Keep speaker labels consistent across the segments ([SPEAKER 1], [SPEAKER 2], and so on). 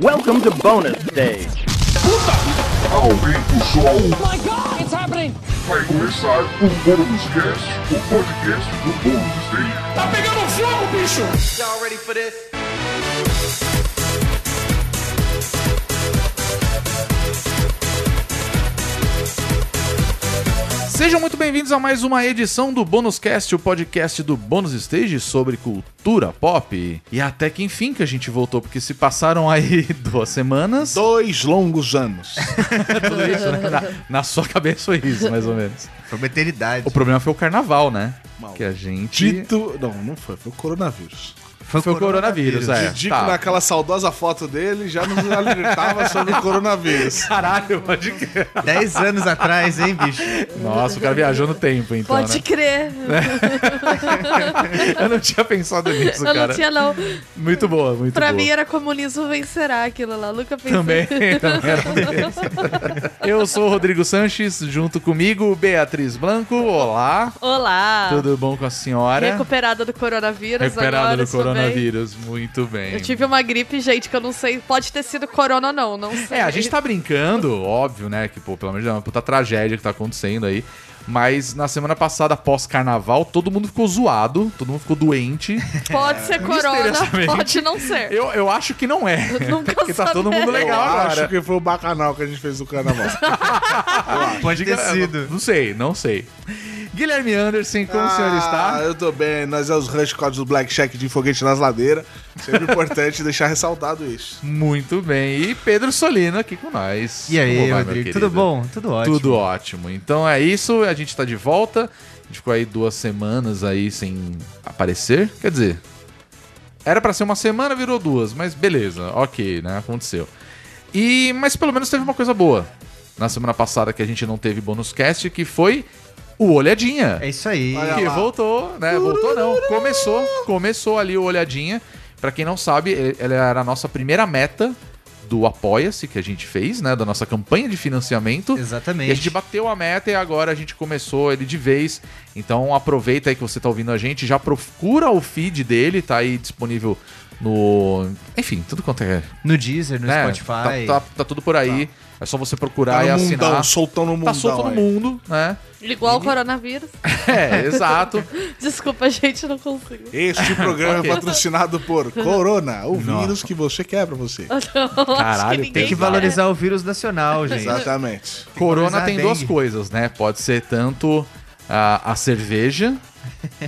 [SPEAKER 1] Welcome to bonus stage.
[SPEAKER 2] Aumenta o som,
[SPEAKER 3] Oh my god, it's happening!
[SPEAKER 2] vai começar o Bônus Cast, o podcast do Bônus Day.
[SPEAKER 3] Tá pegando fogo, bicho!
[SPEAKER 4] Y'all ready for this?
[SPEAKER 5] Sejam muito bem-vindos a mais uma edição do Bônus Cast, o podcast do Bônus Stage sobre cultura pop. E até que enfim que a gente voltou, porque se passaram aí duas semanas.
[SPEAKER 6] Dois longos anos.
[SPEAKER 5] Tudo isso, né? na, na sua cabeça foi isso, mais ou menos.
[SPEAKER 4] Foi uma eternidade.
[SPEAKER 5] O problema foi o carnaval, né? Que a gente.
[SPEAKER 6] Dito. Não, não foi, foi o coronavírus.
[SPEAKER 5] Foi o coronavírus, é.
[SPEAKER 6] Didico,
[SPEAKER 5] Tá.
[SPEAKER 6] naquela saudosa foto dele, já nos alertava sobre o coronavírus.
[SPEAKER 5] Caralho, pode crer.
[SPEAKER 4] Dez anos atrás, hein, bicho?
[SPEAKER 5] Nossa, o cara viajou no tempo, então.
[SPEAKER 7] Pode
[SPEAKER 5] né?
[SPEAKER 7] crer.
[SPEAKER 5] Eu não tinha pensado nisso,
[SPEAKER 7] eu
[SPEAKER 5] cara.
[SPEAKER 7] não tinha, não.
[SPEAKER 5] Muito boa, muito
[SPEAKER 7] Pra
[SPEAKER 5] boa.
[SPEAKER 7] mim era comunismo vencerá aquilo lá. Nunca pensei.
[SPEAKER 5] Também, também era um deles. Eu sou o Rodrigo Sanches, junto comigo, Beatriz Blanco. Olá,
[SPEAKER 7] Olá.
[SPEAKER 5] tudo bom com a senhora?
[SPEAKER 7] Recuperada do coronavírus
[SPEAKER 5] Recuperado
[SPEAKER 7] agora.
[SPEAKER 5] do
[SPEAKER 7] estou bem.
[SPEAKER 5] coronavírus, muito bem.
[SPEAKER 7] Eu tive uma gripe, gente, que eu não sei. Pode ter sido corona ou não, não sei.
[SPEAKER 5] É, a gente tá brincando, óbvio, né? Que, pô, pelo menos é uma puta tragédia que tá acontecendo aí. Mas na semana passada, pós-carnaval, todo mundo ficou zoado, todo mundo ficou doente.
[SPEAKER 7] Pode ser corona,
[SPEAKER 5] Misteriosamente.
[SPEAKER 7] pode não ser.
[SPEAKER 5] Eu, eu acho que não é.
[SPEAKER 7] nunca
[SPEAKER 5] Porque tá todo
[SPEAKER 7] saberei.
[SPEAKER 5] mundo legal agora. Então,
[SPEAKER 6] acho que é foi o bacanal que a gente fez no carnaval.
[SPEAKER 4] Pode ter
[SPEAKER 5] Diga-
[SPEAKER 4] sido.
[SPEAKER 5] é, Não sei, não sei. Guilherme Anderson, como o senhor está?
[SPEAKER 6] Ah, eu tô bem. Nós é os Rush Codes do Black Shack de foguete nas ladeiras. Sempre importante deixar ressaltado isso.
[SPEAKER 5] Muito bem. E Pedro Solino aqui com nós.
[SPEAKER 4] E aí,
[SPEAKER 5] Como vai, meu
[SPEAKER 4] Rodrigo?
[SPEAKER 5] querido?
[SPEAKER 4] Tudo bom? Tudo ótimo.
[SPEAKER 5] Tudo ótimo. Então é isso, a gente tá de volta. A gente ficou aí duas semanas aí sem aparecer. Quer dizer, era pra ser uma semana, virou duas, mas beleza, ok, né? Aconteceu. E mas pelo menos teve uma coisa boa. Na semana passada que a gente não teve bônus cast, que foi o olhadinha.
[SPEAKER 4] É isso aí.
[SPEAKER 6] Olha
[SPEAKER 5] Que
[SPEAKER 6] lá.
[SPEAKER 5] voltou, né? Voltou não. Começou, começou ali o Olhadinha. Pra quem não sabe, e- ela era a nossa primeira meta do Apoia-se que a gente fez, né? Da nossa campanha de financiamento. E a gente
[SPEAKER 4] Exatamente.
[SPEAKER 5] bateu a meta e agora a gente começou ele de vez. Então aproveita aí que você tá ouvindo a gente, já procura o feed dele, tá aí disponível no. Enfim, tudo quanto é.
[SPEAKER 4] No Deezer, no
[SPEAKER 5] né?
[SPEAKER 4] Spotify.
[SPEAKER 5] Tá, tá- tá tudo por aí. É só você procurar e
[SPEAKER 6] Tá no
[SPEAKER 5] assinar.
[SPEAKER 6] mundão, soltão no mundão.
[SPEAKER 5] tá solto no
[SPEAKER 6] aí.
[SPEAKER 5] mundo, né?
[SPEAKER 7] Igual o coronavírus.
[SPEAKER 5] É, exato.
[SPEAKER 7] Desculpa, gente, não consigo.
[SPEAKER 6] Este programa
[SPEAKER 5] Ok.
[SPEAKER 6] é patrocinado por Corona, o vírus que você quer pra você.
[SPEAKER 5] Caralho, tem
[SPEAKER 7] ninguém
[SPEAKER 4] Tem que
[SPEAKER 5] Exato.
[SPEAKER 4] valorizar o vírus nacional, gente.
[SPEAKER 6] Exatamente.
[SPEAKER 5] Corona tem
[SPEAKER 4] Dengue.
[SPEAKER 5] duas coisas, né? Pode ser tanto a, a cerveja,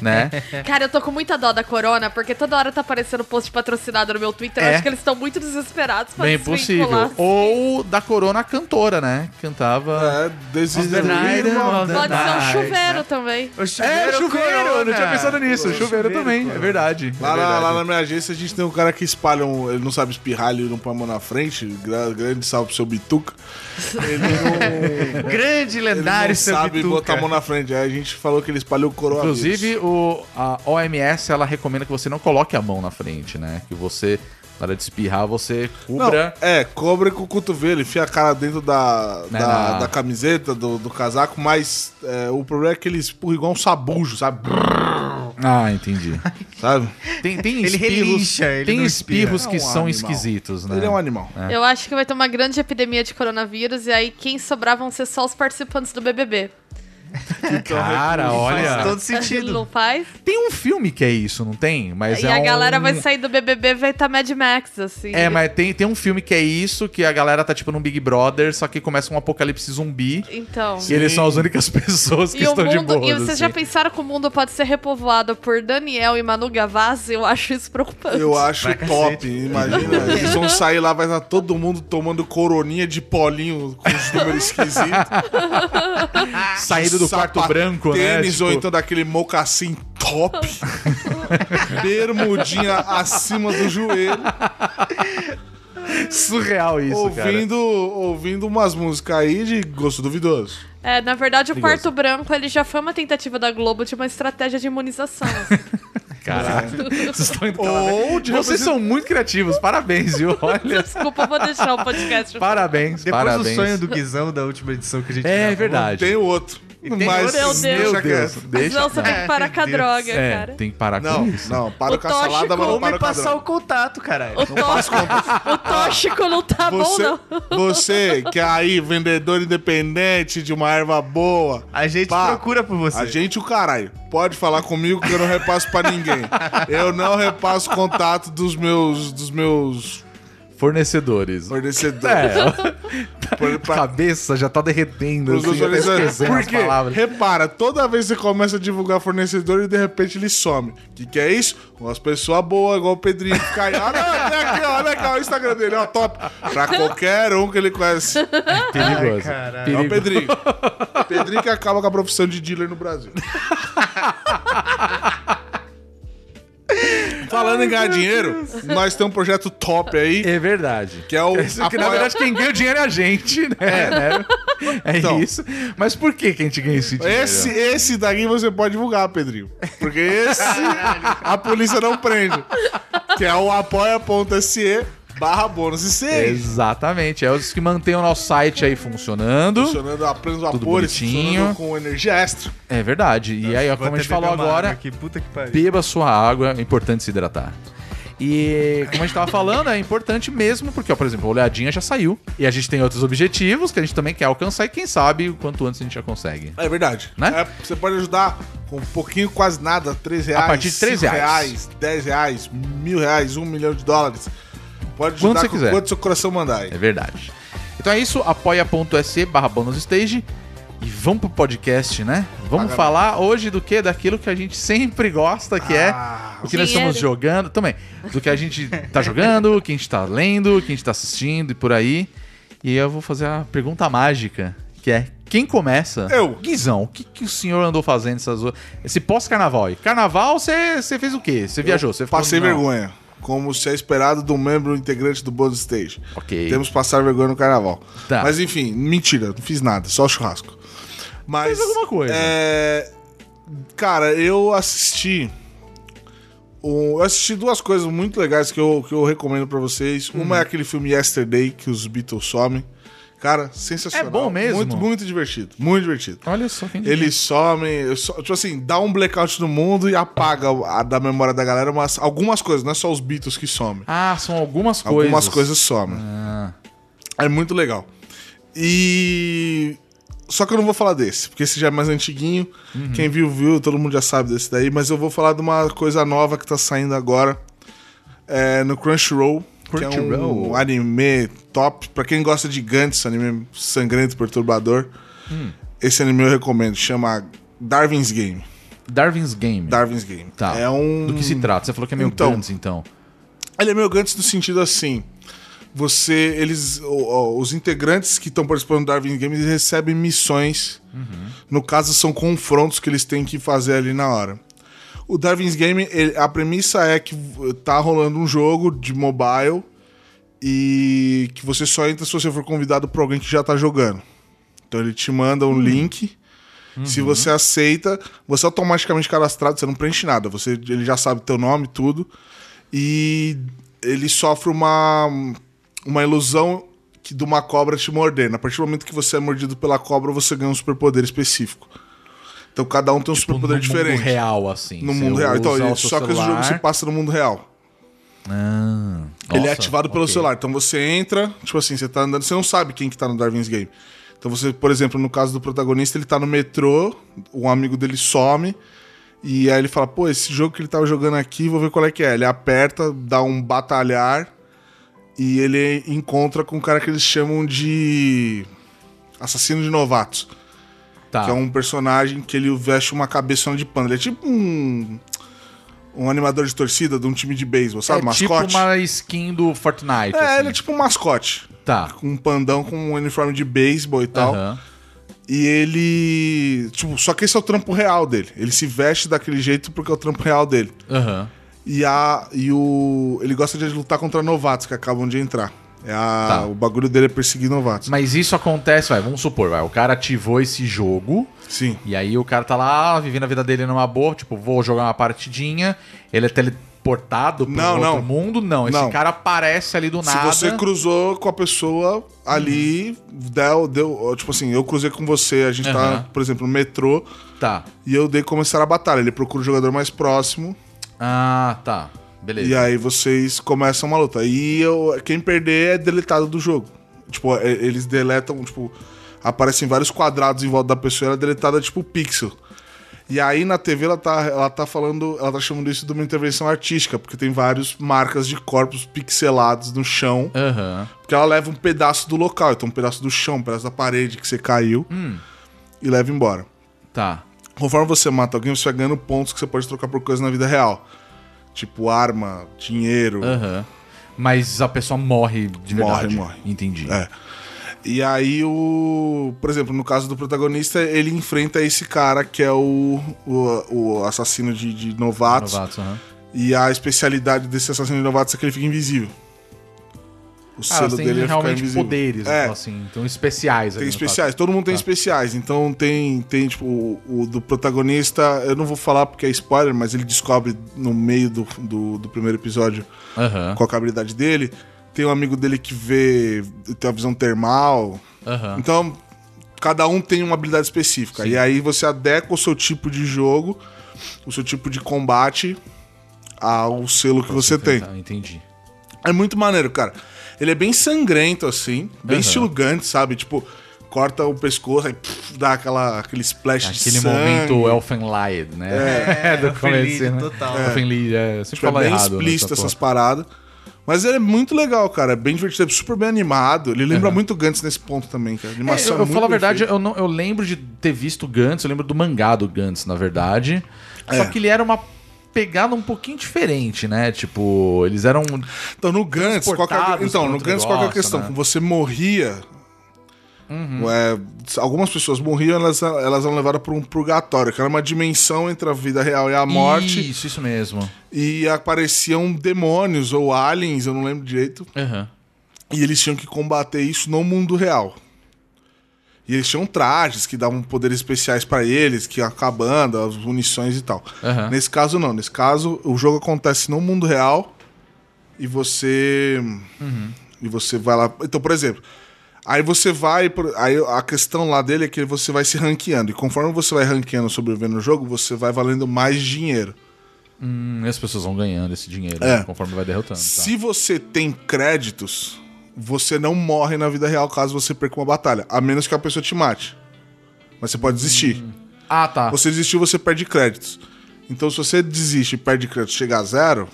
[SPEAKER 5] né?
[SPEAKER 7] Cara, eu tô com muita dó da corona, porque toda hora tá aparecendo post patrocinado no meu Twitter. Eu
[SPEAKER 5] É.
[SPEAKER 7] acho que eles estão muito desesperados pra
[SPEAKER 5] Bem
[SPEAKER 7] desvincular.
[SPEAKER 5] possível. Ou da Corona a cantora, né? Cantava.
[SPEAKER 6] É, desistir. é
[SPEAKER 4] Night,
[SPEAKER 6] irmão.
[SPEAKER 4] of the
[SPEAKER 7] Pode ser um
[SPEAKER 4] night.
[SPEAKER 5] né?
[SPEAKER 7] chuveiro também.
[SPEAKER 4] O
[SPEAKER 5] É, chuveiro! Eu não tinha
[SPEAKER 4] Corona.
[SPEAKER 5] pensado nisso. Chuveiro, também, é verdade.
[SPEAKER 6] Lá,
[SPEAKER 5] é
[SPEAKER 6] na-
[SPEAKER 5] verdade.
[SPEAKER 6] lá na minha agência a gente tem um cara que espalha um. Ele não sabe espirrar, ele não põe a mão na frente. gra- grande salve pro seu bituca. Ele não,
[SPEAKER 4] Grande
[SPEAKER 6] ele não
[SPEAKER 4] lendário, seu
[SPEAKER 6] sabe
[SPEAKER 4] Bituca.
[SPEAKER 6] botar a mão na frente. Aí a gente falou que ele espalhou o coronavírus.
[SPEAKER 5] Inclusive, o, a OMS ela recomenda que você não coloque a mão na frente, né? Que você, na hora de espirrar, você
[SPEAKER 6] Não,
[SPEAKER 5] cubra.
[SPEAKER 6] é, cobre com o cotovelo, enfia a cara dentro da,
[SPEAKER 5] Né,
[SPEAKER 6] da,
[SPEAKER 5] na-
[SPEAKER 6] da camiseta, do, do casaco, mas é, o problema é que ele espurra igual um sabujo, sabe?
[SPEAKER 5] Ah, entendi.
[SPEAKER 6] Sabe?
[SPEAKER 5] Tem, tem
[SPEAKER 4] Ele
[SPEAKER 5] espirros,
[SPEAKER 4] relincha, ele
[SPEAKER 5] tem
[SPEAKER 4] não espirra.
[SPEAKER 5] espirros que
[SPEAKER 6] É um
[SPEAKER 5] são
[SPEAKER 6] animal.
[SPEAKER 5] esquisitos, né?
[SPEAKER 6] Ele é um animal.
[SPEAKER 7] Eu acho que vai ter uma grande epidemia de coronavírus e aí quem sobrar vão ser só os participantes do BBB.
[SPEAKER 5] Cara, olha.
[SPEAKER 4] Faz todo sentido.
[SPEAKER 7] Não faz?
[SPEAKER 5] Tem um filme que é isso, não tem? Mas
[SPEAKER 7] e
[SPEAKER 5] é
[SPEAKER 7] a galera
[SPEAKER 5] um...
[SPEAKER 7] vai sair do BBB e vai estar Mad Max, assim.
[SPEAKER 5] É, mas tem, tem um filme que é isso, que a galera tá tipo num Big Brother, só que começa um apocalipse zumbi.
[SPEAKER 7] Então...
[SPEAKER 5] E eles são as únicas pessoas que
[SPEAKER 7] E, o
[SPEAKER 5] estão de
[SPEAKER 7] mundo,
[SPEAKER 5] boa.
[SPEAKER 7] e vocês já
[SPEAKER 5] assim.
[SPEAKER 7] pensaram que o mundo pode ser repovoado por Daniel e Manu Gavassi? Eu acho isso preocupante.
[SPEAKER 6] Eu acho
[SPEAKER 4] Vai
[SPEAKER 6] top,
[SPEAKER 4] cacete.
[SPEAKER 6] imagina. Eles vão sair lá, vai estar todo mundo tomando coroninha de polinho com os números esquisitos.
[SPEAKER 5] Saindo do quarto
[SPEAKER 6] Sapatênis,
[SPEAKER 5] branco, né?
[SPEAKER 6] Tênis ou
[SPEAKER 5] Tipo,
[SPEAKER 6] então daquele mocassim top. Bermudinha acima do joelho.
[SPEAKER 5] Surreal isso, cara.
[SPEAKER 6] ouvindo, ouvindo umas músicas aí de gosto duvidoso.
[SPEAKER 7] É, na verdade, o quarto branco ele já foi uma tentativa da Globo de uma estratégia de imunização. assim.
[SPEAKER 5] Caralho. Vocês estão indo cada vez-
[SPEAKER 6] Ou de
[SPEAKER 5] Vocês são muito criativos, parabéns, viu? Olha.
[SPEAKER 7] Desculpa, eu vou deixar o podcast.
[SPEAKER 5] Parabéns,
[SPEAKER 4] Depois
[SPEAKER 5] parabéns.
[SPEAKER 4] do sonho do Guizão da última edição que a gente
[SPEAKER 5] É
[SPEAKER 4] gravou,
[SPEAKER 5] verdade.
[SPEAKER 6] Tem o outro.
[SPEAKER 4] tem
[SPEAKER 6] Mas,
[SPEAKER 4] outro-
[SPEAKER 7] Meu Deus.
[SPEAKER 6] deixa
[SPEAKER 5] Meu Deus,
[SPEAKER 6] quieto.
[SPEAKER 5] deixa.
[SPEAKER 7] Não, você tem que parar
[SPEAKER 4] Ai,
[SPEAKER 7] com a
[SPEAKER 4] meu Deus.
[SPEAKER 7] droga,
[SPEAKER 5] é,
[SPEAKER 7] cara.
[SPEAKER 5] tem que parar
[SPEAKER 6] Não,
[SPEAKER 5] com isso.
[SPEAKER 6] não, para
[SPEAKER 7] O
[SPEAKER 6] com a salada,
[SPEAKER 7] tóxico-
[SPEAKER 6] mas não
[SPEAKER 4] Ou
[SPEAKER 6] para
[SPEAKER 4] me
[SPEAKER 6] com a
[SPEAKER 4] passar o
[SPEAKER 6] droga.
[SPEAKER 4] contato, caralho.
[SPEAKER 7] O, tó... o tóxico não tá bom,
[SPEAKER 6] Você,
[SPEAKER 7] não.
[SPEAKER 6] você que é aí, vendedor independente de uma erva boa,
[SPEAKER 4] A gente
[SPEAKER 6] Pá.
[SPEAKER 4] procura por você.
[SPEAKER 6] a gente o caralho. Pode falar comigo que eu não repasso pra ninguém. Eu não repasso contato dos meus, dos meus
[SPEAKER 5] Fornecedores.
[SPEAKER 6] fornecedores.
[SPEAKER 5] É,
[SPEAKER 6] Pra-
[SPEAKER 5] a
[SPEAKER 6] pra-
[SPEAKER 5] cabeça já tá derretendo.
[SPEAKER 6] Os
[SPEAKER 5] Assim, já tá
[SPEAKER 6] organizadores.
[SPEAKER 5] esquecendo as
[SPEAKER 6] Porque,
[SPEAKER 5] palavras.
[SPEAKER 6] repara, toda vez que você começa a divulgar fornecedor e de repente ele some. O que, que é isso? Umas pessoas boas, igual o Pedrinho. que Cai, olha aqui, ó, olha aqui, ó, o Instagram dele, ó, top. Pra qualquer um que ele conhece. É
[SPEAKER 5] Perigoso.
[SPEAKER 4] caralho.
[SPEAKER 5] Perigo-
[SPEAKER 6] o Pedrinho. Pedrinho que acaba com a profissão de dealer no Brasil. Falando em ganhar dinheiro, nós temos um projeto top aí,
[SPEAKER 5] É verdade.
[SPEAKER 6] que é o
[SPEAKER 5] Porque, na
[SPEAKER 6] Apoia-
[SPEAKER 5] verdade, quem ganha o dinheiro é a gente, né? É,
[SPEAKER 6] Então.
[SPEAKER 5] isso. Mas por que, que a gente ganha esse dinheiro?
[SPEAKER 6] Esse, esse daqui você pode divulgar, Pedrinho. Porque esse a polícia não prende. Que é o apoia.se barra bônus. E seis.
[SPEAKER 5] Exatamente. É os que mantêm o nosso site aí funcionando.
[SPEAKER 6] Funcionando apenas
[SPEAKER 5] Tudo
[SPEAKER 6] vapores,
[SPEAKER 5] bonitinho.
[SPEAKER 6] funcionando com energia extra.
[SPEAKER 5] É verdade. E aí, ó,
[SPEAKER 4] Vou
[SPEAKER 5] como a
[SPEAKER 4] até
[SPEAKER 5] gente falou
[SPEAKER 4] beber uma água
[SPEAKER 5] agora,
[SPEAKER 4] Aqui, puta que pariu.
[SPEAKER 5] beba sua água, é importante se hidratar. E como a gente tava falando, é importante mesmo, porque, ó, por exemplo, a olhadinha já saiu. E a gente tem outros objetivos que a gente também quer alcançar, e quem sabe o quanto antes a gente já consegue.
[SPEAKER 6] É verdade.
[SPEAKER 5] Né?
[SPEAKER 6] É, você pode ajudar com um pouquinho, quase nada, 3 reais.
[SPEAKER 5] partir de três
[SPEAKER 6] cinco
[SPEAKER 5] reais.
[SPEAKER 6] reais, 10 reais, mil reais, um milhão de dólares. Pode ajudar
[SPEAKER 5] Quanto você
[SPEAKER 6] com
[SPEAKER 5] quiser.
[SPEAKER 6] quanto seu coração mandar aí.
[SPEAKER 5] É verdade. Então é isso, apoia.se barra bonus stage. E vamos pro podcast, né? Vamos
[SPEAKER 6] Paga-
[SPEAKER 5] falar hoje do que? Daquilo que a gente sempre gosta, que
[SPEAKER 6] Ah,
[SPEAKER 5] é o que nós
[SPEAKER 7] dinheiro.
[SPEAKER 5] estamos jogando. Também. Do que a gente tá jogando, o que a gente tá lendo, o que a gente tá assistindo e por aí. E eu vou fazer a pergunta mágica, que é quem começa?
[SPEAKER 6] Eu.
[SPEAKER 5] Guizão, o que, que o senhor andou fazendo essas o- esse pós-carnaval aí? Carnaval, você você fez o quê? Você viajou? Você ficou-
[SPEAKER 6] Passei
[SPEAKER 5] Não.
[SPEAKER 6] vergonha. Como se é esperado do membro integrante do Bonus Stage.
[SPEAKER 5] Ok.
[SPEAKER 6] Temos que passar vergonha no carnaval.
[SPEAKER 5] Tá.
[SPEAKER 6] Mas enfim, mentira, não fiz nada, só churrasco. Mas.
[SPEAKER 5] Fez alguma coisa.
[SPEAKER 6] É, Cara, eu assisti. um- Eu assisti duas coisas muito legais que eu, que eu recomendo pra vocês.
[SPEAKER 5] Uhum.
[SPEAKER 6] Uma é aquele filme Yesterday, que os Beatles somem. Cara, sensacional.
[SPEAKER 5] É bom mesmo?
[SPEAKER 6] Muito, muito divertido. Muito divertido.
[SPEAKER 5] Olha só quem
[SPEAKER 6] Eles somem, so- tipo assim, dá um blackout no mundo e apaga a- da memória da galera mas algumas coisas, não é só os Beatles que somem.
[SPEAKER 5] Ah, são algumas coisas. Ah.
[SPEAKER 6] Algumas coisas somem. É muito legal. E. Só que eu não vou falar desse, porque esse já é mais antiguinho.
[SPEAKER 5] Uhum.
[SPEAKER 6] Quem viu, viu, todo mundo já sabe desse daí. Mas eu vou falar de uma coisa nova que tá saindo agora é, no Crunchyroll. Que é um
[SPEAKER 5] Crunchyroll.
[SPEAKER 6] anime top. Pra quem gosta de Gantz, anime sangrento, perturbador.
[SPEAKER 5] Hum.
[SPEAKER 6] Esse anime eu recomendo. Chama Darwin's Game.
[SPEAKER 5] Darwin's Game.
[SPEAKER 6] Darwin's Game.
[SPEAKER 5] Tá.
[SPEAKER 6] É um...
[SPEAKER 5] Do que se trata? Você falou que é meio
[SPEAKER 6] Então.
[SPEAKER 5] Gantz, então.
[SPEAKER 6] Ele é meio Gantz no sentido assim. Você, eles, o- o- os integrantes que estão participando do Darwin Games eles recebem missões. No caso, são confrontos que eles têm que fazer ali na hora. O Darwin's Game, ele- a premissa é que v- tá rolando um jogo de mobile e que você só entra se você for convidado por alguém que já tá jogando. Então ele te manda um link. Se você aceita, você é automaticamente cadastrado, você não preenche nada. Você, ele já sabe teu nome, tudo. E ele sofre uma, uma ilusão que de uma cobra te mordendo. A partir do momento que você é mordido pela cobra, você ganha um superpoder específico. Então cada um tem um superpoder
[SPEAKER 5] no
[SPEAKER 6] diferente.
[SPEAKER 5] mundo real, assim.
[SPEAKER 6] No
[SPEAKER 5] Você
[SPEAKER 6] mundo real. Então,
[SPEAKER 5] usa
[SPEAKER 6] ele-
[SPEAKER 5] o seu
[SPEAKER 6] só que esse jogo se
[SPEAKER 5] celular.
[SPEAKER 6] passa no mundo real.
[SPEAKER 5] Ah,
[SPEAKER 6] ele é
[SPEAKER 5] nossa,
[SPEAKER 6] ativado pelo
[SPEAKER 5] ok.
[SPEAKER 6] celular. Então você entra, tipo assim, você tá andando, você não sabe quem que tá no Darwin's Game. Então você, por exemplo, no caso do protagonista, ele tá no metrô, um amigo dele some, e aí ele fala, pô, esse jogo que ele tava jogando aqui, vou ver qual é que é. Ele aperta, dá um batalhar, e ele encontra com um cara que eles chamam de assassino de novatos.
[SPEAKER 5] Tá.
[SPEAKER 6] Que é um personagem que ele veste uma cabeçona de pano. Ele é tipo um. Um animador de torcida de um time de beisebol, sabe?
[SPEAKER 5] É tipo
[SPEAKER 6] mascote.
[SPEAKER 5] uma skin do Fortnite.
[SPEAKER 6] É,
[SPEAKER 5] assim.
[SPEAKER 6] ele é tipo um mascote.
[SPEAKER 5] Tá.
[SPEAKER 6] Com um pandão com um uniforme de beisebol e tal.
[SPEAKER 5] Aham.
[SPEAKER 6] E ele. Tipo, só que esse é o trampo real dele. Ele se veste daquele jeito porque é o trampo real dele.
[SPEAKER 5] Aham.
[SPEAKER 6] E a. E o. Ele gosta de lutar contra novatos que acabam de entrar. É a-
[SPEAKER 5] Tá.
[SPEAKER 6] O bagulho dele é perseguir novatos.
[SPEAKER 5] Mas isso acontece, vai, vamos supor, vai. O cara ativou esse jogo.
[SPEAKER 6] Sim.
[SPEAKER 5] E aí o cara tá lá vivendo a vida dele numa boa, tipo, vou jogar uma partidinha. Ele é tele- portado para
[SPEAKER 6] Não,
[SPEAKER 5] outro
[SPEAKER 6] não.
[SPEAKER 5] mundo, não. Esse
[SPEAKER 6] Não.
[SPEAKER 5] cara aparece ali do
[SPEAKER 6] Se
[SPEAKER 5] tipo, nada.
[SPEAKER 6] você cruzou com a pessoa ali, deu, deu, tipo assim, eu cruzei com você, a gente tá,
[SPEAKER 5] Aham.
[SPEAKER 6] por exemplo, no metrô,
[SPEAKER 5] Tá.
[SPEAKER 6] e eu dei começar a batalha. Ele procura o jogador mais próximo,
[SPEAKER 5] Ah, tá. Beleza.
[SPEAKER 6] e aí vocês começam uma luta. E eu, quem perder é deletado do jogo. Tipo, é- eles deletam, tipo, aparecem vários quadrados em volta da pessoa, ela é deletada tipo pixel. E aí na TV ela tá, ela tá falando, ela tá chamando isso de uma intervenção artística, porque tem várias marcas de corpos pixelados no chão.
[SPEAKER 5] Aham.
[SPEAKER 6] Porque ela leva um pedaço do local, então um pedaço do chão, um pedaço da parede que você caiu
[SPEAKER 5] Hum.
[SPEAKER 6] e leva embora.
[SPEAKER 5] Tá.
[SPEAKER 6] Conforme você mata alguém, você vai ganhando pontos que você pode trocar por coisa na vida real. Tipo arma, dinheiro.
[SPEAKER 5] Aham. Mas a pessoa morre de
[SPEAKER 6] Morre,
[SPEAKER 5] verdade.
[SPEAKER 6] morre.
[SPEAKER 5] Entendi.
[SPEAKER 6] É. E aí o. Por exemplo, no caso do protagonista, ele enfrenta esse cara que é o, o, o assassino de, de novatos.
[SPEAKER 5] Novatos, aham.
[SPEAKER 6] E a especialidade desse assassino de novatos é que ele fica invisível. O
[SPEAKER 5] Ah, elas
[SPEAKER 6] selo
[SPEAKER 5] têm
[SPEAKER 6] dele é ficar
[SPEAKER 5] realmente
[SPEAKER 6] invisível.
[SPEAKER 5] poderes,
[SPEAKER 6] É.
[SPEAKER 5] assim. Então, especiais. ali
[SPEAKER 6] Tem
[SPEAKER 5] no
[SPEAKER 6] especiais, todo mundo tem
[SPEAKER 5] Tá.
[SPEAKER 6] especiais. Então tem, tem tipo, o, o do protagonista, eu não vou falar porque é spoiler, mas ele descobre no meio do, do, do primeiro episódio
[SPEAKER 5] caso. Aham.
[SPEAKER 6] qual que é a habilidade dele. Tem um amigo dele que vê, tem uma visão termal.
[SPEAKER 5] Aham.
[SPEAKER 6] Então, cada um tem uma habilidade específica. E aí você adequa o seu tipo de jogo, o seu tipo de combate ao selo que você tem.
[SPEAKER 5] Tá, entendi.
[SPEAKER 6] É muito maneiro, cara. Ele é bem sangrento, assim, bem
[SPEAKER 5] Aham.
[SPEAKER 6] estilo Gantz, sabe? Tipo, corta o pescoço, aí pff, dá aquela, aquele splash
[SPEAKER 5] Aquele
[SPEAKER 6] de sangue.
[SPEAKER 5] momento é Elfenlied, né?
[SPEAKER 4] É,
[SPEAKER 5] do começo,
[SPEAKER 4] Elfenlied,
[SPEAKER 5] né?
[SPEAKER 4] total.
[SPEAKER 5] É. Elfenlied, é. Eu Sempre
[SPEAKER 6] Tipo, é
[SPEAKER 5] falo
[SPEAKER 6] bem
[SPEAKER 5] errado.
[SPEAKER 6] explícito
[SPEAKER 5] nessa
[SPEAKER 6] essas
[SPEAKER 5] porra.
[SPEAKER 6] paradas. Mas ele é muito legal, cara. É bem divertido, é super bem animado. Ele lembra muito Gantz nesse ponto também, cara. A
[SPEAKER 5] É,
[SPEAKER 6] animação
[SPEAKER 5] eu, eu
[SPEAKER 6] muito
[SPEAKER 5] falo a
[SPEAKER 6] bem
[SPEAKER 5] verdade,
[SPEAKER 6] feita.
[SPEAKER 5] eu, não, eu lembro de ter visto Gantz, eu lembro do mangá do Gantz, na verdade.
[SPEAKER 6] É.
[SPEAKER 5] Só que ele era uma pegada um pouquinho diferente, né? Tipo, eles eram.
[SPEAKER 6] Então, no Gantz, qual que é a...
[SPEAKER 5] Transportados
[SPEAKER 6] então,
[SPEAKER 5] pra
[SPEAKER 6] no
[SPEAKER 5] outro
[SPEAKER 6] Gantz, qual que é a
[SPEAKER 5] negócio,
[SPEAKER 6] questão?
[SPEAKER 5] né? Uhum.
[SPEAKER 6] Você morria. É, algumas pessoas morriam, elas, elas eram levadas para um purgatório, que era uma dimensão entre a vida real e a morte.
[SPEAKER 5] Isso, isso mesmo.
[SPEAKER 6] e apareciam demônios ou aliens, eu não lembro direito,
[SPEAKER 5] Aham.
[SPEAKER 6] e eles tinham que combater isso no mundo real. E eles tinham trajes que davam poderes especiais pra eles, que iam acabando, as munições e tal.
[SPEAKER 5] Aham.
[SPEAKER 6] Nesse caso, não. Nesse caso, o jogo acontece no mundo real e você. E você vai lá. Então, por exemplo, aí você vai. por- Aí a questão lá dele é que você vai se ranqueando. E conforme você vai ranqueando sobrevivendo no jogo, você vai valendo mais dinheiro.
[SPEAKER 5] Hum, e as pessoas vão ganhando esse dinheiro
[SPEAKER 6] É.
[SPEAKER 5] né, conforme vai derrotando. tá.
[SPEAKER 6] Se você tem créditos, você não morre na vida real caso você perca uma batalha. A menos que a pessoa te mate. Mas você pode desistir.
[SPEAKER 5] Ah, tá.
[SPEAKER 6] Você desistiu, você perde créditos. Então, se você desiste e perde créditos e chega a zero,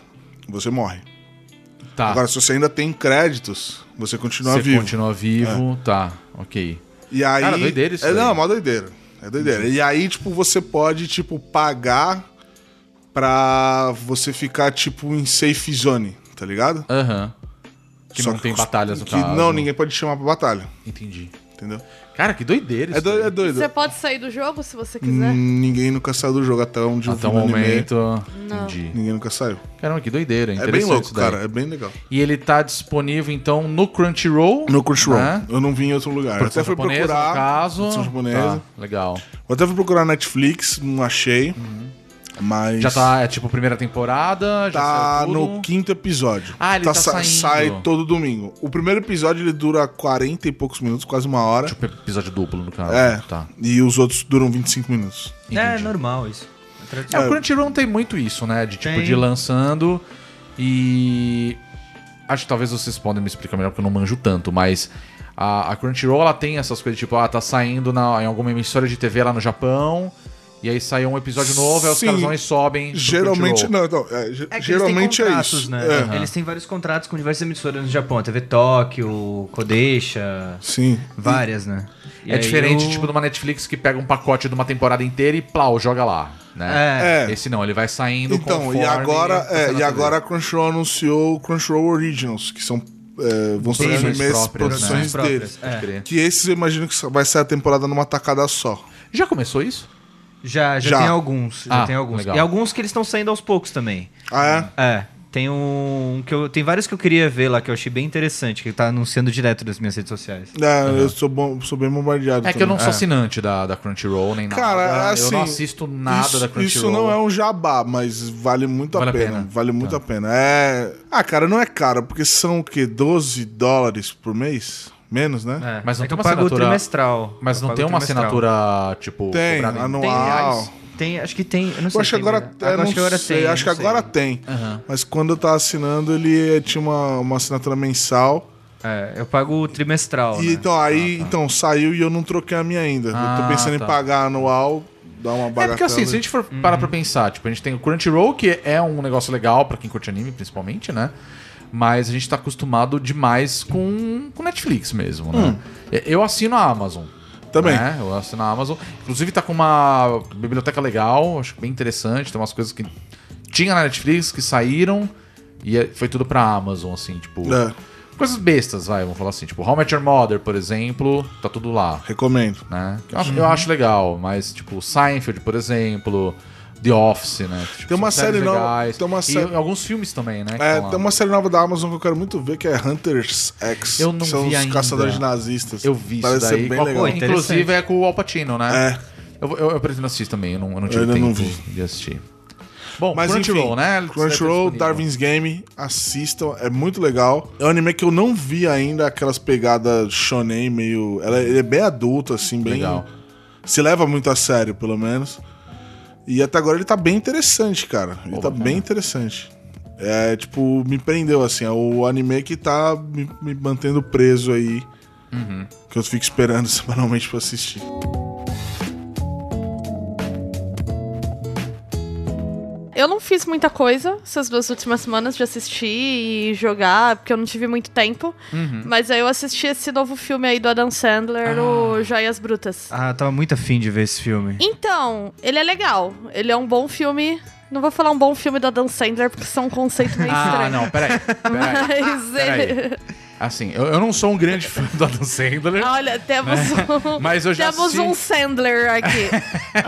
[SPEAKER 6] você morre.
[SPEAKER 5] tá.
[SPEAKER 6] Agora, se você ainda tem créditos, você continua
[SPEAKER 5] Você
[SPEAKER 6] vivo. É.
[SPEAKER 5] continua vivo, tá, ok.
[SPEAKER 6] E aí.
[SPEAKER 5] Cara, doideira isso
[SPEAKER 6] é,
[SPEAKER 5] daí.
[SPEAKER 6] Não, é uma doideira. É doideira. E aí, tipo, você pode, tipo, pagar pra você ficar, tipo, em safe zone, tá ligado?
[SPEAKER 5] Aham. Que
[SPEAKER 6] Só
[SPEAKER 5] não tem batalhas no
[SPEAKER 6] que
[SPEAKER 5] caso.
[SPEAKER 6] Não, ninguém pode te chamar pra batalha,
[SPEAKER 5] Entendi.
[SPEAKER 6] entendeu?
[SPEAKER 5] Cara, que doideira isso.
[SPEAKER 6] É, do,
[SPEAKER 5] daí.
[SPEAKER 6] é doido.
[SPEAKER 7] Você pode sair do jogo se você
[SPEAKER 4] né?
[SPEAKER 7] quiser.
[SPEAKER 6] Hum, Ninguém nunca saiu do jogo até onde eu
[SPEAKER 5] Até o
[SPEAKER 6] vi no anime, é.
[SPEAKER 5] momento. Entendi.
[SPEAKER 6] Ninguém nunca saiu.
[SPEAKER 5] Caramba, que doideira.
[SPEAKER 6] É bem
[SPEAKER 5] Interessante
[SPEAKER 6] louco,
[SPEAKER 5] isso daí.
[SPEAKER 6] cara. É bem legal.
[SPEAKER 5] E ele tá disponível, então, no Crunchyroll.
[SPEAKER 6] No Crunchyroll.
[SPEAKER 5] Né?
[SPEAKER 6] Eu não vi em outro lugar. Eu até
[SPEAKER 5] Produção
[SPEAKER 6] fui
[SPEAKER 5] japonesa, No
[SPEAKER 6] procurar.
[SPEAKER 5] caso.
[SPEAKER 6] produção japonesa.
[SPEAKER 5] Tá, legal.
[SPEAKER 6] Eu até fui procurar Netflix, não achei. Mas.
[SPEAKER 5] Uhum. Já tá, é tipo, primeira temporada. Já
[SPEAKER 6] Tá
[SPEAKER 5] saiu tudo.
[SPEAKER 6] no quinto episódio.
[SPEAKER 5] Ah, ele tá
[SPEAKER 6] sa-
[SPEAKER 5] saindo.
[SPEAKER 6] Sai todo domingo. O primeiro episódio ele dura 40 e poucos minutos, quase uma hora.
[SPEAKER 5] Tipo, episódio duplo no canal.
[SPEAKER 6] é.
[SPEAKER 5] Tá.
[SPEAKER 6] E os outros duram 25 minutos.
[SPEAKER 4] É normal isso. É
[SPEAKER 5] É,
[SPEAKER 4] tradicional.
[SPEAKER 5] o Crunchyroll tem muito isso, né? De tipo,
[SPEAKER 4] Tem.
[SPEAKER 5] de ir lançando e. Acho que talvez vocês podem me explicar melhor, porque eu não manjo tanto, mas. A, a Crunchyroll ela tem essas coisas, tipo, ah, tá saindo na, em alguma emissora de TV lá no Japão, e aí sai um episódio novo, aí os
[SPEAKER 6] Sim.
[SPEAKER 5] caras vão e sobem. pro
[SPEAKER 6] Geralmente,
[SPEAKER 5] Crunchyroll.
[SPEAKER 6] não, não, é, ge-
[SPEAKER 4] É que
[SPEAKER 6] geralmente é
[SPEAKER 4] eles têm contratos,
[SPEAKER 6] isso.
[SPEAKER 4] Né?
[SPEAKER 6] É.
[SPEAKER 4] Eles têm vários contratos com diversas emissoras no Japão. A TV Tóquio, Kodeisha,
[SPEAKER 6] Sim.
[SPEAKER 4] várias, né? E
[SPEAKER 5] É
[SPEAKER 4] aí
[SPEAKER 5] diferente,
[SPEAKER 4] o- Né?
[SPEAKER 5] tipo, de uma Netflix que pega um pacote de uma temporada inteira e plau, joga lá, né?
[SPEAKER 4] É,
[SPEAKER 6] É.
[SPEAKER 5] Esse não, ele vai saindo
[SPEAKER 6] Então, e
[SPEAKER 5] conforme
[SPEAKER 6] agora,
[SPEAKER 5] tá
[SPEAKER 6] é,
[SPEAKER 5] saindo
[SPEAKER 6] e
[SPEAKER 5] na TV.
[SPEAKER 6] agora a Crunchyroll anunciou o Crunchyroll Originals, que são é, vão ser
[SPEAKER 4] Produções
[SPEAKER 6] animes,
[SPEAKER 5] próprias,
[SPEAKER 6] produções
[SPEAKER 4] né?
[SPEAKER 6] deles.
[SPEAKER 4] Próprias, é.
[SPEAKER 5] Pode crer.
[SPEAKER 6] Que esses eu imagino que vai ser a temporada numa tacada só.
[SPEAKER 5] Já começou isso?
[SPEAKER 4] já, já,
[SPEAKER 6] Já.
[SPEAKER 4] tem alguns. Já
[SPEAKER 5] Ah,
[SPEAKER 4] tem alguns.
[SPEAKER 5] legal.
[SPEAKER 4] E alguns que eles estão saindo aos poucos também.
[SPEAKER 6] Ah, é?
[SPEAKER 4] É. Tem um que eu. Tem vários que eu queria ver lá que eu achei bem interessante, que tá anunciando direto nas minhas redes sociais.
[SPEAKER 6] Ah, Eu sou, bom, sou bem bombardeado.
[SPEAKER 5] É que eu não
[SPEAKER 6] também.
[SPEAKER 5] sou assinante da, da Crunchyroll nem
[SPEAKER 6] Cara,
[SPEAKER 5] nada. eu
[SPEAKER 6] assim,
[SPEAKER 5] não assisto nada
[SPEAKER 6] isso,
[SPEAKER 5] da Crunchyroll.
[SPEAKER 6] Isso não é um jabá, mas vale muito
[SPEAKER 5] Vale
[SPEAKER 6] a
[SPEAKER 5] a
[SPEAKER 6] pena.
[SPEAKER 5] pena. Tá.
[SPEAKER 6] Vale muito a pena. É. Ah, cara, não é caro, porque são o quê? 12 dólares por mês? Menos, né?
[SPEAKER 4] É,
[SPEAKER 5] Mas não
[SPEAKER 4] é que
[SPEAKER 5] tem
[SPEAKER 4] eu
[SPEAKER 5] uma
[SPEAKER 4] pago o
[SPEAKER 5] assinatura-
[SPEAKER 4] trimestral.
[SPEAKER 5] Mas
[SPEAKER 4] Eu
[SPEAKER 5] não
[SPEAKER 4] pago
[SPEAKER 5] tem
[SPEAKER 4] o
[SPEAKER 5] uma
[SPEAKER 4] trimestral.
[SPEAKER 5] assinatura, tipo,
[SPEAKER 6] Tem,
[SPEAKER 5] cobrada em-
[SPEAKER 6] anual.
[SPEAKER 4] Tem, acho que tem. Eu não sei.
[SPEAKER 6] Eu acho que
[SPEAKER 4] tem,
[SPEAKER 6] agora,
[SPEAKER 4] velho.
[SPEAKER 6] eu não
[SPEAKER 4] acho que agora
[SPEAKER 6] sei,
[SPEAKER 4] tem.
[SPEAKER 6] acho que
[SPEAKER 4] não sei.
[SPEAKER 6] agora tem.
[SPEAKER 5] Aham.
[SPEAKER 6] Mas quando eu tava assinando, ele eh, tinha uma, uma assinatura mensal.
[SPEAKER 4] É, eu pago o trimestral.
[SPEAKER 6] E
[SPEAKER 4] né?
[SPEAKER 6] então, aí então, saiu e eu não troquei a minha ainda. eu
[SPEAKER 5] tá. Ah,
[SPEAKER 6] tô pensando
[SPEAKER 5] tá.
[SPEAKER 6] em pagar anual, dar uma
[SPEAKER 5] É
[SPEAKER 6] bagatela.
[SPEAKER 5] porque assim, se a gente for
[SPEAKER 6] Uhum.
[SPEAKER 5] parar pra pensar, tipo, a gente tem o Crunchyroll, que é um negócio legal pra quem curte anime, principalmente, né? Mas a gente tá acostumado demais com, com Netflix mesmo, né? E- Eu assino a Amazon.
[SPEAKER 6] Hum. Também.
[SPEAKER 5] Né? Eu assino a Amazon. Inclusive tá com uma biblioteca legal, acho que bem interessante. Tem umas coisas que tinha na Netflix que saíram e é- foi tudo pra Amazon, assim, tipo.
[SPEAKER 6] É,
[SPEAKER 5] Coisas bestas, vai, vamos falar assim. Tipo, How I Met Your Mother, por exemplo, tá tudo lá
[SPEAKER 6] recomendo.
[SPEAKER 5] né? Eu acho,
[SPEAKER 6] Uhum.
[SPEAKER 5] eu acho legal, mas tipo Seinfeld, por exemplo, The Office, né? Tipo,
[SPEAKER 6] Tem uma
[SPEAKER 5] são
[SPEAKER 6] série
[SPEAKER 5] séries
[SPEAKER 6] não-
[SPEAKER 5] legais.
[SPEAKER 6] tem uma
[SPEAKER 5] E
[SPEAKER 6] série-
[SPEAKER 5] alguns filmes também, né? que
[SPEAKER 6] É,
[SPEAKER 5] estão lá.
[SPEAKER 6] tem uma série nova da Amazon que eu quero muito ver, que é Hunters X.
[SPEAKER 5] Eu não
[SPEAKER 6] que são
[SPEAKER 5] vi
[SPEAKER 6] os
[SPEAKER 5] ainda.
[SPEAKER 6] caçadores nazistas.
[SPEAKER 5] Eu vi isso
[SPEAKER 6] Parece
[SPEAKER 5] daí.
[SPEAKER 6] ser bem
[SPEAKER 5] Qual-
[SPEAKER 6] legal.
[SPEAKER 4] Oi.
[SPEAKER 5] Inclusive
[SPEAKER 4] Interessante.
[SPEAKER 5] é com o Al Pacino, né?
[SPEAKER 6] É.
[SPEAKER 5] Eu, eu, eu pretendo assistir também, eu não, eu não tive
[SPEAKER 6] ainda
[SPEAKER 5] tempo
[SPEAKER 6] não vi.
[SPEAKER 5] de assistir. Bom,
[SPEAKER 6] Mas
[SPEAKER 5] Crunchyroll,
[SPEAKER 6] enfim,
[SPEAKER 5] né?
[SPEAKER 6] Crunchyroll,
[SPEAKER 5] Deve estar disponível.
[SPEAKER 6] Darwin's Game, assistam, é muito legal. É um anime que eu não vi ainda, aquelas pegadas shonen meio... ela- Ele é bem adulto, assim, bem...
[SPEAKER 5] Legal.
[SPEAKER 6] Se leva muito a sério, pelo menos. E até agora ele tá bem interessante, cara. Ele
[SPEAKER 5] Pô,
[SPEAKER 6] tá
[SPEAKER 5] bacana.
[SPEAKER 6] bem interessante. É, tipo, me prendeu, assim. É o anime que tá me, me mantendo preso aí.
[SPEAKER 5] Uhum.
[SPEAKER 6] Que eu fico esperando semanalmente pra assistir.
[SPEAKER 7] Eu não fiz muita coisa essas duas últimas semanas de assistir e jogar, porque eu não tive muito tempo.
[SPEAKER 5] Uhum.
[SPEAKER 7] Mas aí eu assisti esse novo filme aí do Adam Sandler, o Joias Brutas.
[SPEAKER 4] Ah, eu tava muito afim de ver esse filme.
[SPEAKER 7] Então, ele é legal. Ele é um bom filme. Não vou falar um bom filme do Adam Sandler, porque isso é um conceito meio
[SPEAKER 5] Ah,
[SPEAKER 7] estranho.
[SPEAKER 5] não, peraí. peraí.
[SPEAKER 7] Mas ele-
[SPEAKER 5] Peraí. Assim, eu, eu não sou um grande fã do Adam Sandler.
[SPEAKER 7] Olha, temos um.
[SPEAKER 5] Mas eu já
[SPEAKER 7] temos
[SPEAKER 5] assisti-
[SPEAKER 7] um Sandler aqui.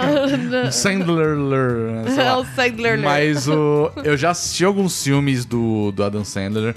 [SPEAKER 5] Sandler. né, sei
[SPEAKER 7] é
[SPEAKER 5] lá.
[SPEAKER 7] o Sandler.
[SPEAKER 5] Mas o, eu já assisti alguns filmes do, do Adam Sandler.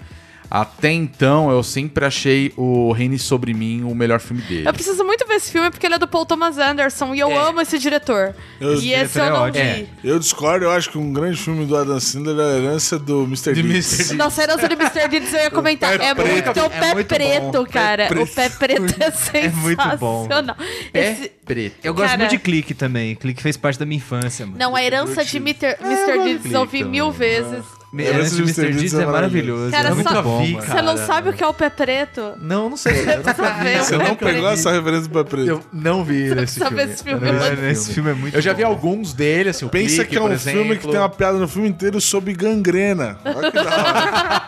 [SPEAKER 5] Até então, eu sempre achei o Reine Sobre Mim o melhor filme dele.
[SPEAKER 7] Eu preciso muito ver esse filme porque ele é do Paul Thomas Anderson e eu amo esse diretor.
[SPEAKER 6] Eu-
[SPEAKER 7] e esse
[SPEAKER 4] diretor
[SPEAKER 7] eu
[SPEAKER 4] é
[SPEAKER 7] não
[SPEAKER 4] ótimo.
[SPEAKER 7] vi.
[SPEAKER 6] Eu discordo, eu acho que um grande filme do Adam Sandler é a herança do Mr.
[SPEAKER 5] De
[SPEAKER 6] Beast.
[SPEAKER 5] Mr. Deeds.
[SPEAKER 7] Nossa, a herança do Mr. Deeds eu ia comentar. É
[SPEAKER 6] preto.
[SPEAKER 7] muito o
[SPEAKER 4] É
[SPEAKER 7] pé
[SPEAKER 4] muito
[SPEAKER 7] preto,
[SPEAKER 4] bom.
[SPEAKER 7] cara.
[SPEAKER 6] Pé
[SPEAKER 7] o pé preto é
[SPEAKER 4] É muito bom.
[SPEAKER 7] sensacional.
[SPEAKER 5] Pé
[SPEAKER 7] Esse-
[SPEAKER 5] preto.
[SPEAKER 4] Eu gosto
[SPEAKER 7] Cara-
[SPEAKER 4] muito de Clique também. Clique fez parte da minha infância, mano.
[SPEAKER 7] Não, a herança de Mr. Mr. Deeds eu vi mil vezes.
[SPEAKER 4] Me- Herança de Mr. Deeds é maravilhoso.
[SPEAKER 7] Cara,
[SPEAKER 4] é muito
[SPEAKER 7] só-
[SPEAKER 4] bom,
[SPEAKER 5] vi,
[SPEAKER 4] mano.
[SPEAKER 7] Você não
[SPEAKER 5] Cara.
[SPEAKER 7] sabe o que é o pé preto?
[SPEAKER 5] Não, não sei. Eu
[SPEAKER 7] Precisa
[SPEAKER 5] nunca vi.
[SPEAKER 7] ver,
[SPEAKER 6] Você
[SPEAKER 7] o pé
[SPEAKER 6] não
[SPEAKER 7] preto.
[SPEAKER 6] pegou essa referência pra preto?
[SPEAKER 5] Eu não vi esse
[SPEAKER 7] precisa
[SPEAKER 5] filme.
[SPEAKER 7] ver esse filme.
[SPEAKER 5] Eu não vi
[SPEAKER 4] Mano, esse filme é muito
[SPEAKER 5] Eu já vi
[SPEAKER 4] bom.
[SPEAKER 5] alguns dele, assim, o
[SPEAKER 6] Pensa
[SPEAKER 5] Clique,
[SPEAKER 6] que é um
[SPEAKER 5] por
[SPEAKER 6] filme que
[SPEAKER 5] exemplo.
[SPEAKER 6] tem uma piada no filme inteiro sobre gangrena. Olha que da hora.
[SPEAKER 5] ok,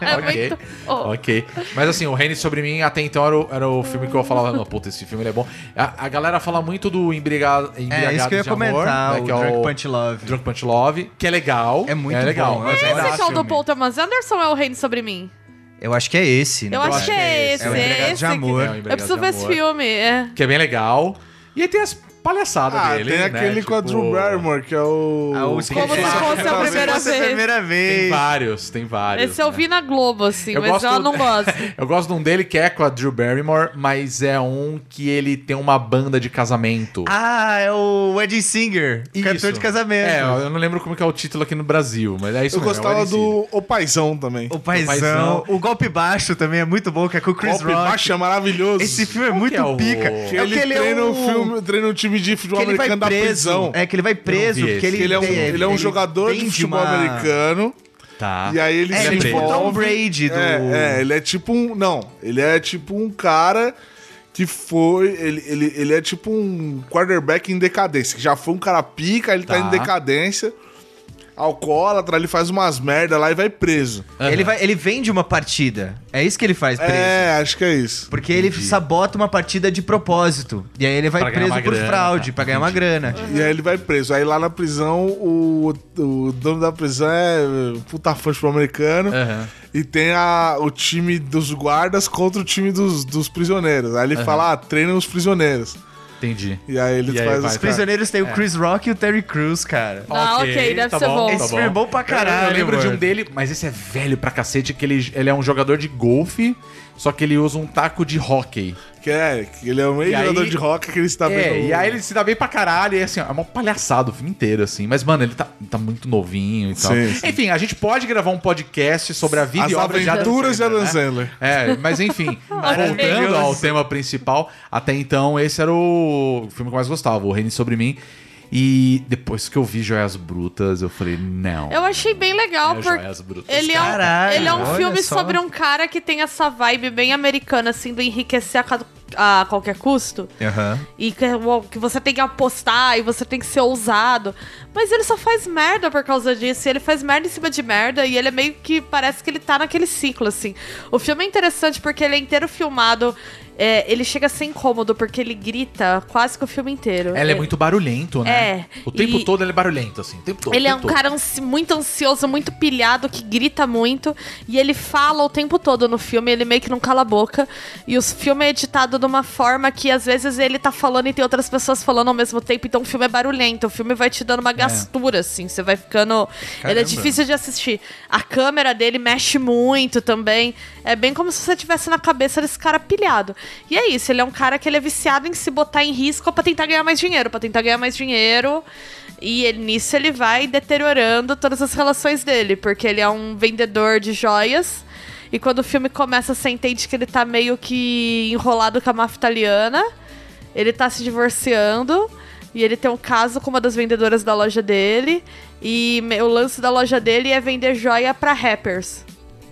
[SPEAKER 7] É muito bom.
[SPEAKER 5] ok. Mas assim, o Reine sobre mim até então era o, era o filme que eu falava, não, puta, esse filme ele é bom. A, a galera fala muito do Embriagado,
[SPEAKER 4] É, isso que eu ia
[SPEAKER 5] de Amor,
[SPEAKER 4] comentar.
[SPEAKER 5] né,
[SPEAKER 4] o
[SPEAKER 5] que é o
[SPEAKER 4] Drunk Punch Love.
[SPEAKER 5] Drunk Punch Love, que é legal.
[SPEAKER 4] É muito
[SPEAKER 5] legal.
[SPEAKER 4] bom,
[SPEAKER 5] mas
[SPEAKER 4] é
[SPEAKER 5] ainda
[SPEAKER 4] legal.
[SPEAKER 7] Esse que é o
[SPEAKER 5] acho
[SPEAKER 7] do
[SPEAKER 5] filme.
[SPEAKER 7] Paul Thomas Anderson ou é o Reino Sobre Mim?
[SPEAKER 4] Eu acho que é esse. né?
[SPEAKER 7] Eu acho que é esse.
[SPEAKER 4] É o
[SPEAKER 7] É
[SPEAKER 4] Empregado
[SPEAKER 7] esse.
[SPEAKER 4] de Amor.
[SPEAKER 5] É o
[SPEAKER 7] que-
[SPEAKER 5] Empregado
[SPEAKER 7] Eu preciso
[SPEAKER 5] de
[SPEAKER 7] ver esse
[SPEAKER 5] Amor.
[SPEAKER 7] filme. É.
[SPEAKER 5] Que é bem legal. E aí tem as palhaçadas
[SPEAKER 6] Ah,
[SPEAKER 5] dele,
[SPEAKER 6] tem
[SPEAKER 5] né?
[SPEAKER 6] aquele com a
[SPEAKER 5] Tipo,
[SPEAKER 6] Drew Barrymore, que é o...
[SPEAKER 4] Ah, o
[SPEAKER 7] Como se
[SPEAKER 4] Esqueci-
[SPEAKER 7] fosse é a
[SPEAKER 4] Como se
[SPEAKER 7] primeira
[SPEAKER 4] fosse é a
[SPEAKER 7] vez.
[SPEAKER 4] primeira
[SPEAKER 5] Tem
[SPEAKER 4] vez.
[SPEAKER 5] vários, tem vários.
[SPEAKER 7] Esse eu
[SPEAKER 5] né?
[SPEAKER 7] vi na Globo, assim,
[SPEAKER 5] Eu
[SPEAKER 7] mas
[SPEAKER 5] gosto-
[SPEAKER 7] ela não gosta.
[SPEAKER 5] Eu gosto de um dele que é com a Drew Barrymore, mas é um que ele tem uma banda de casamento.
[SPEAKER 4] Ah, é o Wedding Singer. o Cantor de casamento.
[SPEAKER 5] É, eu não lembro como que é o título aqui no Brasil, mas é isso
[SPEAKER 6] Eu
[SPEAKER 5] mesmo, é
[SPEAKER 6] gostava
[SPEAKER 5] parecido.
[SPEAKER 6] do O Paizão também.
[SPEAKER 4] O
[SPEAKER 5] O
[SPEAKER 4] paizão.
[SPEAKER 5] Paizão.
[SPEAKER 4] O Golpe Baixo também é muito bom, que é com o Chris
[SPEAKER 6] Golpe
[SPEAKER 4] Rock.
[SPEAKER 6] Baixo é maravilhoso.
[SPEAKER 4] Esse filme é
[SPEAKER 5] Qual que
[SPEAKER 4] muito
[SPEAKER 5] é o-
[SPEAKER 4] pica.
[SPEAKER 5] Que
[SPEAKER 6] Que
[SPEAKER 4] É o
[SPEAKER 6] ele,
[SPEAKER 4] que
[SPEAKER 6] treina,
[SPEAKER 4] é
[SPEAKER 6] um...
[SPEAKER 4] um-
[SPEAKER 6] filme, treina um time de
[SPEAKER 4] que
[SPEAKER 6] futebol
[SPEAKER 4] ele vai
[SPEAKER 6] americano da
[SPEAKER 4] preso.
[SPEAKER 6] prisão.
[SPEAKER 4] É, que ele vai preso.
[SPEAKER 5] esse.
[SPEAKER 4] Porque ele,
[SPEAKER 6] Que ele é um,
[SPEAKER 4] tem-
[SPEAKER 6] ele é um jogador de
[SPEAKER 4] vende
[SPEAKER 6] futebol
[SPEAKER 4] uma-
[SPEAKER 6] americano.
[SPEAKER 5] Tá.
[SPEAKER 6] E aí ele
[SPEAKER 4] É,
[SPEAKER 6] se
[SPEAKER 4] ele é tipo o Tom
[SPEAKER 6] envolve.
[SPEAKER 4] Brady do...
[SPEAKER 6] É, é, ele é tipo um. Não, ele é tipo um cara que foi. Ele, ele, ele é tipo um quarterback em decadência. Que já foi um cara pica, ele tá,
[SPEAKER 5] Tá.
[SPEAKER 6] em decadência. Alcoólatra, ele faz umas merda lá e vai preso.
[SPEAKER 5] Tá
[SPEAKER 4] Ele, vai, ele vende uma partida. É isso que ele faz preso.
[SPEAKER 6] É, acho que é isso.
[SPEAKER 4] Porque ele sabota uma partida de propósito. E aí ele vai
[SPEAKER 5] Pra ganhar
[SPEAKER 4] preso
[SPEAKER 5] uma
[SPEAKER 4] por
[SPEAKER 5] grana,
[SPEAKER 4] fraude,
[SPEAKER 5] tá.
[SPEAKER 4] pra ganhar uma grana.
[SPEAKER 6] E aí ele vai preso. Aí lá na prisão, o, o dono da prisão é puta fã de futebol americano.
[SPEAKER 5] Aham.
[SPEAKER 6] E tem a, o time dos guardas contra o time dos, dos prisioneiros. Aí ele fala, ah, treina os prisioneiros.
[SPEAKER 5] Entendi.
[SPEAKER 6] E aí ele
[SPEAKER 5] E aí
[SPEAKER 6] faz
[SPEAKER 5] vai,
[SPEAKER 6] os
[SPEAKER 5] cara.
[SPEAKER 4] Prisioneiros tem o Chris Rock e o Terry Crews, cara.
[SPEAKER 7] Ah, ok, deve ser bom.
[SPEAKER 4] Esse filme é bom pra caralho,
[SPEAKER 5] Tá Eu lembro de um
[SPEAKER 4] mano.
[SPEAKER 5] dele, mas esse é velho pra cacete, que ele, ele é um jogador de golfe, só que ele usa um taco de hockey.
[SPEAKER 6] Que é, que ele é um ex-jogador
[SPEAKER 5] aí-
[SPEAKER 6] de rock que ele está
[SPEAKER 5] É,
[SPEAKER 6] Tá vendo-
[SPEAKER 5] e aí ele se dá bem pra caralho, e assim, ó, é uma palhaçada o filme inteiro, assim. Mas, mano, ele tá, tá muito novinho e tal.
[SPEAKER 6] Sim, sim.
[SPEAKER 5] Enfim, a gente pode gravar um podcast sobre a vida
[SPEAKER 6] As
[SPEAKER 5] e obra de Adam
[SPEAKER 6] aventuras de Adam
[SPEAKER 5] né?
[SPEAKER 6] Sandler.
[SPEAKER 5] É, mas enfim, voltando ao tema principal, até então esse era o filme que eu mais gostava, O Reino Sobre Mim. E depois que eu vi Joias Brutas, eu falei, não.
[SPEAKER 7] Eu achei bem legal,
[SPEAKER 5] É,
[SPEAKER 7] porque
[SPEAKER 5] Joias Brutas.
[SPEAKER 7] ele é um,
[SPEAKER 4] Caralho,
[SPEAKER 7] ele é um
[SPEAKER 4] olha
[SPEAKER 7] filme
[SPEAKER 4] só.
[SPEAKER 7] sobre um cara que tem essa vibe bem americana, assim, do enriquecer a, ca- a qualquer custo.
[SPEAKER 4] Aham.
[SPEAKER 7] E que, uau, que você tem que apostar e você tem que ser ousado. Mas ele só faz merda por causa disso. E ele faz merda em cima de merda. E ele é meio que parece que ele tá naquele ciclo, assim. O filme é interessante porque ele é inteiro filmado. é, ele chega a ser incômodo porque ele grita quase que o filme inteiro.
[SPEAKER 5] Ela é muito barulhento, né?
[SPEAKER 7] É,
[SPEAKER 5] O tempo
[SPEAKER 7] e-
[SPEAKER 5] todo ele é barulhento, assim. O tempo todo.
[SPEAKER 7] Ele
[SPEAKER 5] o
[SPEAKER 7] é um
[SPEAKER 5] tempo todo.
[SPEAKER 7] cara ansi- muito ansioso, muito pilhado, que grita muito. E ele fala o tempo todo no filme, ele meio que não cala a boca. E o filme é editado de uma forma que às vezes ele tá falando e tem outras pessoas falando ao mesmo tempo. Então o filme é barulhento, o filme vai te dando uma gastura, assim. Você vai ficando. Ele é difícil de assistir. A câmera dele mexe muito também. É bem como se você tivesse na cabeça desse cara pilhado. E é isso, ele é um cara que ele é viciado em se botar em risco pra tentar ganhar mais dinheiro, pra tentar ganhar mais dinheiro. E ele- nisso ele vai deteriorando todas as relações dele, porque ele é um vendedor de joias. E quando o filme começa, você entende que ele tá meio que enrolado com a máfia italiana. Ele tá se divorciando. E ele tem um caso com uma das vendedoras da loja dele. E me- o lance da loja dele é vender joia pra rappers.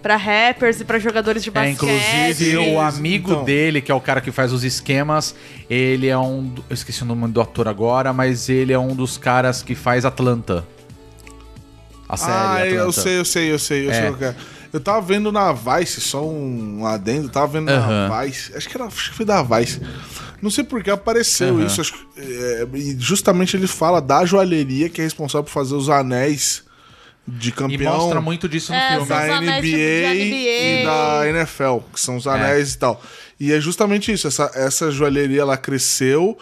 [SPEAKER 7] Pra rappers e pra jogadores de
[SPEAKER 5] É,
[SPEAKER 7] basquete.
[SPEAKER 5] inclusive, o amigo
[SPEAKER 6] Então.
[SPEAKER 5] dele, que é o cara que faz os esquemas, ele é um. do- Eu esqueci o nome do ator agora, mas ele é um dos caras que faz Atlanta. A série.
[SPEAKER 6] ah,
[SPEAKER 5] Atlanta.
[SPEAKER 6] eu sei, eu sei, eu sei, eu sei
[SPEAKER 5] É.
[SPEAKER 6] o que é. Eu tava vendo na Vice, só um adendo, eu tava vendo na
[SPEAKER 5] Aham.
[SPEAKER 6] Vice, acho que, era, acho que foi da Vice. Não sei porque apareceu
[SPEAKER 5] Aham.
[SPEAKER 6] isso, acho que- é, e justamente ele fala da joalheria que é responsável por fazer os anéis de
[SPEAKER 5] E
[SPEAKER 6] campeão
[SPEAKER 5] mostra muito disso no
[SPEAKER 7] É,
[SPEAKER 5] filme.
[SPEAKER 7] são-
[SPEAKER 6] da
[SPEAKER 7] Os
[SPEAKER 6] NBA,
[SPEAKER 7] anéis tipo de NBA.
[SPEAKER 6] e da NFL, que são
[SPEAKER 5] É.
[SPEAKER 6] os anéis e tal. E é justamente isso, essa, essa joalheria ela cresceu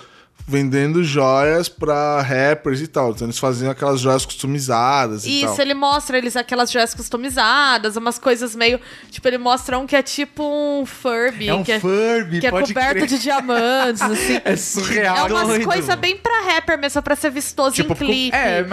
[SPEAKER 6] vendendo joias pra rappers e tal. Então eles faziam aquelas joias customizadas e
[SPEAKER 5] então.
[SPEAKER 7] Isso,
[SPEAKER 6] tal.
[SPEAKER 7] ele mostra eles aquelas joias customizadas, umas coisas meio. Tipo, ele mostra um que é tipo um Furby.
[SPEAKER 5] É um
[SPEAKER 7] que é,
[SPEAKER 5] Furby,
[SPEAKER 7] que é
[SPEAKER 5] pode
[SPEAKER 7] coberto
[SPEAKER 5] crer.
[SPEAKER 7] de diamantes, assim.
[SPEAKER 5] É
[SPEAKER 7] É
[SPEAKER 5] surreal.
[SPEAKER 7] umas
[SPEAKER 5] doido.
[SPEAKER 7] coisas bem pra rapper mesmo, pra ser vistoso
[SPEAKER 5] Tipo,
[SPEAKER 7] em clipe.
[SPEAKER 5] é,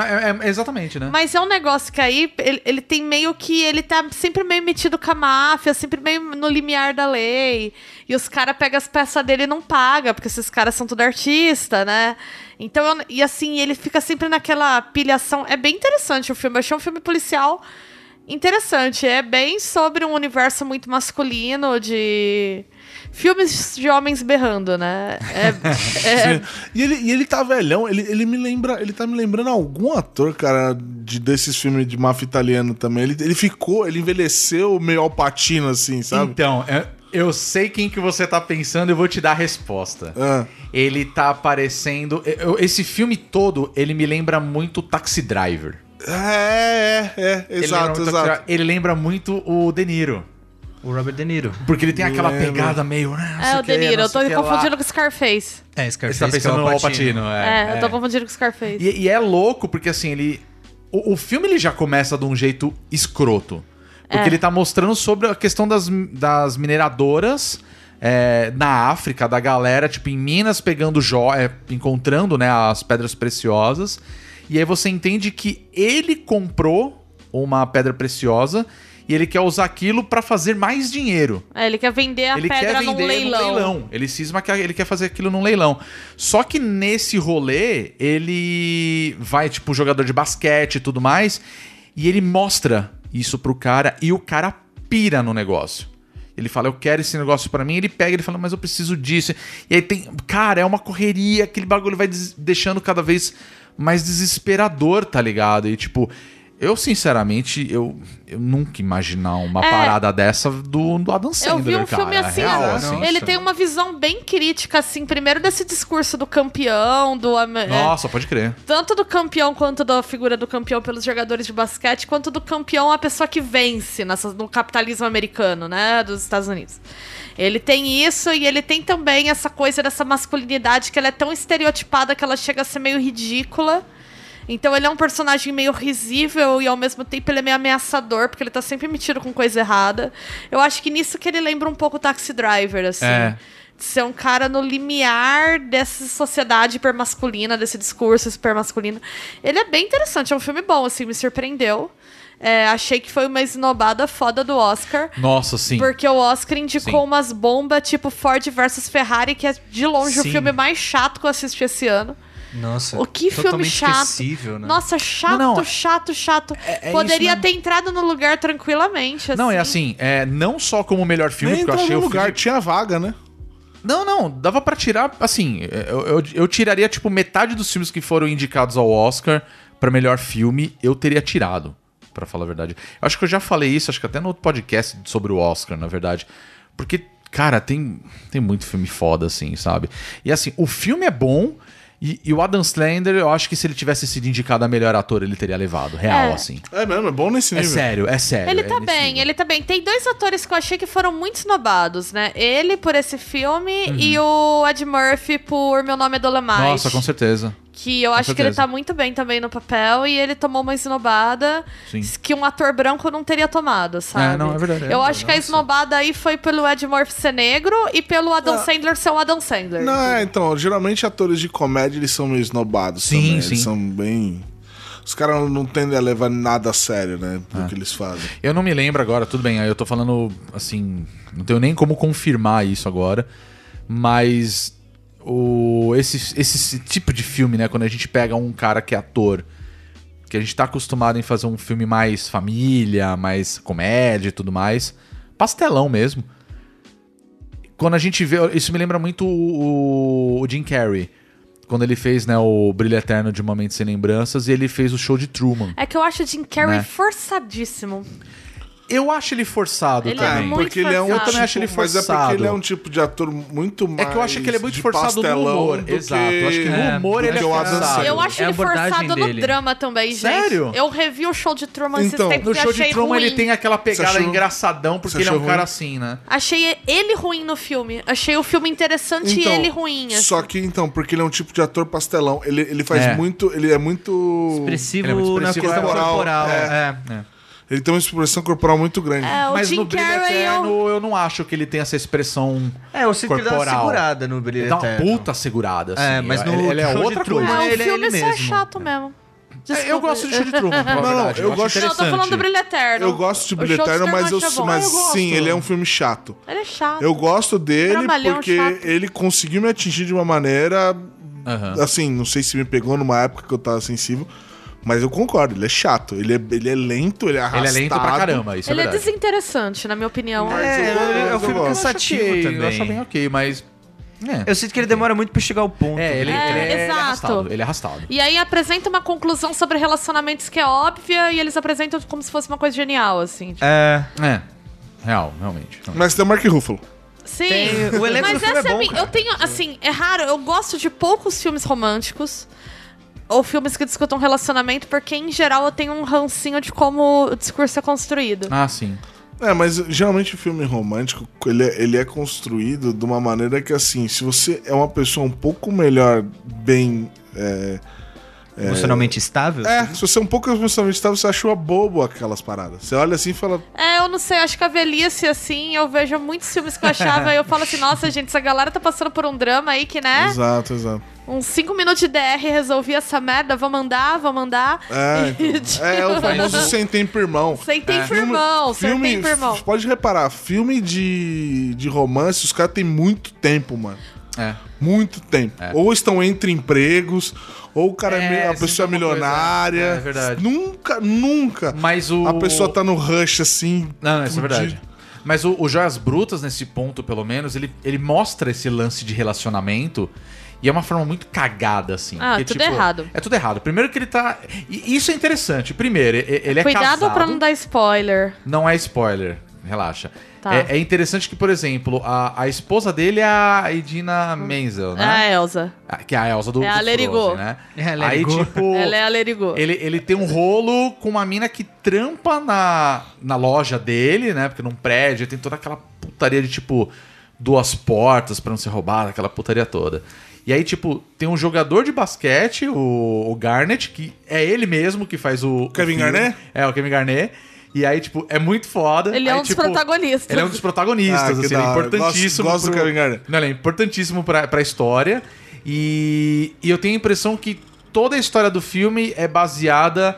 [SPEAKER 5] é, é, exatamente, né?
[SPEAKER 7] Mas é um negócio que aí ele, ele tem meio que. Ele tá sempre meio metido com a máfia, sempre meio no limiar da lei. E os caras pegam as peças dele e não pagam, porque esses caras são tudo artista, né? Então, eu- e assim, ele fica sempre naquela pilhação. É bem interessante o filme. Eu achei um filme policial interessante. É bem sobre um universo muito masculino de. Filmes de homens berrando, né? É- é,
[SPEAKER 6] E ele, e ele tá velhão, ele, ele me lembra, ele tá me lembrando algum ator, cara, de, desses filmes de máfia italiano também. Ele, ele ficou, ele envelheceu meio alpatino, assim, sabe?
[SPEAKER 5] Então, é- eu sei quem que você tá pensando e eu vou te dar a resposta.
[SPEAKER 6] Ah,
[SPEAKER 5] Ele tá aparecendo. eu- esse filme todo, ele me lembra muito Taxi Driver.
[SPEAKER 6] é, é, é,
[SPEAKER 5] Ele lembra
[SPEAKER 6] exato,
[SPEAKER 5] muito
[SPEAKER 6] exato.
[SPEAKER 5] Taxi Driver. Ele lembra muito o De Niro.
[SPEAKER 4] O Robert De Niro.
[SPEAKER 5] Porque ele tem aquela
[SPEAKER 6] Lembra.
[SPEAKER 5] pegada meio. ah, não sei
[SPEAKER 7] É o
[SPEAKER 5] que,
[SPEAKER 7] De Niro,
[SPEAKER 5] não
[SPEAKER 7] eu tô
[SPEAKER 5] sei que lá.
[SPEAKER 7] confundindo com o Scarface.
[SPEAKER 4] É, Scarface,
[SPEAKER 5] Você tá pensando
[SPEAKER 4] que é
[SPEAKER 5] no
[SPEAKER 4] o
[SPEAKER 5] Al
[SPEAKER 4] Patino.
[SPEAKER 5] Patino,
[SPEAKER 7] É,
[SPEAKER 5] é.
[SPEAKER 7] eu tô confundindo com o Scarface.
[SPEAKER 5] E, e é louco, porque assim, ele. O, o filme ele já começa de um jeito escroto. Porque
[SPEAKER 7] É.
[SPEAKER 5] ele tá mostrando sobre a questão das, das mineradoras é, na África, da galera, tipo, em Minas, pegando jó, é, encontrando né, as pedras preciosas. E aí você entende que ele comprou uma pedra preciosa e ele quer usar aquilo pra fazer mais dinheiro
[SPEAKER 7] É, ele quer vender a
[SPEAKER 5] ele
[SPEAKER 7] pedra
[SPEAKER 5] quer vender
[SPEAKER 7] num leilão.
[SPEAKER 5] Ele cisma que ele quer fazer aquilo num leilão. Só que nesse rolê, ele vai, tipo, jogador de basquete e tudo mais, e ele mostra isso pro cara e o cara pira no negócio. Ele fala, eu quero esse negócio pra mim. Ele pega, ele fala, mas eu preciso disso. E aí tem. Cara, é uma correria, aquele bagulho vai des- deixando cada vez mais desesperador, tá ligado? E tipo, Eu, sinceramente, eu, eu nunca imaginar uma
[SPEAKER 7] É.
[SPEAKER 5] parada dessa do, do Adam Sandler,
[SPEAKER 7] Eu vi um
[SPEAKER 5] cara.
[SPEAKER 7] filme
[SPEAKER 5] É
[SPEAKER 7] assim,
[SPEAKER 5] real,
[SPEAKER 7] né?
[SPEAKER 5] assim.
[SPEAKER 4] Nossa.
[SPEAKER 7] ele tem uma visão bem crítica, assim, primeiro desse discurso do campeão, do ama- é,
[SPEAKER 5] Nossa, pode crer.
[SPEAKER 7] tanto do campeão quanto da figura do campeão pelos jogadores de basquete, quanto do campeão a pessoa que vence nessa- no capitalismo americano, né, dos Estados Unidos. Ele tem isso e ele tem também essa coisa dessa masculinidade que ela é tão estereotipada que ela chega a ser meio ridícula. Então ele é um personagem meio risível e ao mesmo tempo ele é meio ameaçador, porque ele tá sempre metido com coisa errada. Eu acho que nisso que ele lembra um pouco o Taxi Driver, assim.
[SPEAKER 5] É.
[SPEAKER 7] De ser um cara no limiar dessa sociedade hipermasculina, desse discurso hipermasculino. Ele é bem interessante, é um filme bom, assim, me surpreendeu. É, achei que foi uma esnobada foda do Oscar.
[SPEAKER 5] Nossa, sim.
[SPEAKER 7] Porque o Oscar indicou
[SPEAKER 5] Sim.
[SPEAKER 7] umas bombas tipo Ford versus Ferrari, que é de longe
[SPEAKER 4] Sim.
[SPEAKER 7] o filme mais chato que eu assisti esse ano.
[SPEAKER 4] Nossa,
[SPEAKER 7] O que filme
[SPEAKER 4] totalmente
[SPEAKER 7] chato.
[SPEAKER 4] esquecível, né?
[SPEAKER 7] Nossa, chato,
[SPEAKER 5] Não, não, é-
[SPEAKER 7] chato, chato.
[SPEAKER 5] é isso
[SPEAKER 7] Poderia
[SPEAKER 5] mesmo.
[SPEAKER 7] ter entrado no lugar tranquilamente.
[SPEAKER 5] Não, é assim, é, não só como o melhor filme,
[SPEAKER 6] Nem
[SPEAKER 5] porque eu
[SPEAKER 6] entrou
[SPEAKER 5] achei
[SPEAKER 6] no
[SPEAKER 5] o
[SPEAKER 6] lugar,
[SPEAKER 5] filme...
[SPEAKER 6] tinha vaga, né?
[SPEAKER 5] Não, não, dava pra tirar, assim, eu, eu, eu tiraria, tipo, metade dos filmes que foram indicados ao Oscar pra melhor filme, eu teria tirado, pra falar a verdade. Eu acho que eu já falei isso, acho que até no outro podcast sobre o Oscar, na verdade. Porque, cara, tem, tem muito filme foda, assim, sabe? E assim, o filme é bom. E, e o Adam Sandler, eu acho que se ele tivesse sido indicado a melhor ator, ele teria levado. Real,
[SPEAKER 7] É.
[SPEAKER 5] assim.
[SPEAKER 6] É mesmo, é bom nesse
[SPEAKER 5] É
[SPEAKER 6] nível.
[SPEAKER 5] sério, é sério.
[SPEAKER 7] Ele
[SPEAKER 5] é
[SPEAKER 7] tá
[SPEAKER 5] nesse
[SPEAKER 7] bem,
[SPEAKER 5] nível.
[SPEAKER 7] ele tá bem. Tem dois atores que eu achei que foram muito snobados, né? Ele por esse filme e o Ed Murphy por Meu Nome é Dolomite.
[SPEAKER 5] Uhum. Nossa, com certeza.
[SPEAKER 7] Que eu acho que ele
[SPEAKER 5] certeza.
[SPEAKER 7] tá muito bem também no papel e ele tomou uma esnobada
[SPEAKER 5] Sim.
[SPEAKER 7] que um ator branco não teria tomado, sabe?
[SPEAKER 5] É, não, é verdade.
[SPEAKER 7] Eu acho que a esnobada aí foi pelo Ed Murphy ser negro e pelo
[SPEAKER 5] Ah.
[SPEAKER 7] Adam Sandler ser o Adam Sandler.
[SPEAKER 6] Não, é, então, geralmente atores de comédia eles são meio esnobados
[SPEAKER 5] Sim,
[SPEAKER 6] também.
[SPEAKER 5] sim.
[SPEAKER 6] Eles são bem. Os caras não- não tendem a levar nada a sério, né?
[SPEAKER 5] Ah.
[SPEAKER 6] Do que eles fazem.
[SPEAKER 5] Eu não me lembro agora, tudo bem, aí eu tô falando assim, não tenho nem como confirmar isso agora, mas o, esse, esse tipo de filme, né, quando a gente pega um cara que é ator, que a gente tá acostumado em fazer um filme mais família, mais comédia e tudo mais, pastelão mesmo. Quando a gente vê, isso me lembra muito o, o Jim Carrey, quando ele fez, né, o Brilho Eterno de Uma Mente Sem Lembranças e ele fez o show de Truman.
[SPEAKER 7] É que eu acho o Jim Carrey
[SPEAKER 5] Né?
[SPEAKER 7] forçadíssimo.
[SPEAKER 5] Eu acho ele forçado
[SPEAKER 7] Ele é
[SPEAKER 5] também.
[SPEAKER 7] muito
[SPEAKER 6] porque ele é um.
[SPEAKER 7] forçado. Eu
[SPEAKER 5] também acho ele
[SPEAKER 6] Mas é porque
[SPEAKER 5] forçado.
[SPEAKER 6] ele é um tipo de ator muito mais.
[SPEAKER 5] É que eu acho que ele é muito
[SPEAKER 6] de
[SPEAKER 5] forçado no
[SPEAKER 6] pastelão
[SPEAKER 5] humor.
[SPEAKER 6] do
[SPEAKER 5] Exato. Eu acho que no
[SPEAKER 4] É,
[SPEAKER 5] humor
[SPEAKER 4] do
[SPEAKER 5] ele é
[SPEAKER 6] que o Adam
[SPEAKER 5] forçado.
[SPEAKER 6] Sandler.
[SPEAKER 7] Eu acho
[SPEAKER 4] É a
[SPEAKER 7] ele
[SPEAKER 4] abordagem
[SPEAKER 7] forçado no
[SPEAKER 4] dele.
[SPEAKER 7] drama também, gente.
[SPEAKER 5] Sério?
[SPEAKER 7] Eu revi o show de Truman
[SPEAKER 6] Então,
[SPEAKER 7] esses tempos
[SPEAKER 5] No
[SPEAKER 7] e
[SPEAKER 5] show
[SPEAKER 7] achei
[SPEAKER 5] de Truman
[SPEAKER 7] ruim.
[SPEAKER 5] ele tem aquela pegada
[SPEAKER 6] Você achou-
[SPEAKER 5] engraçadão, porque
[SPEAKER 6] Você
[SPEAKER 5] ele é um
[SPEAKER 6] achou
[SPEAKER 5] cara
[SPEAKER 6] ruim?
[SPEAKER 5] assim, né?
[SPEAKER 7] Achei ele ruim no filme. Achei o filme interessante e ele ruim. assim.
[SPEAKER 6] Então, Só que então, porque ele é um tipo de ator pastelão. Ele, ele faz
[SPEAKER 5] É.
[SPEAKER 6] muito. Ele é muito.
[SPEAKER 4] Expressivo,
[SPEAKER 5] Ele é muito
[SPEAKER 4] na
[SPEAKER 5] expressivo,
[SPEAKER 4] questão
[SPEAKER 6] é.
[SPEAKER 4] corporal.
[SPEAKER 6] É.
[SPEAKER 4] é, é.
[SPEAKER 6] Ele tem uma expressão corporal muito grande.
[SPEAKER 7] É, o
[SPEAKER 5] Mas
[SPEAKER 7] Jim
[SPEAKER 5] no Brilho
[SPEAKER 7] Carrey
[SPEAKER 5] Eterno
[SPEAKER 7] eu...
[SPEAKER 5] eu... não acho que ele tenha essa expressão
[SPEAKER 4] É, eu sinto que ele dá uma
[SPEAKER 5] corporal.
[SPEAKER 4] segurada no brilho
[SPEAKER 5] Ele dá uma
[SPEAKER 4] eterno.
[SPEAKER 5] puta segurada, assim.
[SPEAKER 4] É, mas no
[SPEAKER 5] ele, ele é
[SPEAKER 4] show de
[SPEAKER 5] outra
[SPEAKER 4] Truman,
[SPEAKER 5] coisa.
[SPEAKER 7] Ah, o
[SPEAKER 4] ele é
[SPEAKER 7] filme
[SPEAKER 4] ele
[SPEAKER 7] só é
[SPEAKER 4] mesmo.
[SPEAKER 7] chato mesmo.
[SPEAKER 5] É, Eu gosto de show de Truman, pra falar a
[SPEAKER 6] Não, não,
[SPEAKER 5] verdade.
[SPEAKER 6] eu gosto-
[SPEAKER 7] Não, eu tô falando do
[SPEAKER 5] interessante.
[SPEAKER 7] Brilho Eterno.
[SPEAKER 6] Eu gosto de
[SPEAKER 7] O show
[SPEAKER 6] Bilhetário,
[SPEAKER 7] Truman
[SPEAKER 6] mas, eu,
[SPEAKER 7] achei bom. Ah,
[SPEAKER 6] mas
[SPEAKER 7] Eu gosto.
[SPEAKER 6] sim, ele é um filme chato.
[SPEAKER 7] Ele é chato.
[SPEAKER 6] Eu gosto dele
[SPEAKER 7] Dramalhão,
[SPEAKER 6] porque
[SPEAKER 7] chato.
[SPEAKER 6] ele conseguiu me atingir de uma maneira.
[SPEAKER 5] Aham.
[SPEAKER 6] Assim, não sei se me pegou numa época que eu tava sensível, mas eu concordo, ele é chato. Ele é, ele é lento, ele é
[SPEAKER 5] Ele
[SPEAKER 6] arrastado.
[SPEAKER 5] é lento pra caramba, isso
[SPEAKER 7] Ele
[SPEAKER 5] é
[SPEAKER 7] é
[SPEAKER 5] verdade.
[SPEAKER 7] desinteressante, na minha opinião.
[SPEAKER 4] É,
[SPEAKER 6] eu gosto,
[SPEAKER 4] é,
[SPEAKER 6] eu
[SPEAKER 4] um filme
[SPEAKER 6] gosto.
[SPEAKER 4] cansativo
[SPEAKER 5] Ok, Eu acho bem
[SPEAKER 4] também.
[SPEAKER 5] ok, mas... É,
[SPEAKER 4] Eu sinto que ele demora muito pra chegar ao ponto. né?
[SPEAKER 5] é ele,
[SPEAKER 7] É,
[SPEAKER 5] ele é
[SPEAKER 7] exato.
[SPEAKER 5] arrastado. Ele é arrastado.
[SPEAKER 7] E aí apresenta uma conclusão sobre relacionamentos que é óbvia e eles apresentam como se fosse uma coisa genial, assim. tipo.
[SPEAKER 4] É,
[SPEAKER 5] É, real, realmente.
[SPEAKER 6] Mas tem o Mark Ruffalo.
[SPEAKER 7] Sim.
[SPEAKER 4] tem- o elenco do
[SPEAKER 7] Mas
[SPEAKER 4] filme é
[SPEAKER 7] essa é
[SPEAKER 4] bom,
[SPEAKER 7] minha.
[SPEAKER 4] cara.
[SPEAKER 7] Eu tenho, assim, é raro, eu gosto de poucos filmes românticos. Ou filmes que discutam relacionamento, porque em geral eu tenho um rancinho de como o discurso é construído.
[SPEAKER 5] Ah, sim.
[SPEAKER 6] É, mas geralmente o filme romântico, ele é, ele é construído de uma maneira que, assim, se você é uma pessoa um pouco melhor, bem... É,
[SPEAKER 4] emocionalmente estável. assim?
[SPEAKER 6] é, se você é um pouco emocionalmente estável, você achou bobo aquelas paradas. Você olha assim e fala,
[SPEAKER 7] É, eu não sei, acho que a velhice, assim, eu vejo muitos filmes que eu achava e eu falo assim, nossa, gente, essa galera tá passando por um drama aí que, né?
[SPEAKER 6] exato, exato.
[SPEAKER 7] Uns 5 minutos de DR resolvi essa merda, vou mandar, vou mandar. Tipo,
[SPEAKER 6] É,
[SPEAKER 7] E,
[SPEAKER 6] então, é, é o famoso sem tempo, irmão.
[SPEAKER 7] Sem tempo, irmão, sem tempo, irmão.
[SPEAKER 6] f- Pode reparar, filme de, de romance, os caras têm muito tempo, mano.
[SPEAKER 5] É.
[SPEAKER 6] Muito tempo. Ou estão entre empregos, ou o cara é,
[SPEAKER 5] É,
[SPEAKER 6] meio- a
[SPEAKER 5] sempre
[SPEAKER 6] pessoa é
[SPEAKER 5] alguma coisa.
[SPEAKER 6] milionária.
[SPEAKER 5] É verdade.
[SPEAKER 6] Nunca, nunca.
[SPEAKER 5] Mas o...
[SPEAKER 6] A pessoa tá no rush assim.
[SPEAKER 5] Não, não, isso é
[SPEAKER 6] fudido.
[SPEAKER 5] verdade. Mas o, o Joias Brutas, nesse ponto, pelo menos, ele, ele mostra esse lance de relacionamento. E é uma forma muito cagada, assim.
[SPEAKER 7] Ah,
[SPEAKER 5] porque,
[SPEAKER 7] tudo errado.
[SPEAKER 5] É tudo errado. Primeiro que ele tá. E isso é interessante. Primeiro, e- ele é
[SPEAKER 7] Cuidado
[SPEAKER 5] casado.
[SPEAKER 7] pra não dar spoiler.
[SPEAKER 5] Não é spoiler, relaxa.
[SPEAKER 7] Tá.
[SPEAKER 5] É, é interessante que, por exemplo, a, a esposa dele é a Edina Menzel,
[SPEAKER 7] É a
[SPEAKER 5] né?
[SPEAKER 7] Elsa.
[SPEAKER 5] Ah, Que é a Elsa do
[SPEAKER 7] É a
[SPEAKER 5] do
[SPEAKER 7] Lerigô.
[SPEAKER 5] Frozen, né?
[SPEAKER 4] É a
[SPEAKER 5] Aí,
[SPEAKER 4] Lerigô.
[SPEAKER 5] tipo,
[SPEAKER 7] Ela é a Lerigô.
[SPEAKER 5] ele, ele tem um rolo com uma mina que trampa na, na loja dele, né? Porque num prédio tem toda aquela putaria de, tipo, duas portas pra não ser roubada, aquela putaria toda. E aí, tipo, tem um jogador de basquete, o, o Garnet, que é ele mesmo que faz o. o
[SPEAKER 6] Kevin
[SPEAKER 5] filme.
[SPEAKER 6] Garnett?
[SPEAKER 5] É, o Kevin Garnett. E aí, tipo, é muito foda.
[SPEAKER 7] Ele é
[SPEAKER 5] Aí,
[SPEAKER 7] um dos
[SPEAKER 5] tipo,
[SPEAKER 7] protagonistas.
[SPEAKER 5] Ele é um dos protagonistas,
[SPEAKER 6] Ah, que
[SPEAKER 5] assim, ele
[SPEAKER 6] da
[SPEAKER 5] é
[SPEAKER 6] hora.
[SPEAKER 5] importantíssimo.
[SPEAKER 6] Gosto- gosto do Kevin Garnett.
[SPEAKER 5] Não, ele é importantíssimo pra, pra história. E, e eu tenho a impressão que toda a história do filme é baseada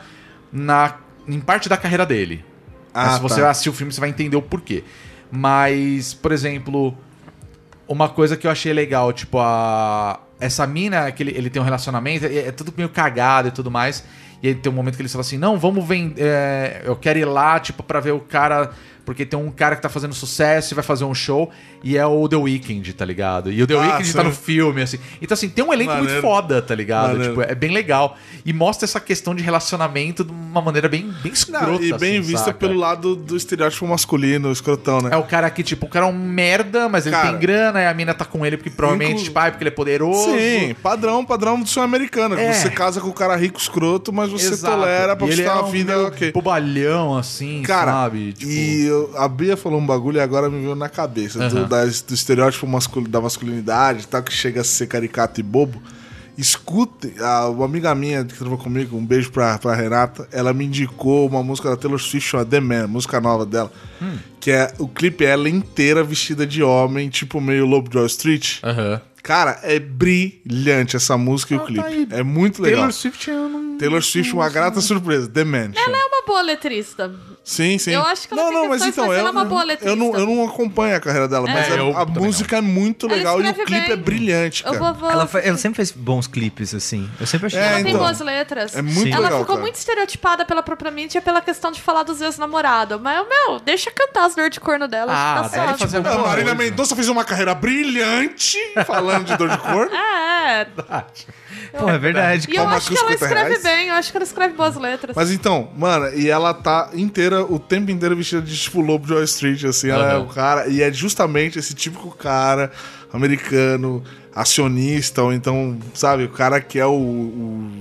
[SPEAKER 5] na, em parte da carreira dele.
[SPEAKER 6] Ah,
[SPEAKER 5] Mas se você
[SPEAKER 6] tá.
[SPEAKER 5] assistir o filme, você vai entender o porquê. Mas, por exemplo, uma coisa que eu achei legal, tipo, a. Essa mina, que ele, ele tem um relacionamento, é, é tudo meio cagado e tudo mais. E aí tem um momento que eles falam assim: não, vamos vender. eu quero ir lá, tipo, pra ver o cara. Porque tem um cara que tá fazendo sucesso e vai fazer um show. E é o The Weeknd, tá ligado? E o The
[SPEAKER 6] Ah,
[SPEAKER 5] Weeknd tá
[SPEAKER 6] sim.
[SPEAKER 5] no filme, assim. Então, assim, tem um elenco muito
[SPEAKER 6] Maneiro.
[SPEAKER 5] foda, tá ligado?
[SPEAKER 6] Maneiro.
[SPEAKER 5] Tipo, é bem legal. E mostra essa questão de relacionamento de uma maneira bem, bem escrota.
[SPEAKER 6] Não, e bem
[SPEAKER 5] assim,
[SPEAKER 6] vista
[SPEAKER 5] saca?
[SPEAKER 6] pelo lado do estereótipo masculino, escrotão, né?
[SPEAKER 5] É o cara que, tipo, o cara é um merda, mas ele
[SPEAKER 6] Cara.
[SPEAKER 5] tem grana, e a mina tá com ele porque provavelmente,
[SPEAKER 6] Inclu-
[SPEAKER 5] tipo, ah, é porque ele é poderoso.
[SPEAKER 6] Sim, padrão, padrão do sonho americano. que
[SPEAKER 5] É.
[SPEAKER 6] Você casa com o cara rico escroto, mas você
[SPEAKER 5] Exato.
[SPEAKER 6] tolera pra
[SPEAKER 5] E
[SPEAKER 6] você
[SPEAKER 5] ele
[SPEAKER 6] ter
[SPEAKER 5] é
[SPEAKER 6] uma
[SPEAKER 5] um
[SPEAKER 6] vida
[SPEAKER 5] meio
[SPEAKER 6] ok.
[SPEAKER 5] bobalhão, assim,
[SPEAKER 6] Cara,
[SPEAKER 5] sabe? Tipo,
[SPEAKER 6] e eu- a Bia falou um bagulho e agora me veio na cabeça.
[SPEAKER 5] Aham.
[SPEAKER 6] Do, das- do estereótipo mascul- da masculinidade e tal, que chega a ser caricato e bobo. Escute, a, uma amiga minha que trabalha comigo, um beijo pra, pra Renata, ela me indicou uma música da Taylor Swift chamada The Man, música nova dela.
[SPEAKER 5] Hum.
[SPEAKER 6] Que é o clipe é ela inteira vestida de homem, tipo meio Lobo de Wall Street.
[SPEAKER 5] Aham.
[SPEAKER 6] Cara, é brilhante essa música e o
[SPEAKER 5] Ah,
[SPEAKER 6] clipe.
[SPEAKER 5] tá aí.
[SPEAKER 6] É muito legal.
[SPEAKER 5] Taylor
[SPEAKER 6] Taylor,
[SPEAKER 5] Swift é um- eu não.
[SPEAKER 6] Swift, uma grata surpresa. The Man. chama.
[SPEAKER 7] É uma boa letrista.
[SPEAKER 6] Sim, sim.
[SPEAKER 7] Eu acho que ela tem questões, mas ela é uma boa letrista.
[SPEAKER 6] então, eu, não, eu não acompanho a carreira dela, mas
[SPEAKER 5] É,
[SPEAKER 6] a-
[SPEAKER 5] eu
[SPEAKER 6] a,
[SPEAKER 5] também
[SPEAKER 6] música é muito
[SPEAKER 7] Ela
[SPEAKER 6] legal e o
[SPEAKER 7] escreve
[SPEAKER 6] clipe
[SPEAKER 7] bem.
[SPEAKER 6] é brilhante, cara.
[SPEAKER 7] Eu vou, vou...
[SPEAKER 4] Ela, fa- ela sempre fez bons clipes, assim. Eu sempre achei.
[SPEAKER 6] É,
[SPEAKER 7] Ela tem
[SPEAKER 6] então.
[SPEAKER 7] boas letras.
[SPEAKER 6] É muito
[SPEAKER 7] ela
[SPEAKER 6] legal,
[SPEAKER 7] ficou
[SPEAKER 6] cara.
[SPEAKER 7] muito estereotipada pela própria mídia pela questão de falar dos ex-namorados. Mas, meu, deixa cantar as dores de corno dela.
[SPEAKER 5] Ah,
[SPEAKER 7] tá
[SPEAKER 5] deve
[SPEAKER 7] suave.
[SPEAKER 5] fazer
[SPEAKER 6] Não,
[SPEAKER 5] alguma
[SPEAKER 6] Marília
[SPEAKER 5] coisa.
[SPEAKER 6] Mendonça fez uma carreira brilhante falando de dor de corno.
[SPEAKER 7] É, é.
[SPEAKER 4] Pô, é verdade.
[SPEAKER 7] E eu
[SPEAKER 6] Toma
[SPEAKER 7] acho que ela
[SPEAKER 6] 50
[SPEAKER 7] escreve
[SPEAKER 6] reais.
[SPEAKER 7] bem, eu acho que ela escreve boas letras.
[SPEAKER 6] Mas então, mano, e ela tá inteira, o tempo inteiro vestida de tipo Lobo de Wall Street, assim, ela é
[SPEAKER 5] Aham.
[SPEAKER 6] o cara, e é justamente esse típico cara americano, acionista, ou então, sabe, o cara que é o, o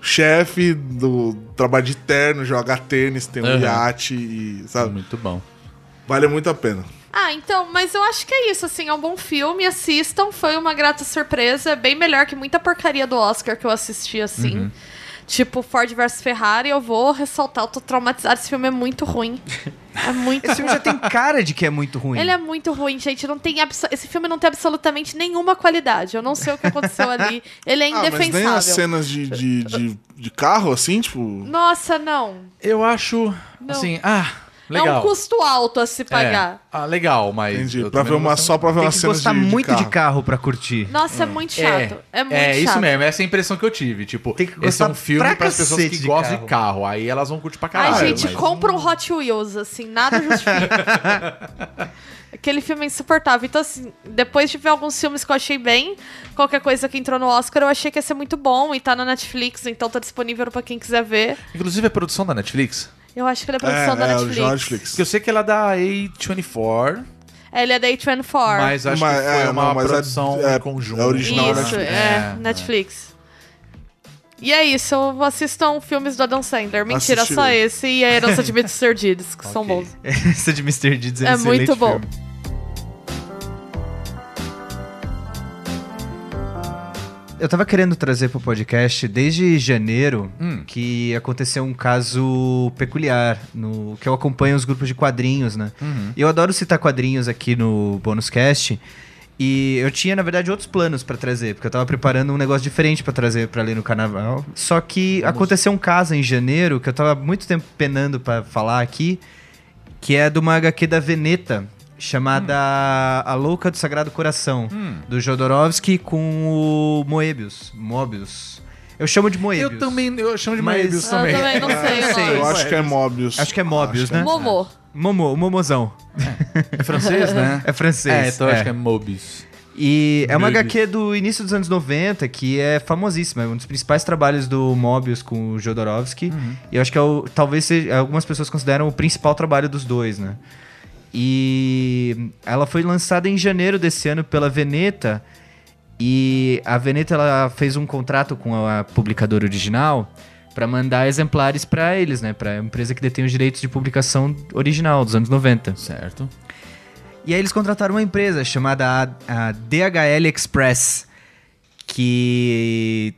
[SPEAKER 6] chefe do trabalho de terno, joga tênis, tem um
[SPEAKER 5] Aham.
[SPEAKER 6] iate, e, sabe,
[SPEAKER 5] Muito bom.
[SPEAKER 6] vale muito a pena.
[SPEAKER 7] Ah, então, mas eu acho que é isso, assim, é um bom filme, assistam, foi uma grata surpresa, é bem melhor que muita porcaria do Oscar que eu assisti, assim.
[SPEAKER 5] Uhum.
[SPEAKER 7] Tipo, Ford vs Ferrari, eu vou ressaltar, eu tô traumatizada, esse filme é muito ruim. É muito
[SPEAKER 4] Esse filme já tem cara de que é muito ruim.
[SPEAKER 7] Ele é muito ruim, gente. Não tem abso- Esse filme não tem absolutamente nenhuma qualidade. Eu não sei o que aconteceu ali. Ele é
[SPEAKER 6] Ah, mas nem as
[SPEAKER 7] indefensável.
[SPEAKER 6] cenas de, de, de, de carro, assim, tipo...
[SPEAKER 7] Nossa, não.
[SPEAKER 5] Eu acho.
[SPEAKER 7] Não.
[SPEAKER 5] Assim, ah, legal.
[SPEAKER 7] É um custo alto a se pagar.
[SPEAKER 5] É. Ah, legal, mas.
[SPEAKER 6] Entendi,
[SPEAKER 5] eu
[SPEAKER 6] pra ver
[SPEAKER 5] também não
[SPEAKER 6] uma,
[SPEAKER 5] gosto
[SPEAKER 6] só pra ver
[SPEAKER 4] Tem
[SPEAKER 6] uma
[SPEAKER 4] que
[SPEAKER 6] cena de,
[SPEAKER 4] gostar
[SPEAKER 6] de
[SPEAKER 4] muito
[SPEAKER 6] carro.
[SPEAKER 4] de carro pra curtir.
[SPEAKER 7] Nossa, é muito chato. É, muito
[SPEAKER 5] é, isso
[SPEAKER 7] chato.
[SPEAKER 5] mesmo, essa é a impressão que eu tive. Tipo,
[SPEAKER 4] Tem que
[SPEAKER 5] esse é
[SPEAKER 4] gostar
[SPEAKER 5] um filme
[SPEAKER 4] pra
[SPEAKER 5] para as pessoas que
[SPEAKER 4] cacete de
[SPEAKER 5] gostam de
[SPEAKER 4] carro.
[SPEAKER 5] carro. Aí elas vão curtir pra caralho.
[SPEAKER 7] Ai, gente,
[SPEAKER 5] mas-
[SPEAKER 7] compra um Hot Wheels, assim, nada justifica. Aquele filme é insuportável. Então, assim, depois de ver alguns filmes que eu achei bem, qualquer coisa que entrou no Oscar, eu achei que ia ser muito bom e tá na Netflix, então tá disponível pra quem quiser ver.
[SPEAKER 5] Inclusive, é produção da Netflix.
[SPEAKER 7] Eu acho que ele é
[SPEAKER 6] É,
[SPEAKER 7] produção da
[SPEAKER 6] é, o
[SPEAKER 7] Netflix.
[SPEAKER 5] Porque eu sei que ela é da A24,
[SPEAKER 7] É, Ele é da A24.
[SPEAKER 5] mas acho
[SPEAKER 6] Mas,
[SPEAKER 5] que foi
[SPEAKER 6] é,
[SPEAKER 5] uma
[SPEAKER 6] não, mas é-
[SPEAKER 5] produção
[SPEAKER 6] é-
[SPEAKER 5] em conjunto. né?
[SPEAKER 6] é original,
[SPEAKER 7] Isso, é, Netflix. E é isso, eu assistam filmes do Adam Sandler. Mentira,
[SPEAKER 6] Assistiu.
[SPEAKER 7] só esse e a herança de Mr. Serdides, que são
[SPEAKER 5] Ok.
[SPEAKER 7] bons.
[SPEAKER 4] Essa de Mr. Deeds é,
[SPEAKER 7] É
[SPEAKER 4] excelente
[SPEAKER 7] muito bom.
[SPEAKER 4] filme. Eu tava querendo trazer pro podcast desde janeiro
[SPEAKER 5] Hum.
[SPEAKER 4] que aconteceu um caso peculiar no que eu acompanho os grupos de quadrinhos, né? E Eu adoro citar quadrinhos aqui no Bônus Cast. E eu tinha, na verdade, outros planos pra trazer, porque eu tava preparando um negócio diferente pra trazer pra ler no carnaval. Só que aconteceu um caso em janeiro que eu tava muito tempo penando pra falar aqui, que é de uma HQ da Veneta, chamada A Louca do Sagrado Coração, do Jodorowsky com o Moebius. Moebius. Eu chamo de Moebius.
[SPEAKER 5] Eu também, eu chamo de
[SPEAKER 4] Mas-
[SPEAKER 5] Moebius
[SPEAKER 7] Eu
[SPEAKER 5] também.
[SPEAKER 7] também não sei o
[SPEAKER 4] sei.
[SPEAKER 6] Eu
[SPEAKER 7] nome.
[SPEAKER 6] acho que é Mobius.
[SPEAKER 4] Acho que é Mobius, né?
[SPEAKER 7] Momô.
[SPEAKER 4] Momo, o Momozão.
[SPEAKER 5] É francês, né? então
[SPEAKER 4] É francês.
[SPEAKER 5] É, então eu acho que é Mobius.
[SPEAKER 4] E é uma
[SPEAKER 5] Baby.
[SPEAKER 4] HQ do início dos anos 90 que é famosíssima, é um dos principais trabalhos do Mobius com o Jodorowsky. E eu acho que é o, talvez seja, algumas pessoas consideram o principal trabalho dos dois, né? E ela foi lançada em janeiro desse ano pela Veneta. E a Veneta ela fez um contrato com a publicadora original para mandar exemplares para eles, né? Para a empresa que detém os direitos de publicação original dos anos 90.
[SPEAKER 5] Certo.
[SPEAKER 4] E aí eles contrataram uma empresa chamada a, a DHL Express, que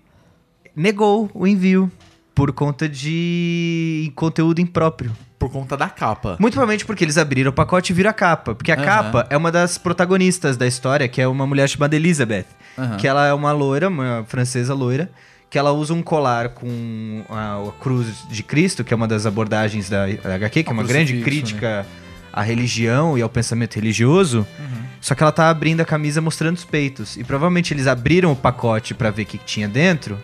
[SPEAKER 4] negou o envio por conta de conteúdo impróprio.
[SPEAKER 5] Por conta da capa.
[SPEAKER 4] Muito provavelmente porque eles abriram o pacote e viram a capa. Porque a
[SPEAKER 5] Aham.
[SPEAKER 4] capa é uma das protagonistas da história, que é uma mulher chamada Elizabeth.
[SPEAKER 5] Aham.
[SPEAKER 4] Que ela é uma loira, uma francesa loira, que ela usa um colar com a, a cruz de Cristo, que é uma das abordagens da, da HQ, que é
[SPEAKER 5] Ao
[SPEAKER 4] uma grande
[SPEAKER 5] crucifixo,
[SPEAKER 4] crítica à religião e ao pensamento religioso. Só que ela tá abrindo a camisa mostrando os peitos. E provavelmente eles abriram o pacote pra ver o que que tinha dentro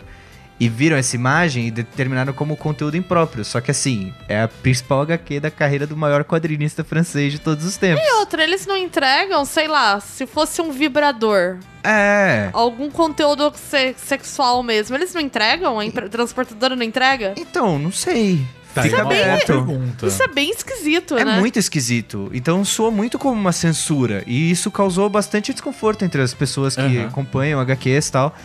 [SPEAKER 4] e viram essa imagem e determinaram como conteúdo impróprio. Só que assim, é a principal HQ da carreira do maior quadrinista francês de todos os tempos.
[SPEAKER 7] Outra, eles não entregam, sei lá, se fosse um vibrador,
[SPEAKER 4] É.
[SPEAKER 7] algum conteúdo se- sexual mesmo, eles não entregam? A empre- transportadora não entrega?
[SPEAKER 4] Então, não sei.
[SPEAKER 5] Fica
[SPEAKER 4] Fica
[SPEAKER 5] uma boa
[SPEAKER 4] aberto.
[SPEAKER 5] pergunta.
[SPEAKER 7] Isso é bem esquisito,
[SPEAKER 4] É
[SPEAKER 7] né?
[SPEAKER 4] muito esquisito. Então soa muito como uma censura. E isso causou bastante desconforto entre as pessoas que
[SPEAKER 5] Aham.
[SPEAKER 4] acompanham HQs e tal.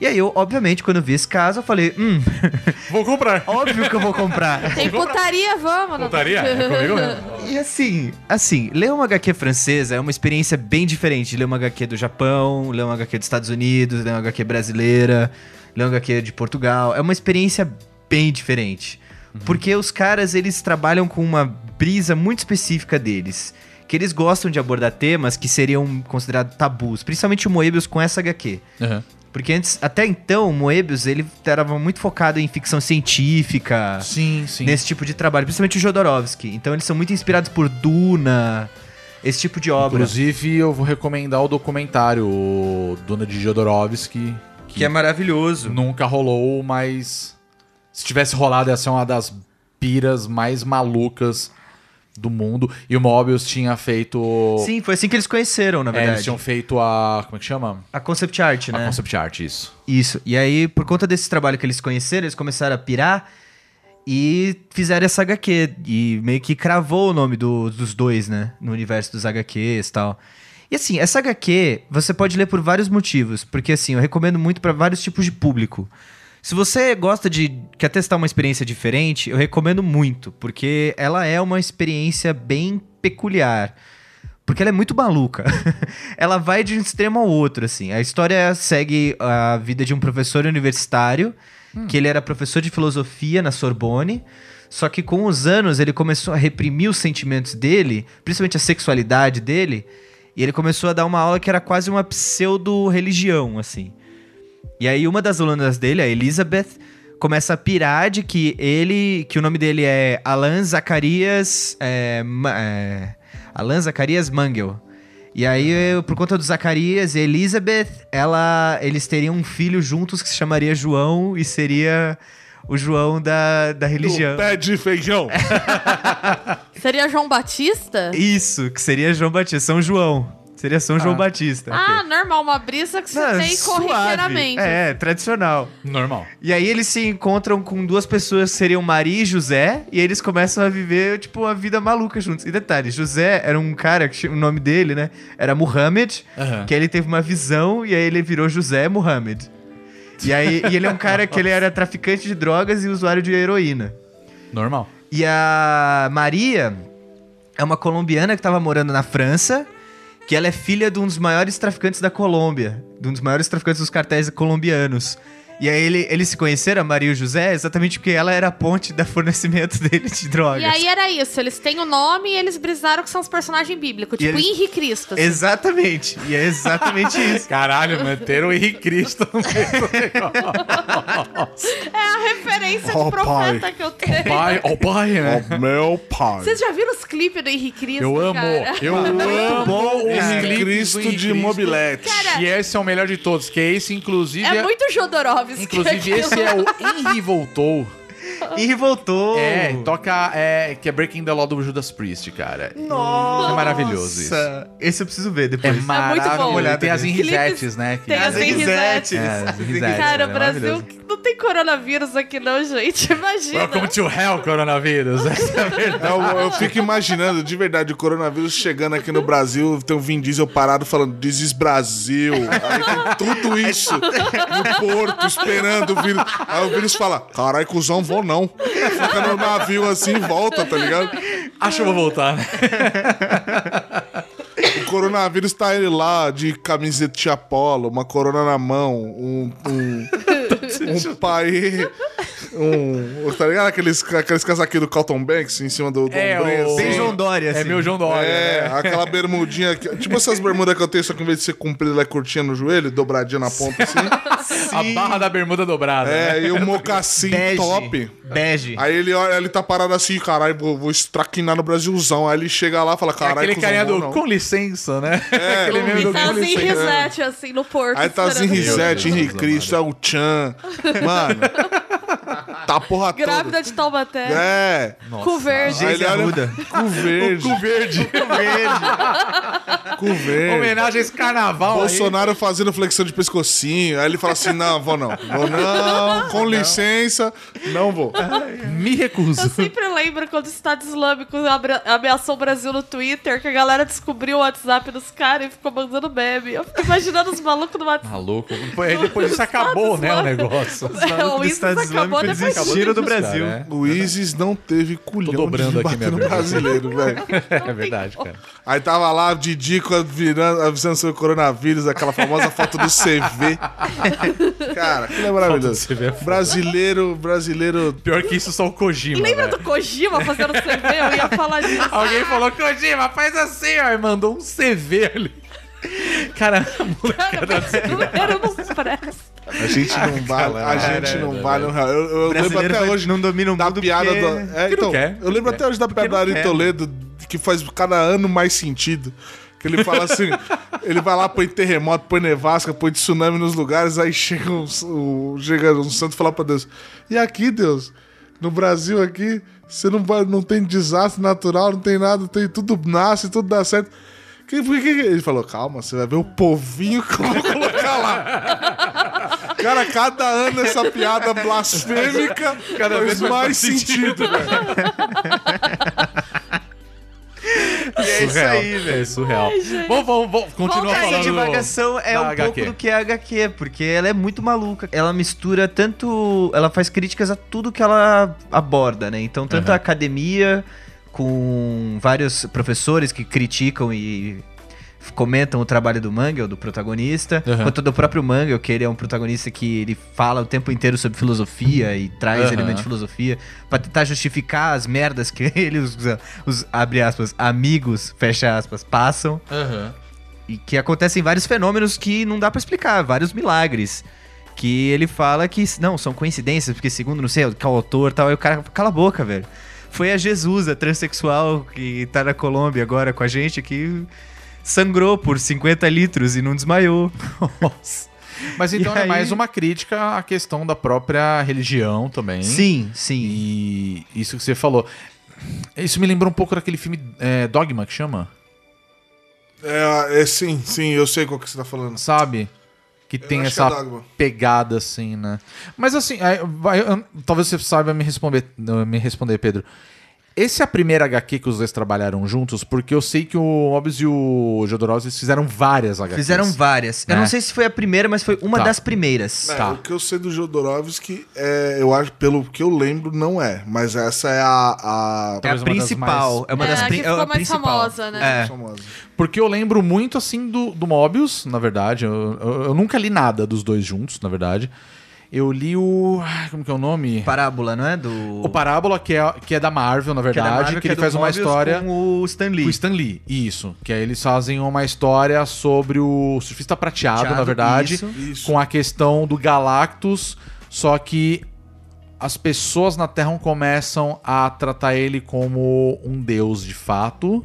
[SPEAKER 4] E aí eu, obviamente, quando eu vi esse caso, eu falei, hum,
[SPEAKER 5] Vou comprar.
[SPEAKER 4] óbvio que eu vou comprar.
[SPEAKER 7] Tem putaria, vamos. né? não-
[SPEAKER 5] Putaria? É comigo mesmo.
[SPEAKER 4] E assim, assim, ler uma HQ francesa é uma experiência bem diferente de ler uma HQ do Japão, ler uma HQ dos Estados Unidos, ler uma HQ brasileira, ler uma HQ de Portugal. É uma experiência bem diferente. Porque os caras, eles trabalham com uma brisa muito específica deles. Que eles gostam de abordar temas que seriam considerados tabus, principalmente o Moebius com essa HQ.
[SPEAKER 5] Aham.
[SPEAKER 4] Porque antes, até então, o Moebius, ele era muito focado em ficção científica
[SPEAKER 5] Sim, sim.
[SPEAKER 4] é. nesse tipo de trabalho, principalmente o Jodorowsky. Então eles são muito inspirados por Duna, esse tipo de obra.
[SPEAKER 5] Inclusive, eu vou recomendar o documentário o Dona de Jodorowsky, que,
[SPEAKER 4] Que é maravilhoso.
[SPEAKER 5] nunca rolou, mas se tivesse rolado, ia ser uma das piras mais malucas do mundo. E o Mobius tinha feito.
[SPEAKER 4] Sim, foi assim que eles conheceram, na
[SPEAKER 5] É, eles
[SPEAKER 4] verdade.
[SPEAKER 5] tinham feito a. Como é que chama?
[SPEAKER 4] a concept art, né?
[SPEAKER 5] A concept art, isso.
[SPEAKER 4] Isso. E aí, por conta desse trabalho que eles conheceram, eles começaram a pirar e fizeram essa HQ. E meio que cravou o nome do- dos dois, né? No universo dos HQs e tal. E assim, essa HQ você pode ler por vários motivos. Porque assim, eu recomendo muito para vários tipos de público. Se você gosta de. quer testar uma experiência diferente, eu recomendo muito. Porque ela é uma experiência bem peculiar. Porque ela é muito maluca. ela vai de um extremo ao outro, assim. A história segue a vida de um professor universitário, que ele era professor de filosofia na Sorbonne. Só que com os anos ele começou a reprimir os sentimentos dele, principalmente a sexualidade dele, e ele começou a dar uma aula que era quase uma pseudo-religião, assim. E aí uma das alunas dele, a Elizabeth, começa a pirar de que ele, que o nome dele é Alan Zacarias, é, Ma- é, Alan Zacarias Mangel. E aí, eu- por conta do Zacarias e Elizabeth, ela, eles teriam um filho juntos que se chamaria João e seria o João da, da religião.
[SPEAKER 6] Do pé de feijão.
[SPEAKER 7] Seria João Batista?
[SPEAKER 4] Isso, que seria João Batista, São João. Seria São João Batista.
[SPEAKER 7] Ah, normal, uma brisa que você
[SPEAKER 4] Não,
[SPEAKER 7] tem
[SPEAKER 4] suave.
[SPEAKER 7] corriqueiramente.
[SPEAKER 4] É, tradicional.
[SPEAKER 5] Normal.
[SPEAKER 4] E aí eles se encontram com duas pessoas que seriam Maria e José, e aí eles começam a viver, tipo, uma vida maluca juntos. E detalhe, José era um cara, que tinha- o nome dele, né, era Muhammad,
[SPEAKER 5] Aham.
[SPEAKER 4] que aí ele teve uma visão, e aí ele virou José Muhammad. E aí e ele é um cara que ele era traficante de drogas e usuário de heroína.
[SPEAKER 5] Normal.
[SPEAKER 4] E a Maria é uma colombiana que tava morando na França, que ela é filha de um dos maiores traficantes da Colômbia, de um dos maiores traficantes dos cartéis colombianos. E aí ele, eles se conheceram, a Maria e o José, exatamente porque ela era a ponte da fornecimento dele de drogas.
[SPEAKER 7] E aí era isso, eles têm o nome e eles brisaram que são os personagens bíblicos,
[SPEAKER 4] E
[SPEAKER 7] tipo
[SPEAKER 4] eles-
[SPEAKER 7] Henri Cristo. assim.
[SPEAKER 4] Exatamente, e é exatamente isso.
[SPEAKER 5] Caralho, manteram o Henrique Cristo.
[SPEAKER 7] É a referência
[SPEAKER 6] Oh,
[SPEAKER 7] de profeta
[SPEAKER 6] pai.
[SPEAKER 7] que eu tenho.
[SPEAKER 5] pai, ó, pai, né?
[SPEAKER 6] Ó, meu pai.
[SPEAKER 7] Vocês já viram os clipes do Henri Cristo?
[SPEAKER 5] Eu amo,
[SPEAKER 7] cara? É
[SPEAKER 5] eu amo
[SPEAKER 6] bom,
[SPEAKER 5] os
[SPEAKER 6] cara.
[SPEAKER 5] clipes do
[SPEAKER 6] Cristo
[SPEAKER 5] Henrique
[SPEAKER 6] de mobilete.
[SPEAKER 7] Cara-
[SPEAKER 5] E esse é o melhor de todos, que esse, inclusive, é-
[SPEAKER 7] É muito Jodorowsky.
[SPEAKER 5] Inclusive, esse é o Henry Voltou.
[SPEAKER 4] E voltou.
[SPEAKER 5] É, toca. É, que é Breaking the Law do Judas Priest, cara.
[SPEAKER 4] Nossa.
[SPEAKER 5] É maravilhoso isso.
[SPEAKER 4] Esse eu preciso ver
[SPEAKER 5] É
[SPEAKER 4] depois.
[SPEAKER 7] bom.
[SPEAKER 5] maravilhoso.
[SPEAKER 4] Olhada
[SPEAKER 5] tem as
[SPEAKER 4] dele.
[SPEAKER 5] enrisetes, né? que-
[SPEAKER 7] Tem as
[SPEAKER 5] É,
[SPEAKER 7] enrisetes.
[SPEAKER 5] as enrisetes,
[SPEAKER 7] Cara,
[SPEAKER 5] é
[SPEAKER 7] o Brasil
[SPEAKER 5] maravilhoso.
[SPEAKER 7] não tem coronavírus aqui não, gente. Imagina.
[SPEAKER 5] Welcome to hell, coronavírus. Essa é a verdade.
[SPEAKER 6] Eu, eu fico imaginando, de verdade, o coronavírus chegando aqui no Brasil, tem um Vin Diesel parado falando This is Brasil. Aí tem tudo isso no porto, esperando o vírus. Aí o vírus fala, carai, cuzão, vou não. Fica no navio assim e volta, tá ligado?
[SPEAKER 5] Acho que eu vou voltar, né?
[SPEAKER 6] O coronavírus tá ele lá de camiseta polo, uma corona na mão, um. um... Um pai. Um. Tá ligado? Aqueles, aqueles casaquinhos do Calton Banks em cima do, do
[SPEAKER 5] É,
[SPEAKER 6] ombrinho,
[SPEAKER 5] o-
[SPEAKER 4] Bem
[SPEAKER 6] assim.
[SPEAKER 4] João Dória,
[SPEAKER 5] É
[SPEAKER 4] assim.
[SPEAKER 5] meu João Dória.
[SPEAKER 6] É,
[SPEAKER 5] né?
[SPEAKER 6] aquela bermudinha. que- tipo essas bermudas que eu tenho, só que em vez de ser comprida, ela é curtinha no joelho, dobradinha na ponta assim.
[SPEAKER 5] A Ah, barra da bermuda dobrada.
[SPEAKER 6] É,
[SPEAKER 5] né?
[SPEAKER 6] e o mocassim
[SPEAKER 4] Bege.
[SPEAKER 6] top.
[SPEAKER 4] Bege.
[SPEAKER 6] Aí ele olha, ele tá parado assim, caralho, vou, vou estraquinar no Brasilzão. Aí ele chega lá e fala, caralho,
[SPEAKER 5] Aquele
[SPEAKER 6] cuzão,
[SPEAKER 5] carinha
[SPEAKER 6] não,
[SPEAKER 5] do
[SPEAKER 6] não. É,
[SPEAKER 5] com licença, né? Aquele meme do
[SPEAKER 7] E tá
[SPEAKER 5] com
[SPEAKER 7] assim,
[SPEAKER 5] licença.
[SPEAKER 7] risete, assim, no porto.
[SPEAKER 6] Aí tá assim,
[SPEAKER 7] esperando.
[SPEAKER 6] Risete,
[SPEAKER 5] Meu Deus,
[SPEAKER 6] Henri Cristo, é o Chan. Mano, tá a porra toda.
[SPEAKER 7] Grávida de Taubaté.
[SPEAKER 6] É.
[SPEAKER 7] Cu verde.
[SPEAKER 6] Aí ele
[SPEAKER 4] Geise
[SPEAKER 6] olha-
[SPEAKER 4] Arruda.
[SPEAKER 6] Cu verde,
[SPEAKER 5] verde.
[SPEAKER 6] cu verde.
[SPEAKER 5] Homenagem a esse carnaval.
[SPEAKER 6] Bolsonaro fazendo flexão de pescocinho. Aí ele fala assim: não, vou não. Vou não, com licença, não vou.
[SPEAKER 5] Aí. Me recuso.
[SPEAKER 7] Eu sempre lembro quando o Estado Islâmico abra- ameaçou o Brasil no Twitter, que a galera descobriu o WhatsApp dos caras e ficou mandando meme. Eu fico imaginando os malucos do WhatsApp.
[SPEAKER 5] Maluco. Aí depois isso acabou, né? O negócio.
[SPEAKER 7] É,
[SPEAKER 5] É,
[SPEAKER 7] o ISIS acabou depois
[SPEAKER 4] eles
[SPEAKER 7] disso.
[SPEAKER 4] existiram do Brasil.
[SPEAKER 5] Cara,
[SPEAKER 6] O ISIS não teve culhão
[SPEAKER 5] dobrando
[SPEAKER 6] de
[SPEAKER 5] aqui
[SPEAKER 6] bater
[SPEAKER 5] minha
[SPEAKER 6] no
[SPEAKER 5] bermuda.
[SPEAKER 6] brasileiro, velho.
[SPEAKER 5] é. é verdade, cara.
[SPEAKER 6] Aí tava lá o Didico avisando, avisando sobre o coronavírus, aquela famosa foto do CV. Cara, aquilo é maravilhoso.
[SPEAKER 5] Foto do CV é foda.
[SPEAKER 6] brasileiro, brasileiro.
[SPEAKER 5] Pior que isso, só o Kojima.
[SPEAKER 7] Lembra
[SPEAKER 5] velho.
[SPEAKER 7] do Kojima fazendo CV? Eu ia falar disso.
[SPEAKER 5] Alguém falou, Kojima, faz assim, ó. E mandou um CV ali. Cara, a molecada
[SPEAKER 7] Cara, brasileiro não presta.
[SPEAKER 6] A gente não vale, a gente não vale um real. Eu, eu lembro
[SPEAKER 4] Ah, brasileiro
[SPEAKER 6] até
[SPEAKER 4] vai-
[SPEAKER 6] hoje
[SPEAKER 4] não domina o
[SPEAKER 6] da
[SPEAKER 4] mundo
[SPEAKER 6] piada
[SPEAKER 4] porque-
[SPEAKER 6] do. É, então,
[SPEAKER 5] quer.
[SPEAKER 6] eu lembro até hoje da piada do
[SPEAKER 4] né? não
[SPEAKER 6] Ari
[SPEAKER 4] quer. né?
[SPEAKER 6] Toledo, que faz cada ano mais sentido. Que ele fala assim: ele vai lá, põe terremoto, põe nevasca, põe tsunami nos lugares, aí chega um, o- chega um santo e fala pra Deus: e aqui, Deus, no Brasil aqui, você não, vai, não tem desastre natural, não tem nada, tem tudo nasce, tudo dá certo. Que, por que, que- Ele falou, calma, você vai ver o povinho que eu vou colocar lá. Cara, cada ano essa piada blasfêmica
[SPEAKER 5] Cada
[SPEAKER 6] faz
[SPEAKER 5] vez mais
[SPEAKER 6] mais
[SPEAKER 5] faz né?
[SPEAKER 6] sentido, velho.
[SPEAKER 4] É isso
[SPEAKER 5] surreal.
[SPEAKER 4] aí, velho.
[SPEAKER 5] É surreal. Vamos, vamos, vamos. Continua
[SPEAKER 7] Volta aí,
[SPEAKER 5] falando.
[SPEAKER 4] Essa divagação é
[SPEAKER 5] da
[SPEAKER 4] um
[SPEAKER 5] HQ.
[SPEAKER 4] pouco do que é a HQ, porque ela é muito maluca. Ela mistura tanto. Ela faz críticas a tudo que ela aborda, né? Então, tanto a academia, com vários professores que criticam e f- comentam o trabalho do Mangel, do protagonista,
[SPEAKER 5] Aham.
[SPEAKER 4] quanto do próprio Mangel, que ele é um protagonista que ele fala o tempo inteiro sobre filosofia e traz
[SPEAKER 5] Aham.
[SPEAKER 4] elementos de filosofia pra tentar justificar as merdas que ele, os, os abre aspas, amigos, fecha aspas, passam.
[SPEAKER 5] Aham.
[SPEAKER 4] E que acontecem vários fenômenos que não dá pra explicar, vários milagres. Que ele fala que não, são coincidências, porque segundo não sei qual autor e tal, aí o cara cala a boca, velho. Foi a Jesus, a transexual que tá na Colômbia agora com a gente, que sangrou por 50 litros e não desmaiou. Nossa.
[SPEAKER 5] Mas então
[SPEAKER 4] E
[SPEAKER 5] é
[SPEAKER 4] aí-
[SPEAKER 5] mais uma crítica à questão da própria religião também.
[SPEAKER 4] Sim, sim.
[SPEAKER 5] E isso que você falou. Isso me lembrou um pouco daquele filme é, Dogma que chama?
[SPEAKER 6] É, é, sim, sim, eu sei qual que você tá falando.
[SPEAKER 5] Sabe? Que tem
[SPEAKER 6] acho que
[SPEAKER 5] essa
[SPEAKER 6] é Dogma.
[SPEAKER 5] pegada assim, né? Mas assim, aí, vai- eu- talvez você saiba me responder, me responder, Pedro. Esse é a primeira HQ que os dois trabalharam juntos, porque eu sei que o Hobbes e o Jodorowsky eles fizeram várias HQs.
[SPEAKER 4] Fizeram várias. Eu
[SPEAKER 5] Né?
[SPEAKER 4] não sei se foi a primeira, mas foi uma
[SPEAKER 5] Tá.
[SPEAKER 4] das primeiras.
[SPEAKER 6] É,
[SPEAKER 5] Tá.
[SPEAKER 6] O que eu sei do Jodorowsky, é, eu acho, pelo que eu lembro, não é. Mas essa é a,
[SPEAKER 4] É a
[SPEAKER 5] Talvez uma das
[SPEAKER 4] principal.
[SPEAKER 5] mais-
[SPEAKER 4] É uma
[SPEAKER 7] É,
[SPEAKER 4] das
[SPEAKER 7] a que
[SPEAKER 4] prin- é
[SPEAKER 7] ficou
[SPEAKER 4] a
[SPEAKER 7] mais
[SPEAKER 4] principal.
[SPEAKER 7] famosa, né?
[SPEAKER 6] a
[SPEAKER 4] É.
[SPEAKER 6] famosa.
[SPEAKER 5] Porque eu lembro muito, assim, do, do Mobius, na verdade. Eu, eu- eu nunca li nada dos dois juntos, na verdade. Eu li o. ah, Como que é o nome?
[SPEAKER 4] Parábola, não é? Do.
[SPEAKER 5] O Parábola, que é, que é da Marvel, na
[SPEAKER 4] que é da
[SPEAKER 5] verdade, que,
[SPEAKER 4] Marvel, é
[SPEAKER 5] ele
[SPEAKER 4] do
[SPEAKER 5] faz uma
[SPEAKER 4] Mobius
[SPEAKER 5] história. Com...
[SPEAKER 4] Com o Stan Lee.
[SPEAKER 5] o Stan Lee, isso. Que aí eles fazem uma história sobre o surfista prateado,
[SPEAKER 4] Prateado,
[SPEAKER 5] na verdade,
[SPEAKER 4] isso.
[SPEAKER 6] Isso.
[SPEAKER 5] com a questão do Galactus, só que as pessoas na Terra começam a tratar ele como um deus de fato.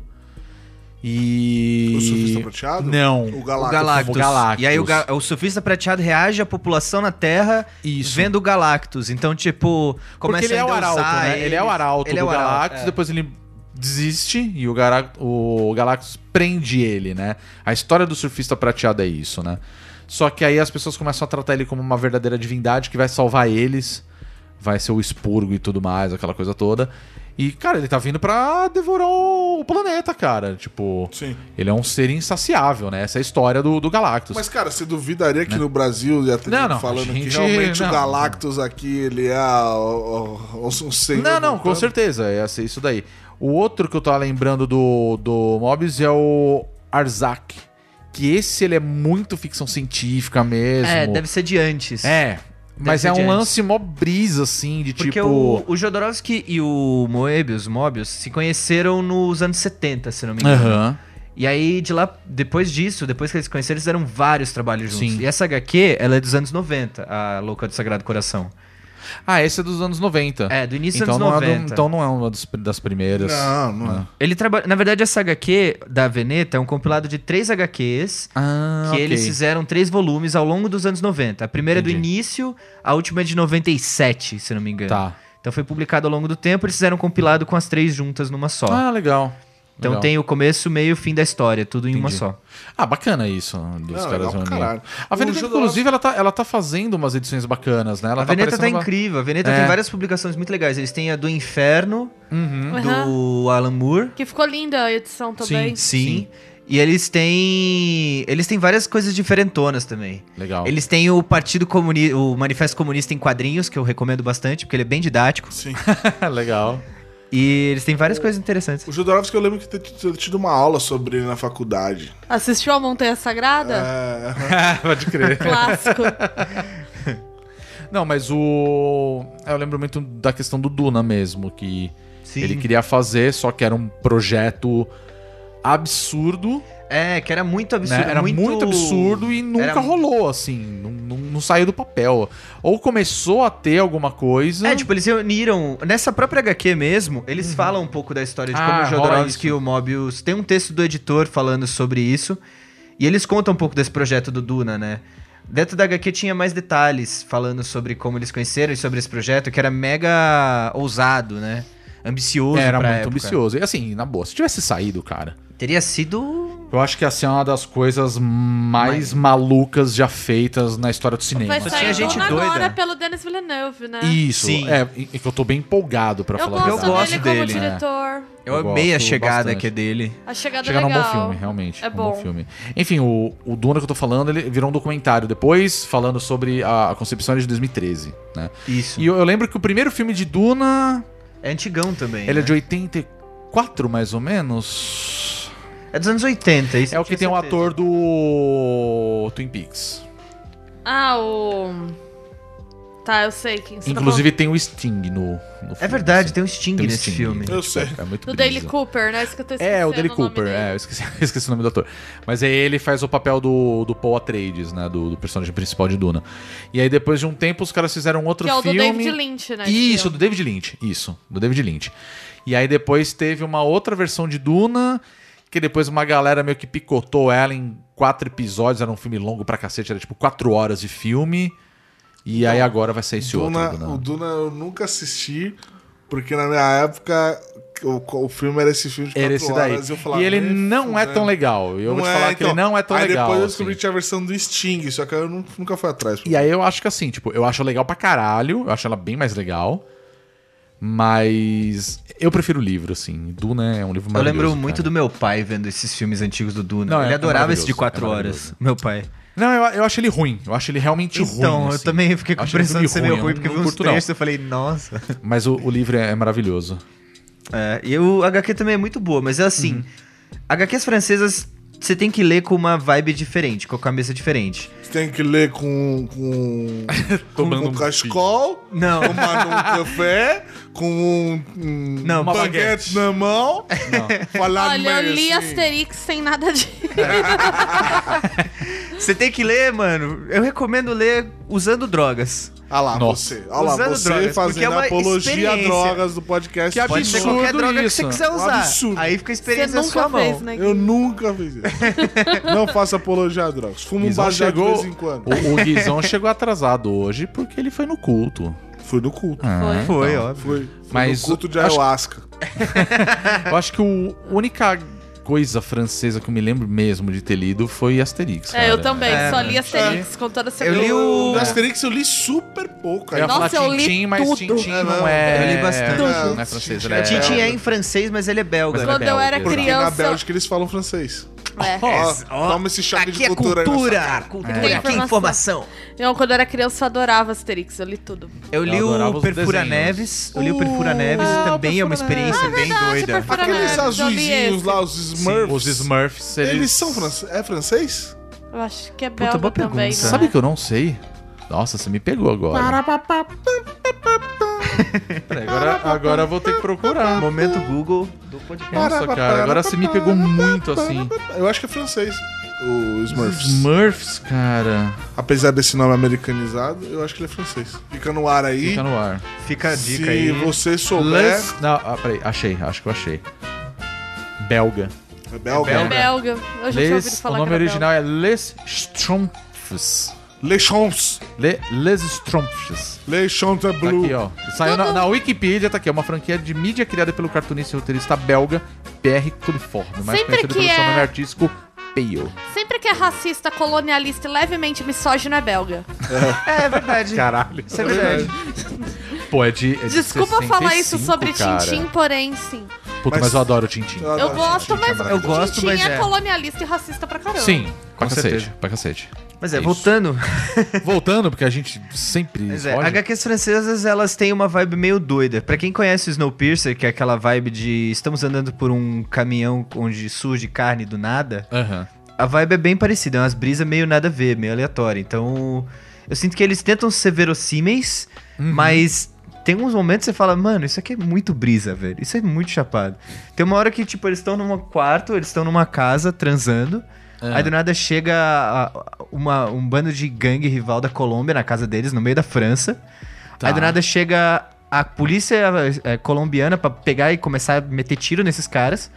[SPEAKER 5] E.
[SPEAKER 6] O surfista prateado?
[SPEAKER 5] Não.
[SPEAKER 6] O
[SPEAKER 4] O
[SPEAKER 6] Galactus.
[SPEAKER 4] Galactus.
[SPEAKER 5] o Galactus.
[SPEAKER 4] E aí o, ga- o surfista prateado reage à população na Terra
[SPEAKER 5] Isso.
[SPEAKER 4] vendo o Galactus. Então, tipo, começa
[SPEAKER 5] Porque ele
[SPEAKER 4] a
[SPEAKER 5] é o
[SPEAKER 4] endeusar
[SPEAKER 5] arauto, né? Ele,
[SPEAKER 4] eles.
[SPEAKER 5] é o arauto
[SPEAKER 4] Ele é
[SPEAKER 5] do
[SPEAKER 4] o arauto,
[SPEAKER 5] Galactus,
[SPEAKER 4] é.
[SPEAKER 5] depois ele desiste e o, Gara- o Galactus prende ele, né? A história do surfista prateado é isso, né? Só que aí as pessoas começam a tratar ele como uma verdadeira divindade que vai salvar eles, vai ser o expurgo e tudo mais, aquela coisa toda. E, cara, ele tá vindo pra devorar o planeta, cara. Tipo,
[SPEAKER 6] Sim.
[SPEAKER 5] ele é um ser insaciável, né? Essa é a história do, do Galactus.
[SPEAKER 6] Mas, cara, você duvidaria que no Brasil já tem
[SPEAKER 5] Né? Não,
[SPEAKER 6] gente
[SPEAKER 5] não,
[SPEAKER 6] falando
[SPEAKER 5] a
[SPEAKER 6] que
[SPEAKER 5] gente-
[SPEAKER 6] realmente
[SPEAKER 5] não.
[SPEAKER 6] o Galactus aqui, ele é a- o- o- o- um senhor
[SPEAKER 5] Não, não,
[SPEAKER 6] montano?
[SPEAKER 5] com certeza. É assim, isso daí. O outro que eu tava lembrando do, do Mobius é o Arzak. Que esse ele é muito ficção científica mesmo.
[SPEAKER 4] É, deve ser de antes.
[SPEAKER 5] É, mas
[SPEAKER 4] ser
[SPEAKER 5] é um
[SPEAKER 4] de antes.
[SPEAKER 5] lance mó brisa, assim, de
[SPEAKER 4] Porque
[SPEAKER 5] tipo.
[SPEAKER 4] o, o Jodorowsky e o Moebius, Mobius, se conheceram nos anos 70, se não me engano.
[SPEAKER 5] Aham.
[SPEAKER 4] E aí, de lá, depois disso, depois que eles se conheceram, eles fizeram vários trabalhos juntos.
[SPEAKER 5] Sim.
[SPEAKER 4] E essa HQ, ela é dos anos 90, a Louca do Sagrado Coração.
[SPEAKER 5] Ah, esse é dos anos 90.
[SPEAKER 4] É, do início
[SPEAKER 5] então
[SPEAKER 4] dos anos
[SPEAKER 5] não é do-
[SPEAKER 4] 90.
[SPEAKER 5] então não é uma dos- das primeiras.
[SPEAKER 6] Não, não é.
[SPEAKER 4] Ele trabalha. Na verdade, essa HQ da Veneta é um compilado de três HQs
[SPEAKER 5] Ah,
[SPEAKER 4] que
[SPEAKER 5] ok.
[SPEAKER 4] eles fizeram três volumes ao longo dos anos 90. A primeira é do
[SPEAKER 5] Entendi.
[SPEAKER 4] início, a última é de 97, se não me engano.
[SPEAKER 5] Tá.
[SPEAKER 4] Então foi publicado ao longo do tempo, eles fizeram um compilado com as três juntas numa só.
[SPEAKER 5] Ah, legal.
[SPEAKER 4] então
[SPEAKER 5] Legal.
[SPEAKER 4] tem o começo, meio e fim da história, tudo em uma
[SPEAKER 5] Entendi.
[SPEAKER 4] só.
[SPEAKER 5] Ah, bacana isso dos
[SPEAKER 6] Não, é legal
[SPEAKER 5] caras
[SPEAKER 6] pra
[SPEAKER 5] reunirem.
[SPEAKER 6] caralho.
[SPEAKER 5] A
[SPEAKER 6] O
[SPEAKER 5] Veneta,
[SPEAKER 6] Jodorowsky-
[SPEAKER 5] inclusive, ela tá, ela tá fazendo umas edições bacanas, né? Ela
[SPEAKER 4] a Veneta tá
[SPEAKER 5] aparecendo uma-
[SPEAKER 4] incrível, a Veneta
[SPEAKER 5] É.
[SPEAKER 4] tem várias publicações muito legais. Eles têm a do Inferno,
[SPEAKER 5] Uhum.
[SPEAKER 4] do Alan Moore.
[SPEAKER 7] Que ficou linda a edição também.
[SPEAKER 4] Sim. E eles têm. Eles têm várias coisas diferentonas também.
[SPEAKER 5] Legal.
[SPEAKER 4] Eles têm o Partido Comunista. O Manifesto Comunista em quadrinhos, que eu recomendo bastante, porque ele é bem didático.
[SPEAKER 6] Sim.
[SPEAKER 5] legal.
[SPEAKER 4] E eles têm várias coisas interessantes.
[SPEAKER 6] O Jodorowsky eu lembro que ter tido- tido uma aula sobre ele na faculdade.
[SPEAKER 7] Assistiu a Montanha Sagrada?
[SPEAKER 4] Ah.
[SPEAKER 6] É,
[SPEAKER 5] Pode crer.
[SPEAKER 7] Clássico.
[SPEAKER 5] Não, mas o. é, Eu lembro muito da questão do Duna mesmo, que
[SPEAKER 4] Sim.
[SPEAKER 5] ele queria fazer, só que era um projeto absurdo,
[SPEAKER 4] É, que era muito
[SPEAKER 5] né?
[SPEAKER 4] absurdo.
[SPEAKER 5] Era muito... absurdo e nunca
[SPEAKER 4] era-
[SPEAKER 5] rolou, assim. Não, não- não saiu do papel. Ou começou a ter alguma coisa.
[SPEAKER 4] É, tipo, eles reuniram. Nessa própria HQ mesmo, eles falam um pouco da história de como
[SPEAKER 5] Uhum. Ah,
[SPEAKER 4] o Jodorowsky e
[SPEAKER 5] rola
[SPEAKER 4] o Mobius. Tem um texto do editor falando sobre isso. E eles contam um pouco desse projeto do Duna, né? Dentro da HQ tinha mais detalhes falando sobre como eles conheceram e sobre esse projeto, que era mega ousado, né? Ambicioso.
[SPEAKER 5] era
[SPEAKER 4] pra
[SPEAKER 5] muito
[SPEAKER 4] época.
[SPEAKER 5] ambicioso. E assim, na boa, se tivesse saído, cara.
[SPEAKER 4] Teria sido.
[SPEAKER 5] Eu acho que assim é uma das coisas mais malucas já feitas na história do cinema.
[SPEAKER 7] Vai
[SPEAKER 4] Só
[SPEAKER 7] sair
[SPEAKER 4] tinha gente
[SPEAKER 7] Duna
[SPEAKER 4] doida.
[SPEAKER 7] agora pelo Denis Villeneuve, né?
[SPEAKER 5] Isso,
[SPEAKER 4] Sim.
[SPEAKER 5] é, e- e que eu tô bem empolgado pra
[SPEAKER 7] Eu
[SPEAKER 5] falar. a
[SPEAKER 7] gosto,
[SPEAKER 5] verdade.
[SPEAKER 4] gosto
[SPEAKER 7] dele como
[SPEAKER 4] dele.
[SPEAKER 7] diretor.
[SPEAKER 4] Eu,
[SPEAKER 5] Eu
[SPEAKER 4] amei a
[SPEAKER 5] gosto
[SPEAKER 4] chegada
[SPEAKER 5] bastante.
[SPEAKER 4] que é dele.
[SPEAKER 7] A chegada
[SPEAKER 5] Chegar
[SPEAKER 7] legal.
[SPEAKER 5] num bom filme, realmente.
[SPEAKER 7] É
[SPEAKER 5] um bom.
[SPEAKER 7] bom.
[SPEAKER 5] filme. Enfim, o, o Duna que eu tô falando, ele virou um documentário depois, falando sobre a, a concepção de 2013, né?
[SPEAKER 4] Isso.
[SPEAKER 5] E eu, eu lembro que o primeiro filme de Duna,
[SPEAKER 4] É antigão também.
[SPEAKER 5] ele é
[SPEAKER 4] né?
[SPEAKER 5] de 84, mais ou menos.
[SPEAKER 4] É dos anos 80, isso.
[SPEAKER 5] É
[SPEAKER 4] eu
[SPEAKER 5] o que
[SPEAKER 4] tinha
[SPEAKER 5] tem o
[SPEAKER 4] certeza.
[SPEAKER 5] ator do Twin Peaks.
[SPEAKER 7] Ah, o... Tá, eu sei quem você tá
[SPEAKER 5] Inclusive tem o Sting no, no filme.
[SPEAKER 4] É verdade,
[SPEAKER 5] assim.
[SPEAKER 4] tem um Sting
[SPEAKER 5] Tem o
[SPEAKER 4] nesse
[SPEAKER 5] Sting.
[SPEAKER 4] filme.
[SPEAKER 6] Eu sei.
[SPEAKER 5] É muito
[SPEAKER 7] falando. Do
[SPEAKER 5] brisa.
[SPEAKER 7] Daily Cooper, né? Isso que eu tô
[SPEAKER 5] É, o Dale
[SPEAKER 7] esquecendo nome
[SPEAKER 5] Cooper,
[SPEAKER 7] dele.
[SPEAKER 5] é, eu esqueci, eu esqueci o nome do ator. Mas aí ele faz o papel do, do Paul Atreides, né? Do, do personagem principal de Duna. E aí depois de um tempo os caras fizeram outro
[SPEAKER 7] Que é o do
[SPEAKER 5] filme.
[SPEAKER 7] David Lynch, né? esse
[SPEAKER 5] Isso, do
[SPEAKER 7] filme.
[SPEAKER 5] David Lynch. Isso, do David Lynch. E aí depois teve uma outra versão de Duna, que depois uma galera meio que picotou ela em quatro episódios. Era um filme longo pra cacete, era tipo quatro horas de filme. E aí agora vai sair esse
[SPEAKER 6] Então,
[SPEAKER 5] é
[SPEAKER 6] Duna-
[SPEAKER 5] outro.
[SPEAKER 6] o
[SPEAKER 5] Duna.
[SPEAKER 6] Duna eu nunca assisti, porque na minha época o, o filme era esse filme de
[SPEAKER 5] Era
[SPEAKER 6] quatro
[SPEAKER 5] esse daí.
[SPEAKER 6] horas, eu falava,
[SPEAKER 5] e ele
[SPEAKER 6] "Me
[SPEAKER 5] não é
[SPEAKER 6] fudendo."
[SPEAKER 5] tão legal. Eu
[SPEAKER 6] Não
[SPEAKER 5] vou te
[SPEAKER 6] é,
[SPEAKER 5] falar que ele
[SPEAKER 6] então.
[SPEAKER 5] não é tão
[SPEAKER 6] aí
[SPEAKER 5] legal.
[SPEAKER 6] depois eu
[SPEAKER 5] assim.
[SPEAKER 6] descobri que tinha a versão do Sting, só que eu nu- nunca fui atrás.
[SPEAKER 5] E aí eu acho que assim, tipo, eu acho legal pra caralho, eu acho ela bem mais legal. Mas eu prefiro o livro, assim. Duna é um livro
[SPEAKER 4] Eu
[SPEAKER 5] maravilhoso.
[SPEAKER 4] lembro muito
[SPEAKER 5] cara.
[SPEAKER 4] do meu pai vendo esses filmes antigos do Duna.
[SPEAKER 5] Não, é-
[SPEAKER 4] ele
[SPEAKER 5] é
[SPEAKER 4] adorava esse de
[SPEAKER 5] maravilhoso,
[SPEAKER 4] 4
[SPEAKER 5] é
[SPEAKER 4] horas,
[SPEAKER 5] maravilhoso.
[SPEAKER 4] meu pai.
[SPEAKER 5] Não, eu, eu acho ele ruim. Eu acho ele realmente ruim.
[SPEAKER 4] então, eu
[SPEAKER 5] assim.
[SPEAKER 4] também fiquei com a
[SPEAKER 5] Acho ele
[SPEAKER 4] impressão de ser meio ruim,
[SPEAKER 5] eu
[SPEAKER 4] porque eu
[SPEAKER 5] não
[SPEAKER 4] vi uns
[SPEAKER 5] curto, não.
[SPEAKER 4] trechos e eu falei, nossa.
[SPEAKER 5] Mas o, o livro é, é maravilhoso.
[SPEAKER 4] É, e o HQ também é muito boa, mas é assim:
[SPEAKER 5] Uhum.
[SPEAKER 4] HQs francesas você tem que ler com uma vibe diferente, com a cabeça diferente.
[SPEAKER 6] Você tem que ler com. com.
[SPEAKER 5] Tomando
[SPEAKER 6] com
[SPEAKER 5] um
[SPEAKER 6] um cachecol,
[SPEAKER 4] Não.
[SPEAKER 6] tomando um café, com um. um
[SPEAKER 4] Não,
[SPEAKER 6] um baguete na mão, falar no
[SPEAKER 7] Olha,
[SPEAKER 6] meio,
[SPEAKER 7] eu li
[SPEAKER 6] assim.
[SPEAKER 7] Asterix sem nada disso.
[SPEAKER 4] Você tem que ler, mano. Eu recomendo ler usando drogas.
[SPEAKER 6] Ah lá,
[SPEAKER 5] Nossa.
[SPEAKER 6] você. Ah lá,
[SPEAKER 4] Usando
[SPEAKER 6] você
[SPEAKER 4] drogas, porque
[SPEAKER 6] fazendo
[SPEAKER 4] é uma
[SPEAKER 6] apologia a
[SPEAKER 4] experiência.
[SPEAKER 6] drogas do podcast.
[SPEAKER 5] Que absurdo.
[SPEAKER 4] Pode ser qualquer droga que
[SPEAKER 5] isso.
[SPEAKER 4] você quiser
[SPEAKER 6] Um
[SPEAKER 4] usar.
[SPEAKER 6] absurdo.
[SPEAKER 4] Aí fica a
[SPEAKER 5] é
[SPEAKER 7] Você
[SPEAKER 4] experiência na
[SPEAKER 7] nunca
[SPEAKER 4] sua
[SPEAKER 7] fez,
[SPEAKER 4] mão.
[SPEAKER 7] né?
[SPEAKER 6] Eu nunca fiz isso. Não faço apologia a drogas. Fumo um
[SPEAKER 5] Guizão
[SPEAKER 6] baseado de
[SPEAKER 5] chegou-
[SPEAKER 6] vez em quando.
[SPEAKER 5] O, o Guizão chegou atrasado hoje porque ele foi no culto.
[SPEAKER 6] Fui no culto.
[SPEAKER 5] Ah,
[SPEAKER 4] Foi,
[SPEAKER 5] então.
[SPEAKER 4] óbvio.
[SPEAKER 6] Fui. Fui
[SPEAKER 5] Mas
[SPEAKER 6] no culto de
[SPEAKER 5] acho-
[SPEAKER 6] ayahuasca.
[SPEAKER 5] Eu acho que o- a única coisa francesa que eu me lembro mesmo de ter lido foi Asterix.
[SPEAKER 7] É, eu
[SPEAKER 5] cara. né?
[SPEAKER 7] também,
[SPEAKER 4] É,
[SPEAKER 7] só
[SPEAKER 4] mano.
[SPEAKER 7] li Asterix com toda
[SPEAKER 4] Eu
[SPEAKER 7] certeza.
[SPEAKER 4] li o.
[SPEAKER 6] O Asterix eu li super pouco.
[SPEAKER 5] Eu ia
[SPEAKER 6] ainda.
[SPEAKER 7] Nossa,
[SPEAKER 5] falar
[SPEAKER 7] eu li
[SPEAKER 5] Tintin, mas
[SPEAKER 7] tudo.
[SPEAKER 5] Tintin
[SPEAKER 6] É,
[SPEAKER 5] não
[SPEAKER 6] não.
[SPEAKER 5] é...
[SPEAKER 4] Eu li bastante.
[SPEAKER 5] Não é francês, né?
[SPEAKER 4] A Tintin é em francês, mas ele é belga.
[SPEAKER 5] Mas
[SPEAKER 4] né?
[SPEAKER 5] ele
[SPEAKER 7] Quando eu era
[SPEAKER 5] Porque na
[SPEAKER 6] Porque na
[SPEAKER 7] criança.
[SPEAKER 6] Bélgica eles falam francês.
[SPEAKER 7] É.
[SPEAKER 6] Ó,
[SPEAKER 4] ó,
[SPEAKER 6] toma esse choque
[SPEAKER 4] Aqui
[SPEAKER 6] de
[SPEAKER 4] é
[SPEAKER 6] cultura. aí nessa
[SPEAKER 4] cultura.
[SPEAKER 6] cara.
[SPEAKER 4] cultura
[SPEAKER 7] É.
[SPEAKER 4] Aqui é informação.
[SPEAKER 7] Eu, Então, quando eu era criança, eu adorava Asterix, eu li tudo.
[SPEAKER 4] Eu li
[SPEAKER 5] Eu adorava
[SPEAKER 4] o
[SPEAKER 5] os
[SPEAKER 4] Perfura
[SPEAKER 5] desenhos.
[SPEAKER 4] Neves. Eu li o Perfura Neves
[SPEAKER 5] Ah,
[SPEAKER 4] e
[SPEAKER 5] o
[SPEAKER 4] também é uma
[SPEAKER 5] Perfura Neves.
[SPEAKER 4] experiência bem doida.
[SPEAKER 7] Perfura
[SPEAKER 6] Aqueles
[SPEAKER 7] Neves, Ah, eu li
[SPEAKER 6] azuizinhos
[SPEAKER 7] esse.
[SPEAKER 6] lá, os Smurfs.
[SPEAKER 5] Os Smurfs,
[SPEAKER 6] Eles, são francês? É francês?
[SPEAKER 7] Eu acho que é
[SPEAKER 4] Puta,
[SPEAKER 7] belga
[SPEAKER 4] boa
[SPEAKER 7] também.
[SPEAKER 4] pergunta.
[SPEAKER 7] não
[SPEAKER 5] Sabe
[SPEAKER 7] é?
[SPEAKER 5] que eu não sei? Nossa, você me pegou agora. Peraí, agora, agora eu vou ter que procurar.
[SPEAKER 4] Momento Google.
[SPEAKER 5] Nossa, cara, agora você me pegou muito assim.
[SPEAKER 6] Eu acho que é francês. O Smurfs.
[SPEAKER 5] Smurfs, cara.
[SPEAKER 6] Apesar desse nome americanizado, eu acho que ele é francês. Fica no ar aí.
[SPEAKER 5] Fica Tá no ar.
[SPEAKER 4] Fica a dica
[SPEAKER 6] Se
[SPEAKER 4] aí.
[SPEAKER 6] você souber.
[SPEAKER 5] Les... Não, ah, peraí, achei, acho que eu achei. Belga.
[SPEAKER 6] É belga?
[SPEAKER 5] É
[SPEAKER 7] É belga. Eu já tinha ouvido
[SPEAKER 5] Les, o
[SPEAKER 7] falar
[SPEAKER 5] nome
[SPEAKER 7] que era
[SPEAKER 5] original é Les Strumpfs.
[SPEAKER 6] Les Champs.
[SPEAKER 5] Le, Les Strumpfs.
[SPEAKER 6] Les Champs
[SPEAKER 5] Tá
[SPEAKER 6] é Blue.
[SPEAKER 5] aqui, ó. Saiu na, na Wikipedia, tá aqui. É uma franquia de mídia criada pelo cartunista e roteirista belga Pierre Clifford, mais
[SPEAKER 7] Sempre
[SPEAKER 5] conhecido
[SPEAKER 7] que
[SPEAKER 5] pelo seu
[SPEAKER 7] é-
[SPEAKER 5] nome artístico Peio.
[SPEAKER 7] belga. Sempre que é racista, colonialista e levemente misógino é belga.
[SPEAKER 4] É verdade.
[SPEAKER 5] Caralho.
[SPEAKER 4] Isso é verdade.
[SPEAKER 5] Pô, é de. é de
[SPEAKER 7] Desculpa falar isso
[SPEAKER 5] 65,
[SPEAKER 7] sobre
[SPEAKER 5] cara.
[SPEAKER 7] Tintim, porém sim.
[SPEAKER 5] Puta, mas,
[SPEAKER 6] Mas-
[SPEAKER 5] eu adoro Tintim.
[SPEAKER 6] Eu
[SPEAKER 7] Eu
[SPEAKER 6] adoro
[SPEAKER 7] gosto,
[SPEAKER 6] Tintin,
[SPEAKER 7] mas
[SPEAKER 6] é
[SPEAKER 4] Eu gosto,
[SPEAKER 7] Tintim
[SPEAKER 4] mas
[SPEAKER 7] é
[SPEAKER 4] é.
[SPEAKER 7] colonialista e racista pra caramba.
[SPEAKER 5] Sim, pra
[SPEAKER 4] Com
[SPEAKER 5] cacete,
[SPEAKER 4] certeza.
[SPEAKER 5] pra cacete.
[SPEAKER 4] Mas é,
[SPEAKER 5] Isso.
[SPEAKER 4] voltando.
[SPEAKER 5] Voltando, porque a gente sempre.
[SPEAKER 4] Mas é,
[SPEAKER 5] foge.
[SPEAKER 4] HQs francesas, elas têm uma vibe meio doida. Pra quem conhece o Snowpiercer, que é aquela vibe de estamos andando por um caminhão onde surge carne do nada,
[SPEAKER 5] Aham.
[SPEAKER 4] a vibe é bem parecida, é umas brisas meio nada a ver, meio aleatória. Então, eu sinto que eles tentam ser verossímeis, mas tem uns momentos que você fala, mano, isso aqui é muito brisa, velho. Isso é muito chapado. Tem uma hora que, tipo, eles estão num quarto, eles estão numa casa transando.
[SPEAKER 5] Ah.
[SPEAKER 4] Aí do nada chega a- a- uma- um bando de gangue rival da Colômbia na casa deles, no meio da França.
[SPEAKER 5] Tá.
[SPEAKER 4] Aí do nada chega a polícia eh, colombiana pra pegar e começar a meter tiro nesses caras.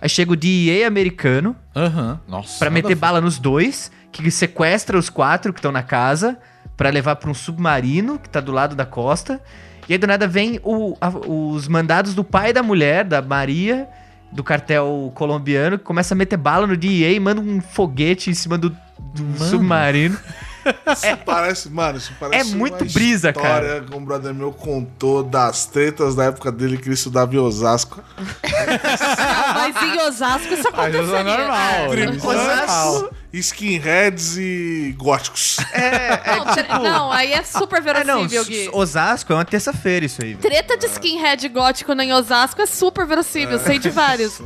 [SPEAKER 4] Aí chega o DEA americano
[SPEAKER 5] Aham. Nossa.
[SPEAKER 4] Pra
[SPEAKER 5] nada
[SPEAKER 4] meter bala nos dois, que sequestra os quatro que estão na casa, pra levar pra um submarino que tá do lado da costa. E aí do nada vem o- a- os mandados do pai da mulher, da Maria, do cartel colombiano, que começa a meter bala no DEA e manda um foguete em cima do, do submarino.
[SPEAKER 6] Isso parece, mano, isso parece
[SPEAKER 4] É muito brisa,
[SPEAKER 6] história que um brother meu contou das tretas da época dele que ele estudava em Osasco.
[SPEAKER 7] Mas em Osasco isso
[SPEAKER 5] Mas
[SPEAKER 7] aconteceria.
[SPEAKER 5] isso é normal.
[SPEAKER 4] né?
[SPEAKER 7] É.
[SPEAKER 5] Isso é normal.
[SPEAKER 6] Osasco, skinheads e góticos.
[SPEAKER 7] Não, tre- não, aí é super
[SPEAKER 4] tipo- É, não,
[SPEAKER 7] verossímil,
[SPEAKER 4] S-
[SPEAKER 7] Gui.
[SPEAKER 4] Osasco é uma terça-feira isso aí. velho.
[SPEAKER 7] Treta de skinhead gótico em Osasco é super verossímil, sei de vários.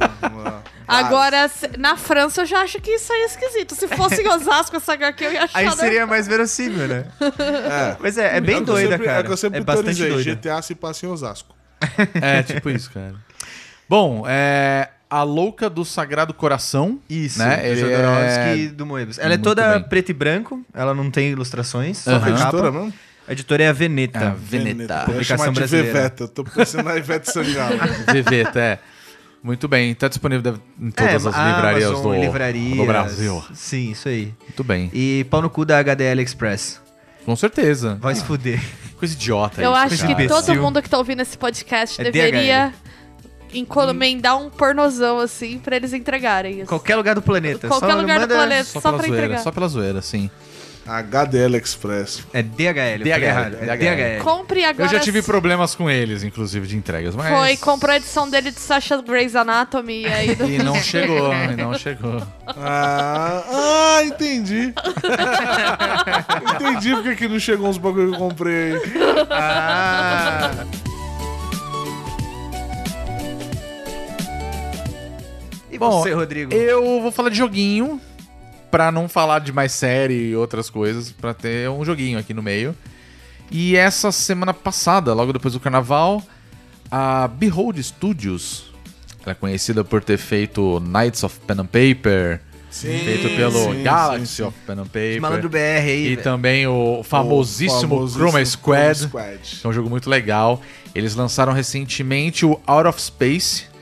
[SPEAKER 7] Agora, se- na França, eu já acho que isso aí é esquisito. Se fosse em Osasco essa HQ, eu ia achar...
[SPEAKER 4] Aí
[SPEAKER 7] né?
[SPEAKER 4] seria mais verossímil, né?
[SPEAKER 6] É.
[SPEAKER 4] Mas é, é
[SPEAKER 6] É
[SPEAKER 4] bem
[SPEAKER 6] o que eu
[SPEAKER 4] doida,
[SPEAKER 6] sempre-
[SPEAKER 4] cara.
[SPEAKER 6] É o que eu sempre
[SPEAKER 4] bastante
[SPEAKER 6] teorizei,
[SPEAKER 4] doida.
[SPEAKER 6] GTA se passa em Osasco.
[SPEAKER 5] É, tipo isso, cara. Bom, é. A Louca do Sagrado Coração.
[SPEAKER 4] Isso,
[SPEAKER 5] né?
[SPEAKER 4] do
[SPEAKER 5] Ele é-
[SPEAKER 4] Jodorowsky do Moebius. Ela é
[SPEAKER 5] Muito
[SPEAKER 4] toda
[SPEAKER 5] bem.
[SPEAKER 4] preto e branco, ela não tem ilustrações, só
[SPEAKER 5] Aham.
[SPEAKER 4] na
[SPEAKER 6] Editora
[SPEAKER 4] capa.
[SPEAKER 6] mesmo?
[SPEAKER 4] A editora é a Veneta.
[SPEAKER 5] Ah, Veneta.
[SPEAKER 6] Eu ia chamar
[SPEAKER 4] Publicação
[SPEAKER 6] de
[SPEAKER 4] brasileira.
[SPEAKER 6] Veveta, eu tô pensando na Ivete Sangalo.
[SPEAKER 5] Viveta, é. Muito bem, tá disponível deve- em
[SPEAKER 4] É,
[SPEAKER 5] todas as
[SPEAKER 4] a
[SPEAKER 5] livrarias
[SPEAKER 4] Amazon,
[SPEAKER 5] do,
[SPEAKER 4] livrarias,
[SPEAKER 5] do Brasil.
[SPEAKER 4] Sim, isso aí.
[SPEAKER 5] Muito bem,
[SPEAKER 4] E pau no cu da HDL Express.
[SPEAKER 5] com certeza.
[SPEAKER 4] Vai se fuder.
[SPEAKER 5] Coisa idiota
[SPEAKER 7] Eu
[SPEAKER 5] isso,
[SPEAKER 7] acho que
[SPEAKER 5] cara.
[SPEAKER 7] todo
[SPEAKER 4] Imbecil.
[SPEAKER 7] mundo que tá ouvindo esse podcast
[SPEAKER 4] É
[SPEAKER 7] deveria encomendar
[SPEAKER 5] Hum.
[SPEAKER 7] um pornozão, assim, pra eles entregarem. isso.
[SPEAKER 4] Qualquer lugar do planeta.
[SPEAKER 7] Qualquer
[SPEAKER 4] só
[SPEAKER 7] lugar do
[SPEAKER 4] manda-
[SPEAKER 7] planeta.
[SPEAKER 5] Só,
[SPEAKER 7] é Só
[SPEAKER 5] pela
[SPEAKER 7] pra
[SPEAKER 5] zoeira,
[SPEAKER 7] entregar.
[SPEAKER 5] só pela zoeira, sim.
[SPEAKER 6] HDL Express.
[SPEAKER 4] É DHL. eu
[SPEAKER 5] DHL,
[SPEAKER 4] falei errado. É
[SPEAKER 5] DHL.
[SPEAKER 4] DHL.
[SPEAKER 7] Compre agora...
[SPEAKER 5] Eu já tive
[SPEAKER 7] se-
[SPEAKER 5] problemas com eles, inclusive, de entregas, mas...
[SPEAKER 7] Foi, comprou a edição dele de Sasha Grey's Anatomy e aí...
[SPEAKER 5] E não chegou, e não chegou.
[SPEAKER 6] Ah, ah, entendi. entendi porque que não chegou uns bagulho que eu comprei aí.
[SPEAKER 4] Ah, E
[SPEAKER 5] Bom,
[SPEAKER 4] você, Rodrigo?
[SPEAKER 5] Eu vou falar de joguinho, pra não falar de mais série e outras coisas, pra ter um joguinho aqui no meio. E essa semana passada, logo depois do carnaval, a Behold Studios, ela é conhecida por ter feito Knights of Pen and Paper,
[SPEAKER 6] Sim,
[SPEAKER 5] feito pelo
[SPEAKER 6] sim,
[SPEAKER 5] Galaxy
[SPEAKER 6] sim, sim.
[SPEAKER 5] of Pen and Paper.
[SPEAKER 4] Malandro BR aí.
[SPEAKER 5] E então,
[SPEAKER 4] velho.
[SPEAKER 5] também o famosíssimo,
[SPEAKER 6] famosíssimo
[SPEAKER 5] Chroma Squad,
[SPEAKER 6] Chroma
[SPEAKER 5] que é um jogo muito legal. Eles lançaram recentemente o Out of Space.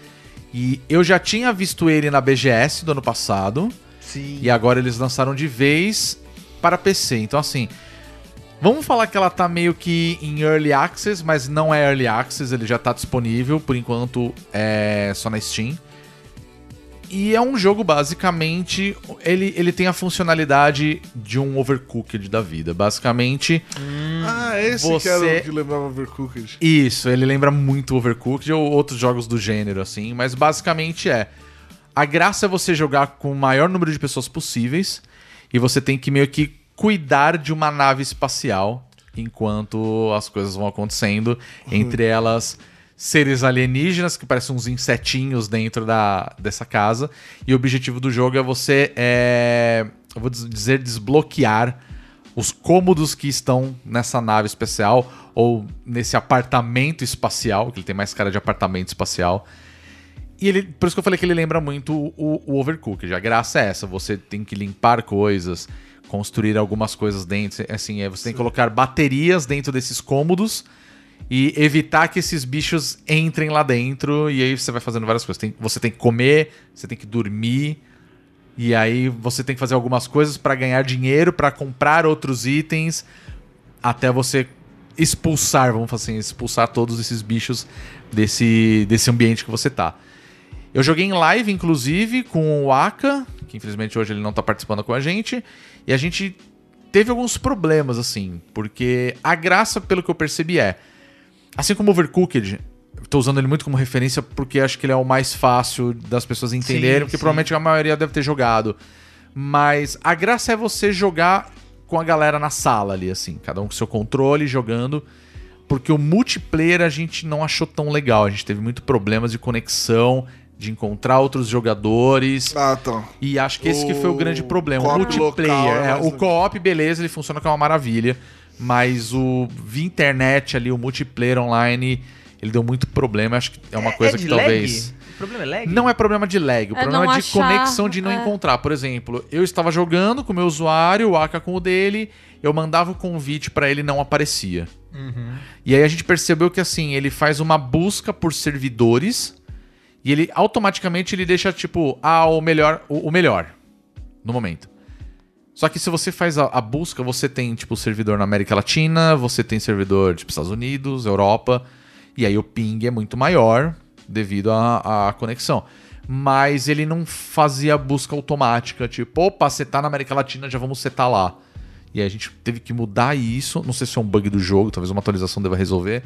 [SPEAKER 5] E eu já tinha visto ele na BGS do ano passado.
[SPEAKER 4] Sim.
[SPEAKER 5] E agora eles lançaram de vez para PC. Então, assim, vamos falar que ela tá meio que em Early Access, mas não é Early Access, ele já tá disponível, por enquanto é só na Steam. E é um jogo, basicamente, ele, ele tem a funcionalidade de um Overcooked da vida. Basicamente,
[SPEAKER 6] Ah, esse
[SPEAKER 5] Você-
[SPEAKER 6] que era o que lembrava Overcooked.
[SPEAKER 5] isso, ele lembra muito Overcooked ou outros jogos do gênero, assim, mas basicamente é. A graça é você jogar com o maior número de pessoas possíveis e você tem que meio que cuidar de uma nave espacial enquanto as coisas vão acontecendo. Entre elas, seres alienígenas que parecem uns insetinhos dentro da, dessa casa. E o objetivo do jogo é você, é, eu vou diz- dizer, desbloquear os cômodos que estão nessa nave especial ou nesse apartamento espacial, que ele tem mais cara de apartamento espacial. E ele, por isso que eu falei que ele lembra muito o, o Overcooked. A graça é essa, você tem que limpar coisas, construir algumas coisas dentro, assim, é, você tem que colocar baterias dentro desses cômodos e evitar que esses bichos entrem lá dentro e aí você vai fazendo várias coisas. Tem- você tem que comer, você tem que dormir, e aí você tem que fazer algumas coisas pra ganhar dinheiro, pra comprar outros itens, até você expulsar, vamos falar assim, expulsar todos esses bichos desse, desse ambiente que você tá. Eu joguei em live, inclusive, com o Aka, que infelizmente hoje ele não tá participando com a gente, e a gente teve alguns problemas, assim, porque a graça, pelo que eu percebi, é. Assim como Overcooked, eu tô usando ele muito como referência porque acho que ele é o mais fácil das pessoas entenderem,
[SPEAKER 4] Sim,
[SPEAKER 5] porque
[SPEAKER 4] sim.
[SPEAKER 5] provavelmente a maioria deve ter jogado. Mas a graça é você jogar com a galera na sala ali, assim, cada um com seu controle jogando. Porque o multiplayer a gente não achou tão legal. A gente teve muito problemas de conexão, de encontrar outros jogadores.
[SPEAKER 6] Ah, então.
[SPEAKER 5] E acho que esse que foi o
[SPEAKER 6] O
[SPEAKER 5] grande problema. O
[SPEAKER 6] co-op
[SPEAKER 5] multiplayer.
[SPEAKER 6] local é
[SPEAKER 5] é,
[SPEAKER 6] mais
[SPEAKER 5] o co-op, beleza, ele funciona que é uma maravilha. Mas o via internet ali, o multiplayer online, ele deu muito problema. Acho que é uma coisa que
[SPEAKER 4] de
[SPEAKER 5] talvez.
[SPEAKER 4] lag? O problema é lag?
[SPEAKER 5] Não é problema de lag, o
[SPEAKER 7] É
[SPEAKER 5] problema
[SPEAKER 7] não
[SPEAKER 5] é de
[SPEAKER 7] achar,
[SPEAKER 5] conexão de não
[SPEAKER 7] é.
[SPEAKER 5] encontrar. Por exemplo, eu estava jogando com o meu usuário, o Aka com o dele, eu mandava o convite pra ele e não aparecia. E aí a gente percebeu que assim, ele faz uma busca por servidores e ele automaticamente ele deixa tipo, ah, o melhor, o, o melhor no momento. Só que se você faz a, a busca, você tem tipo servidor na América Latina, você tem servidor tipo Estados Unidos, Europa, e aí o ping é muito maior devido à à conexão. Mas ele não fazia busca automática, tipo, opa, você tá na América Latina, já vamos setar lá. E aí a gente teve que mudar isso. Não sei se é um bug do jogo, talvez uma atualização deva resolver.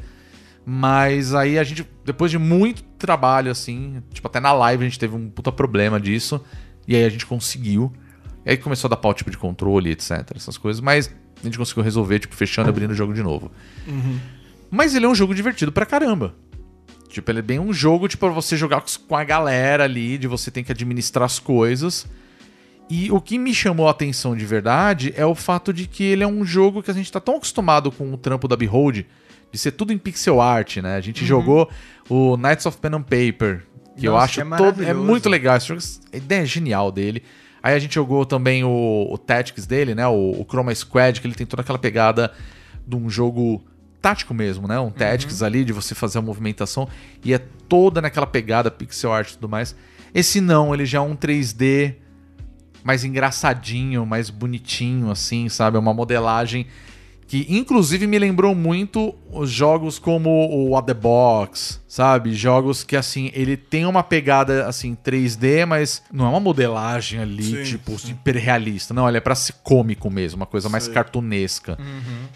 [SPEAKER 5] Mas aí a gente, depois de muito trabalho, assim, tipo, até na live a gente teve um puta problema disso. E aí a gente conseguiu. E aí começou a dar pau, tipo, de controle, etc, essas coisas. Mas a gente conseguiu resolver, tipo, fechando e abrindo o jogo de novo. Mas ele é um jogo divertido pra caramba. Tipo, ele é bem um jogo, tipo, pra você jogar com a galera ali, de você tem que administrar as coisas. E o que me chamou a atenção de verdade é o fato de que ele é um jogo que a gente tá tão acostumado com o trampo da Behold, de ser tudo em pixel art, né? A gente jogou o Knights of Pen and Paper, que eu
[SPEAKER 4] Uhum. Nossa,
[SPEAKER 5] acho
[SPEAKER 4] que é
[SPEAKER 5] todo, é
[SPEAKER 4] maravilhoso.
[SPEAKER 5] muito legal esse jogo, a ideia é genial dele. Aí a gente jogou também o, o Tactics dele, né? O, o Chroma Squad, que ele tem toda aquela pegada de um jogo tático mesmo,
[SPEAKER 4] Uhum.
[SPEAKER 5] né? Um Tactics ali, de você fazer a movimentação. E é toda naquela pegada pixel art e tudo mais. Esse não, ele já é um 3D mais engraçadinho, mais bonitinho, assim, sabe? É uma modelagem que, inclusive, me lembrou muito os jogos como o What The Box, sabe? Jogos que, assim, ele tem uma pegada, assim, 3D, mas não é uma modelagem ali,
[SPEAKER 6] Sim,
[SPEAKER 5] tipo, hiperrealista. Não, ele é pra ser cômico mesmo, uma coisa mais
[SPEAKER 6] Sei.
[SPEAKER 5] cartunesca.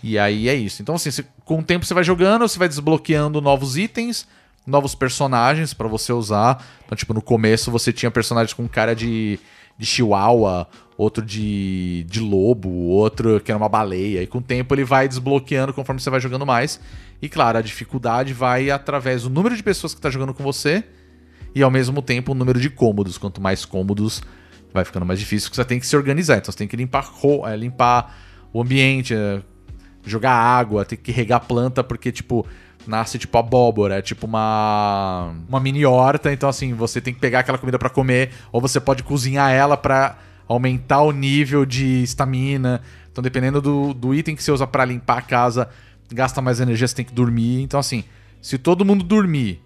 [SPEAKER 5] E aí é isso. Então, assim, você- com o tempo você vai jogando, você vai desbloqueando novos itens, novos personagens pra você usar. Então, tipo, no começo você tinha personagens com cara de, de chihuahua, outro de, de lobo, outro que era uma baleia. E com o tempo ele vai desbloqueando conforme você vai jogando mais. E claro, a dificuldade vai através do número de pessoas que tá jogando com você e ao mesmo tempo o número de cômodos. Quanto mais cômodos, vai ficando mais difícil, porque você tem que se organizar. Então você tem que limpar, ro- eh, limpar o ambiente, eh, jogar água, tem que regar planta, porque, tipo, nasce tipo abóbora, é tipo uma, uma mini horta. Então, assim, você tem que pegar aquela comida pra comer, ou você pode cozinhar ela pra aumentar o nível de estamina. Então, dependendo do, do item que você usa pra limpar a casa, gasta mais energia, você tem que dormir. Então, assim, se todo mundo dormir,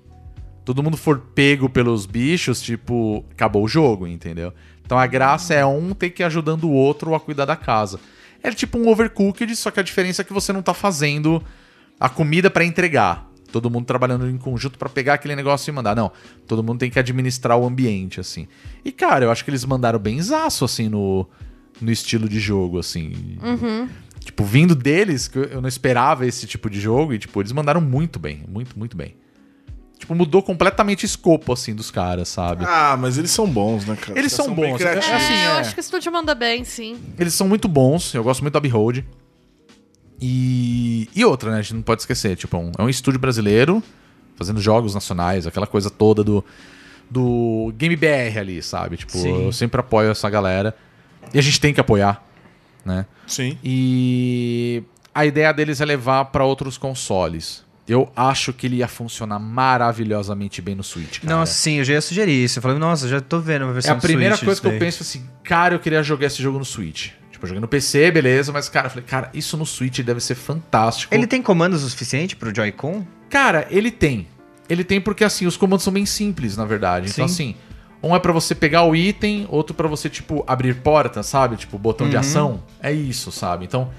[SPEAKER 5] todo mundo for pego pelos bichos, tipo, acabou o jogo, entendeu? Então a graça é um ter que ir ajudando o outro a cuidar da casa. É tipo um overcooked, só que a diferença é que você não tá fazendo a comida pra entregar. Todo mundo trabalhando em conjunto pra pegar aquele negócio e mandar. Não, todo mundo tem que administrar o ambiente, assim. E, cara, eu acho que eles mandaram benzaço, assim, no, no estilo de jogo, assim. Tipo, vindo deles, que eu- eu não esperava esse tipo de jogo, e, tipo, eles mandaram muito bem, muito, muito bem. Tipo, mudou completamente o escopo, assim, dos caras, sabe?
[SPEAKER 6] Ah, mas eles são bons, né, cara?
[SPEAKER 5] Eles
[SPEAKER 6] Os caras
[SPEAKER 5] são
[SPEAKER 6] bem
[SPEAKER 5] bons.
[SPEAKER 6] criativos.
[SPEAKER 5] É, assim,
[SPEAKER 7] eu
[SPEAKER 5] é.
[SPEAKER 7] acho que o estúdio manda bem, sim.
[SPEAKER 5] Eles são muito bons, eu gosto muito da Behold. E, e outra, né? A gente não pode esquecer. Tipo, é um, é um estúdio brasileiro fazendo jogos nacionais, aquela coisa toda do, do Game BR ali, sabe? Tipo,
[SPEAKER 4] Sim.
[SPEAKER 5] eu sempre apoio essa galera. E a gente tem que apoiar, né?
[SPEAKER 6] Sim.
[SPEAKER 5] E a ideia deles é levar pra outros consoles. Eu acho que ele ia funcionar maravilhosamente bem no Switch. Cara.
[SPEAKER 4] Nossa, sim, é assim, eu já ia sugerir isso. Eu falei, nossa, já tô vendo uma
[SPEAKER 5] É
[SPEAKER 4] versão
[SPEAKER 5] a primeira
[SPEAKER 4] do Switch
[SPEAKER 5] coisa que eu
[SPEAKER 4] disso daí.
[SPEAKER 5] penso assim, cara, eu queria jogar esse jogo no Switch. Tipo, eu joguei no PC, beleza, mas, cara, eu falei, cara, isso no Switch deve ser fantástico.
[SPEAKER 4] Ele tem comandos o suficiente pro Joy-Con?
[SPEAKER 5] Cara, ele tem. Ele tem porque, assim, os comandos são bem simples, na verdade. Então, assim, um é pra você pegar o item, outro pra você, tipo, abrir porta, sabe? Tipo, botão de ação. É isso, sabe? Então,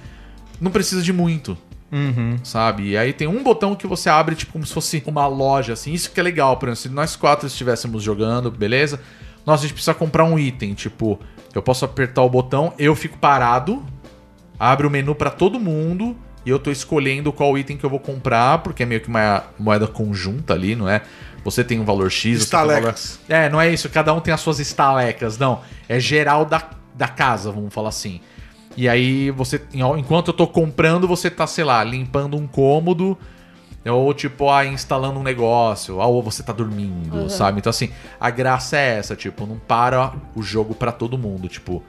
[SPEAKER 5] não precisa de muito.
[SPEAKER 4] Uhum.
[SPEAKER 5] sabe? E aí tem um botão que você abre, tipo, como se fosse uma loja, assim. Isso que é legal, por exemplo, se nós quatro estivéssemos jogando, beleza? Nossa, a gente precisa comprar um item, tipo, eu posso apertar o botão, eu fico parado, abre o menu pra todo mundo e eu tô escolhendo qual item que eu vou comprar, porque é meio que uma moeda conjunta ali, não é? Você tem um valor X, você tem um valor...
[SPEAKER 6] Estalecas.
[SPEAKER 5] É, não é isso, cada um tem as suas estalecas, não. É geral da, da casa, vamos falar assim. E aí você, em- enquanto eu tô comprando, você tá, sei lá, limpando um cômodo, ou tipo, ah, instalando um negócio, ah, ou você tá dormindo, sabe? Então assim, a graça é essa, tipo, não para o jogo pra todo mundo, tipo,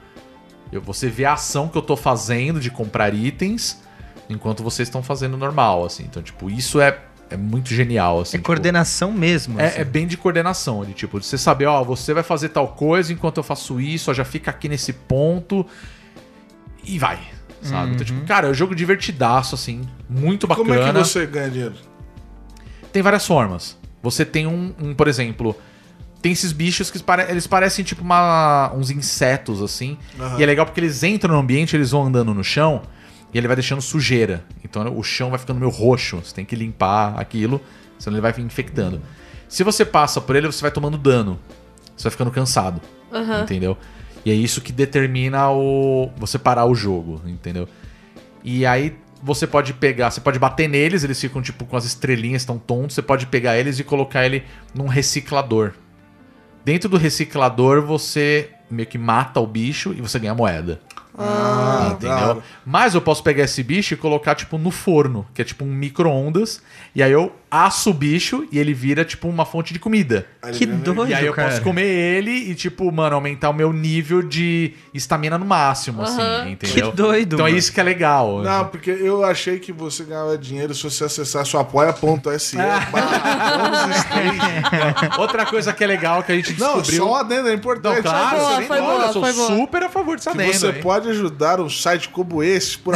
[SPEAKER 5] eu, você vê a ação que eu tô fazendo de comprar itens, enquanto vocês estão fazendo normal, assim. Então, tipo, isso é, é muito genial, assim.
[SPEAKER 4] É
[SPEAKER 5] tipo,
[SPEAKER 4] coordenação mesmo.
[SPEAKER 5] é,
[SPEAKER 4] assim.
[SPEAKER 5] é bem de coordenação, de tipo, de você saber, ó, você vai fazer tal coisa enquanto eu faço isso, ó, já fica aqui nesse ponto e vai, sabe? Então, tipo, cara, é um jogo divertidaço, assim, muito bacana.
[SPEAKER 6] Uhum. Como é que você ganha dinheiro?
[SPEAKER 5] Tem várias formas. Você tem um, um, por exemplo, tem esses bichos que pare- eles parecem tipo uma- uns insetos, assim.
[SPEAKER 6] Aham.
[SPEAKER 5] E é legal porque eles entram no ambiente, eles vão andando no chão e ele vai deixando sujeira. Então o chão vai ficando meio roxo. Você tem que limpar aquilo, senão ele vai infectando. Se você passa por ele, você vai tomando dano. Você vai ficando cansado.
[SPEAKER 7] Aham.
[SPEAKER 5] Entendeu? E é isso que determina o. você parar o jogo, entendeu? E aí você pode pegar, você pode bater neles, eles ficam tipo com as estrelinhas, estão tontos, você pode pegar eles e colocar ele num reciclador. Dentro do reciclador você meio que mata o bicho e você ganha moeda.
[SPEAKER 6] Ah, da
[SPEAKER 5] Entendeu?
[SPEAKER 6] hora.
[SPEAKER 5] Mas eu posso pegar esse bicho e colocar, tipo, no forno, que é tipo um micro-ondas, e aí eu aço o bicho e ele vira, tipo, uma fonte de comida.
[SPEAKER 4] Que doido,
[SPEAKER 5] E aí eu
[SPEAKER 4] cara.
[SPEAKER 5] posso comer ele e, tipo, mano, aumentar o meu nível de estamina no máximo,
[SPEAKER 7] Aham.
[SPEAKER 5] assim, entendeu?
[SPEAKER 4] Que doido,
[SPEAKER 5] Então
[SPEAKER 4] mano.
[SPEAKER 5] é isso que é legal.
[SPEAKER 6] Não, porque eu achei que você ganhava dinheiro se você acessasse o apoia.se.
[SPEAKER 5] Outra coisa que é legal que a gente
[SPEAKER 6] Não,
[SPEAKER 5] descobriu...
[SPEAKER 6] só um adendo, é importante.
[SPEAKER 5] Não, claro,
[SPEAKER 7] boa,
[SPEAKER 5] você nem
[SPEAKER 7] foi
[SPEAKER 5] olha,
[SPEAKER 7] boa,
[SPEAKER 5] eu sou
[SPEAKER 7] foi boa.
[SPEAKER 5] super a favor dessa
[SPEAKER 6] Que
[SPEAKER 5] adenda,
[SPEAKER 6] você
[SPEAKER 5] Tá hein?
[SPEAKER 6] pode ajudar um site como esse por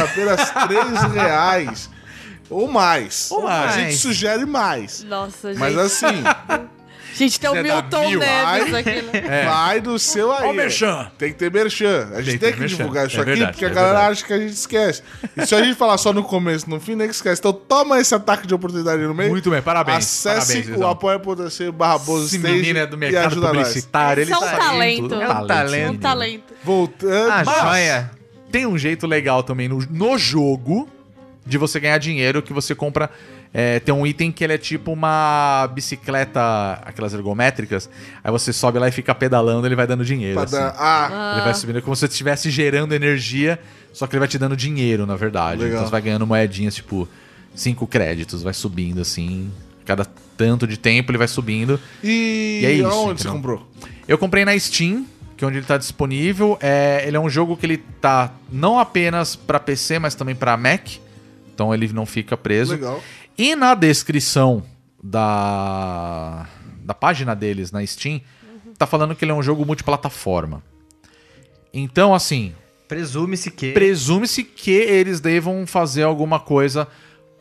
[SPEAKER 6] apenas 3 reais ou mais.
[SPEAKER 5] Ou mais.
[SPEAKER 6] A gente sugere mais.
[SPEAKER 7] Nossa,
[SPEAKER 6] Mas
[SPEAKER 7] gente.
[SPEAKER 6] assim,
[SPEAKER 7] Gente, tem o
[SPEAKER 5] Zé da
[SPEAKER 7] Milton
[SPEAKER 5] Mil,
[SPEAKER 7] Neves
[SPEAKER 6] ai.
[SPEAKER 7] aqui, né?
[SPEAKER 6] vai do seu aí.
[SPEAKER 5] é. Ó o merchan.
[SPEAKER 6] Tem que ter merchan. A
[SPEAKER 5] Tem que
[SPEAKER 6] gente tem,
[SPEAKER 5] ter
[SPEAKER 6] que
[SPEAKER 5] merchan.
[SPEAKER 6] divulgar isso
[SPEAKER 5] É
[SPEAKER 6] aqui,
[SPEAKER 5] verdade,
[SPEAKER 6] porque
[SPEAKER 5] é
[SPEAKER 6] a galera
[SPEAKER 5] verdade.
[SPEAKER 6] acha que a gente esquece. E se a gente falar só no começo, no fim, nem que esquece. Então toma esse ataque de oportunidade aí no meio.
[SPEAKER 5] Muito bem, parabéns.
[SPEAKER 6] Acesse
[SPEAKER 5] parabéns,
[SPEAKER 6] o
[SPEAKER 5] Luizão.
[SPEAKER 6] apoia.se barra Bozo
[SPEAKER 5] Esse
[SPEAKER 6] Stage
[SPEAKER 5] menino é do
[SPEAKER 6] e
[SPEAKER 5] mercado
[SPEAKER 6] ajuda nós.
[SPEAKER 5] publicitário. Ele tá
[SPEAKER 7] Isso é um
[SPEAKER 5] sabe
[SPEAKER 7] talento.
[SPEAKER 5] tudo.
[SPEAKER 7] É um
[SPEAKER 5] esse
[SPEAKER 7] Um
[SPEAKER 5] menino.
[SPEAKER 7] talento.
[SPEAKER 6] Voltando.
[SPEAKER 4] Ah,
[SPEAKER 5] Mas-
[SPEAKER 4] joia.
[SPEAKER 5] Tem um jeito legal também no, no jogo de você ganhar dinheiro que você compra. é, tem um item que ele é tipo uma bicicleta, aquelas ergométricas. Aí você sobe lá e fica pedalando, ele vai dando dinheiro.
[SPEAKER 6] pra
[SPEAKER 5] assim.
[SPEAKER 6] dar- ah,
[SPEAKER 5] Ele vai subindo é como se você estivesse gerando energia, só que ele vai te dando dinheiro, na verdade.
[SPEAKER 6] Legal.
[SPEAKER 5] Então você vai ganhando moedinhas, tipo, cinco créditos, vai subindo assim. Cada tanto de tempo ele vai subindo.
[SPEAKER 6] e,
[SPEAKER 5] E é isso,
[SPEAKER 6] onde você
[SPEAKER 5] entendeu?
[SPEAKER 6] comprou?
[SPEAKER 5] Eu comprei na Steam, que é onde ele tá disponível. É, ele é um jogo que ele tá não apenas pra PC, mas também pra Mac. Então ele não fica preso.
[SPEAKER 6] Legal.
[SPEAKER 5] E na descrição da, da página deles na Steam, tá falando que ele é um jogo multiplataforma. Então, assim,
[SPEAKER 4] Presume-se que.
[SPEAKER 5] presume-se que eles devam fazer alguma coisa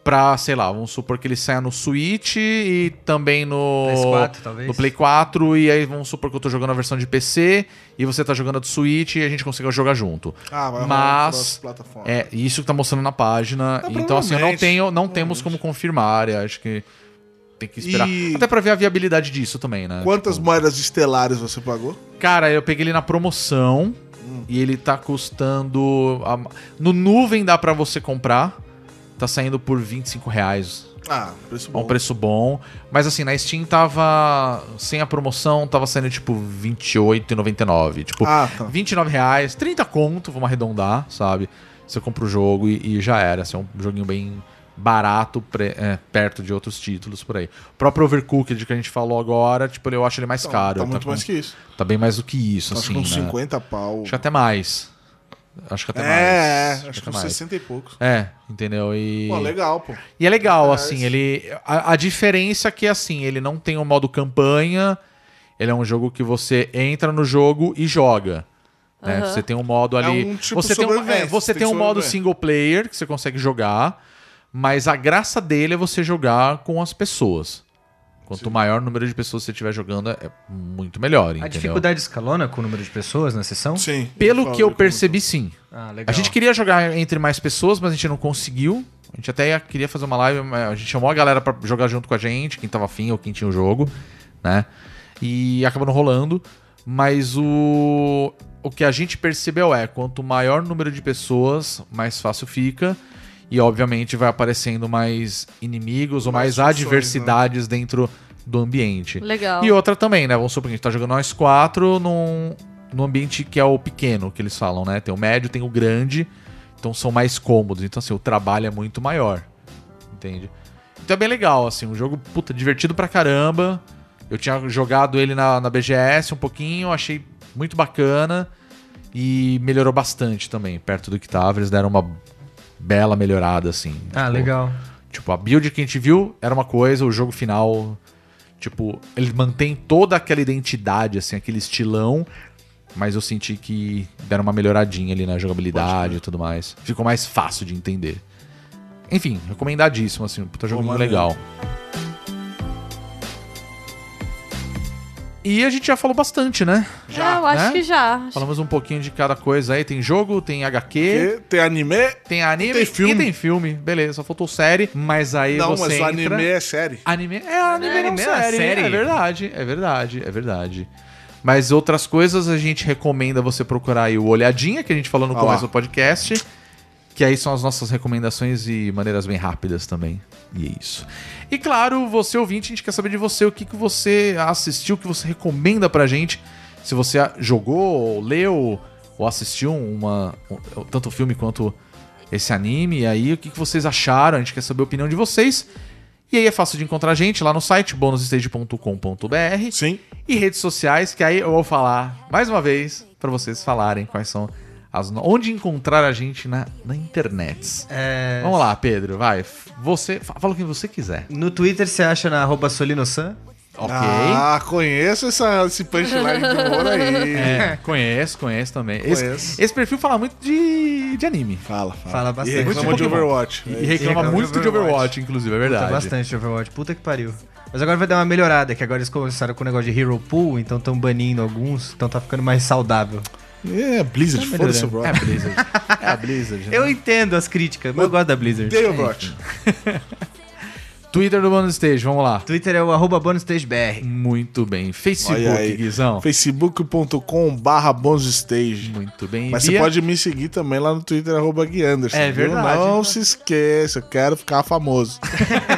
[SPEAKER 5] pra, sei lá, vamos supor que ele saia no Switch e também no
[SPEAKER 4] PS4, talvez.
[SPEAKER 5] no Play 4 e aí vamos supor que eu tô jogando a versão de PC e você tá jogando a do Switch e a gente consegue jogar junto.
[SPEAKER 6] Ah, vai rolar
[SPEAKER 5] Mas
[SPEAKER 6] plataforma.
[SPEAKER 5] é isso que tá mostrando na página.
[SPEAKER 6] Ah,
[SPEAKER 5] então assim, eu não
[SPEAKER 6] provavelmente, né,
[SPEAKER 5] tenho, não temos
[SPEAKER 6] provavelmente.
[SPEAKER 5] como confirmar, eu acho que tem que esperar.
[SPEAKER 6] E-
[SPEAKER 5] Até pra ver a viabilidade disso também, né?
[SPEAKER 6] Quantas
[SPEAKER 5] Tipo,
[SPEAKER 6] moedas estelares você pagou?
[SPEAKER 5] Cara, eu peguei ele na promoção e ele tá custando. a- No nuvem dá pra você comprar. Tá saindo por 25 reais.
[SPEAKER 6] Ah, preço
[SPEAKER 5] É
[SPEAKER 6] bom.
[SPEAKER 5] um preço bom. Mas assim, na Steam tava. Sem a promoção, tava saindo tipo R$28,99. Tipo,
[SPEAKER 6] Ah, tá.
[SPEAKER 5] 29 reais, 30 conto, vamos arredondar, sabe? Você compra o jogo e, e já era. Assim, é um joguinho bem barato, pre- é, perto de outros títulos por aí. O próprio Overcooked que a gente falou agora, tipo, eu acho ele mais caro.
[SPEAKER 6] Tá muito
[SPEAKER 5] com-
[SPEAKER 6] mais que isso.
[SPEAKER 5] Tá bem mais do que isso,
[SPEAKER 6] acho
[SPEAKER 5] assim.
[SPEAKER 6] que uns
[SPEAKER 5] né?
[SPEAKER 6] 50 pau.
[SPEAKER 5] Acho que até mais. Acho que até mais.
[SPEAKER 6] é, é, acho
[SPEAKER 5] até
[SPEAKER 6] que uns
[SPEAKER 5] mais.
[SPEAKER 6] 60 e poucos.
[SPEAKER 5] É, entendeu? E,
[SPEAKER 6] Pô, legal, pô.
[SPEAKER 5] e é legal,
[SPEAKER 6] É,
[SPEAKER 5] assim,
[SPEAKER 6] isso.
[SPEAKER 5] ele. A, a diferença é que, assim, ele não tem o modo campanha. Ele é um jogo que você entra no jogo e joga. né?
[SPEAKER 7] Aham.
[SPEAKER 5] Você tem um modo ali.
[SPEAKER 6] um tipo
[SPEAKER 5] você tem um,
[SPEAKER 6] sobrevivência,
[SPEAKER 5] é, você
[SPEAKER 6] tem
[SPEAKER 5] tem
[SPEAKER 6] que
[SPEAKER 5] um modo
[SPEAKER 6] sobreviver.
[SPEAKER 5] single player que você consegue jogar, mas a graça dele é você jogar com as pessoas. Quanto maior o número de pessoas você estiver jogando, é muito melhor.
[SPEAKER 4] A
[SPEAKER 5] entendeu?
[SPEAKER 4] dificuldade escalona com o número de pessoas na sessão?
[SPEAKER 6] Sim. ele
[SPEAKER 5] Pelo
[SPEAKER 6] fala
[SPEAKER 5] que eu
[SPEAKER 6] como-
[SPEAKER 5] percebi, sim.
[SPEAKER 4] Ah, legal.
[SPEAKER 5] A gente queria jogar entre mais pessoas, mas a gente não conseguiu. A gente até ia- queria fazer uma live, mas a gente chamou a galera pra jogar junto com a gente, quem tava afim ou quem tinha o jogo, né? E acabou não rolando. Mas o, o que a gente percebeu é, quanto maior número de pessoas, mais fácil fica. E obviamente vai aparecendo mais inimigos ou mais
[SPEAKER 6] Mais opções,
[SPEAKER 5] adversidades dentro do ambiente.
[SPEAKER 7] Legal.
[SPEAKER 5] E outra também, né? Vamos supor que a gente tá jogando nós quatro num, num ambiente que é o pequeno, que eles falam, né? Tem o médio, tem o grande, então são mais cômodos. Então, assim, o trabalho é muito maior, entende? Então é bem legal, assim, um jogo, puta, divertido pra caramba. Eu tinha jogado ele na, na BGS um pouquinho, achei muito bacana e melhorou bastante também, perto do que tava. Eles deram uma bela melhorada, assim.
[SPEAKER 4] Ah,
[SPEAKER 5] Tipo,
[SPEAKER 4] legal.
[SPEAKER 5] Tipo, a build que a gente viu era uma coisa, o jogo final. Tipo, ele mantém toda aquela identidade, assim, aquele estilão. Mas eu senti que deram uma melhoradinha ali na jogabilidade e tudo mais. Ficou mais fácil de entender. Enfim, recomendadíssimo, assim, um puta joguinho
[SPEAKER 6] maneiro.
[SPEAKER 5] legal. E a gente já falou bastante, né?
[SPEAKER 7] é, eu acho
[SPEAKER 5] né?
[SPEAKER 7] que já.
[SPEAKER 5] Falamos um pouquinho de cada coisa aí. Tem jogo, tem HQ.
[SPEAKER 6] Que Tem anime?
[SPEAKER 5] Tem anime
[SPEAKER 6] Tem filme.
[SPEAKER 5] e tem filme. Beleza, só faltou série, mas aí
[SPEAKER 6] não,
[SPEAKER 5] você
[SPEAKER 6] mas o
[SPEAKER 5] entra...
[SPEAKER 6] anime é série.
[SPEAKER 5] Anime é anime,
[SPEAKER 4] É,
[SPEAKER 5] não
[SPEAKER 4] anime é uma
[SPEAKER 5] série.
[SPEAKER 4] série.
[SPEAKER 5] É verdade, é verdade, é verdade. Mas outras coisas a gente recomenda você procurar aí o Olhadinha, que a gente falou no
[SPEAKER 6] Ah
[SPEAKER 5] começo
[SPEAKER 6] lá.
[SPEAKER 5] do podcast. Que aí são as nossas recomendações e maneiras bem rápidas também. E é isso. E claro, você ouvinte, a gente quer saber de você o que, que você assistiu, o que você recomenda pra gente. Se você a- jogou, ou leu, ou assistiu uma, um- tanto o filme quanto esse anime. E aí, o que, que vocês acharam? A gente quer saber a opinião de vocês. E aí é fácil de encontrar a gente lá no site bonusstage.com.br
[SPEAKER 6] Sim.
[SPEAKER 5] e redes sociais, que aí eu vou falar mais uma vez pra vocês falarem quais são as no- onde encontrar a gente na, na internet.
[SPEAKER 4] É,
[SPEAKER 5] Vamos lá, Pedro, vai. F- Você fa- fala o que você quiser.
[SPEAKER 4] No Twitter você acha na arroba Solinosan.
[SPEAKER 5] OK.
[SPEAKER 6] Ah, conheço essa, esse punchline do Moro aí.
[SPEAKER 5] É, conheço, conheço também. Esse- Esse,
[SPEAKER 6] Conheço.
[SPEAKER 5] perfil fala muito de, de anime.
[SPEAKER 6] Fala,
[SPEAKER 5] Ah,
[SPEAKER 6] fala.
[SPEAKER 4] Fala bastante. Tipo,
[SPEAKER 6] E reclama
[SPEAKER 5] Muito
[SPEAKER 6] de
[SPEAKER 5] Pokémon.
[SPEAKER 6] Overwatch.
[SPEAKER 5] um E
[SPEAKER 6] É.
[SPEAKER 5] reclama
[SPEAKER 4] reclama
[SPEAKER 5] muito
[SPEAKER 4] de
[SPEAKER 5] de Overwatch,
[SPEAKER 4] Overwatch,
[SPEAKER 5] inclusive, é
[SPEAKER 4] Puta,
[SPEAKER 5] verdade.
[SPEAKER 4] bastante Overwatch. Puta que pariu. Mas agora vai dar uma melhorada, que agora eles começaram com o negócio de Hero Pool, então estão banindo alguns, então tá ficando mais saudável.
[SPEAKER 6] É, Blizzard, foda-se
[SPEAKER 5] É
[SPEAKER 6] o
[SPEAKER 5] a
[SPEAKER 6] Overwatch.
[SPEAKER 5] Blizzard. É a Blizzard. né?
[SPEAKER 4] Eu entendo as críticas, mas eu gosto da Blizzard.
[SPEAKER 6] Tem Overwatch.
[SPEAKER 5] Twitter do Bonus Stage, vamos lá.
[SPEAKER 4] Twitter é o arroba bonusstagebr.
[SPEAKER 5] Muito bem.
[SPEAKER 6] Olha
[SPEAKER 5] Facebook,
[SPEAKER 6] aí.
[SPEAKER 5] Guizão.
[SPEAKER 6] facebook.com barra bonzstage.
[SPEAKER 5] Muito bem.
[SPEAKER 6] Mas
[SPEAKER 5] Bia?
[SPEAKER 6] você pode me seguir também lá no Twitter, arroba Gui Anderson.
[SPEAKER 5] É
[SPEAKER 6] viu?
[SPEAKER 5] verdade,
[SPEAKER 6] Não
[SPEAKER 5] né?
[SPEAKER 6] se esqueça, eu quero ficar famoso.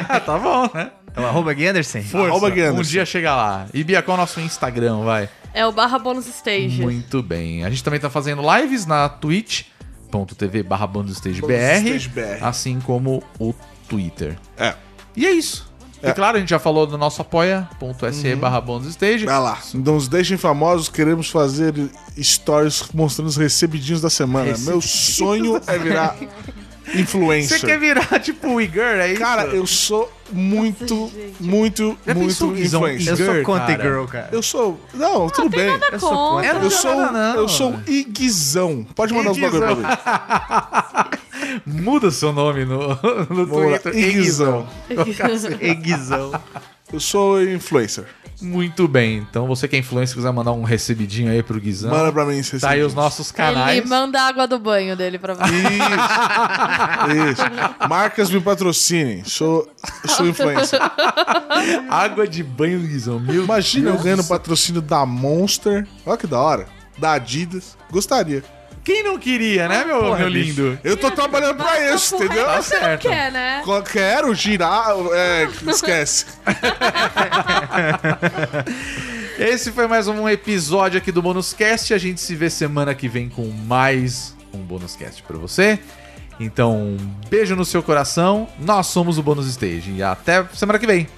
[SPEAKER 5] Ah, tá bom, né?
[SPEAKER 4] É o arroba Gui Anderson.
[SPEAKER 6] Arroba Gui
[SPEAKER 5] Um
[SPEAKER 6] Anderson.
[SPEAKER 5] dia chega lá. E Bia, qual é o nosso Instagram, vai?
[SPEAKER 7] É o barra bônus stage.
[SPEAKER 5] Muito bem. A gente também tá fazendo lives na twitch.tv barra
[SPEAKER 6] BonusStageBR.
[SPEAKER 5] assim como o Twitter.
[SPEAKER 6] É.
[SPEAKER 5] E é isso. E
[SPEAKER 6] É. Uhum.
[SPEAKER 5] claro, a gente já falou do nosso apoia.se barra bonusstage.
[SPEAKER 6] Vai lá. Não nos deixem famosos, queremos fazer stories mostrando os recebidinhos da semana. Meu sonho é virar influencer.
[SPEAKER 5] Você quer virar tipo o Igor, é isso?
[SPEAKER 6] Cara, eu sou muito, muito,
[SPEAKER 5] Já pensou
[SPEAKER 6] muito
[SPEAKER 5] em Zon-
[SPEAKER 6] influência.
[SPEAKER 4] Eu sou
[SPEAKER 5] Girl,
[SPEAKER 4] contra
[SPEAKER 5] cara.
[SPEAKER 4] girl, cara.
[SPEAKER 6] Eu sou. Não, tudo bem.
[SPEAKER 4] Eu sou
[SPEAKER 7] Conta.
[SPEAKER 4] contra.
[SPEAKER 6] Eu sou,
[SPEAKER 5] Não, não, não.
[SPEAKER 6] eu sou um iguizão. Pode mandar os bagulho pra mim.
[SPEAKER 5] Muda seu nome no, no
[SPEAKER 6] Vamos lá.
[SPEAKER 5] Twitter. É
[SPEAKER 6] Iguizão.
[SPEAKER 4] Eguizão.
[SPEAKER 6] Eu sou influencer.
[SPEAKER 5] Muito bem. Então você que é influencer, quiser mandar um recebidinho aí pro Guizão.
[SPEAKER 6] Manda pra mim se
[SPEAKER 5] tá aí os nossos canais.
[SPEAKER 7] Ele manda a água do banho dele pra você.
[SPEAKER 6] Isso. Isso. Marcas me patrocinem. Sou, sou influencer.
[SPEAKER 5] Água de banho do Guizão. Meu
[SPEAKER 6] Imagina eu
[SPEAKER 5] Deus
[SPEAKER 6] ganhando
[SPEAKER 5] do céu.
[SPEAKER 6] patrocínio da Monster. Olha que da hora. Da Adidas. Gostaria.
[SPEAKER 5] Quem não queria, né, meu, meu lindo?
[SPEAKER 6] Eu tô trabalhando pra isso, entendeu?
[SPEAKER 7] Mas você não
[SPEAKER 5] certo.
[SPEAKER 7] quer, né?
[SPEAKER 6] Quero girar. É, esquece.
[SPEAKER 5] Esse foi mais um episódio aqui do Bonuscast. A gente se vê semana que vem com mais um Bonuscast pra você. Então, um beijo no seu coração. Nós somos o Bônus Stage. E até semana que vem.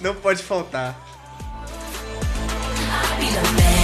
[SPEAKER 4] Não pode faltar.
[SPEAKER 8] I'll be the man.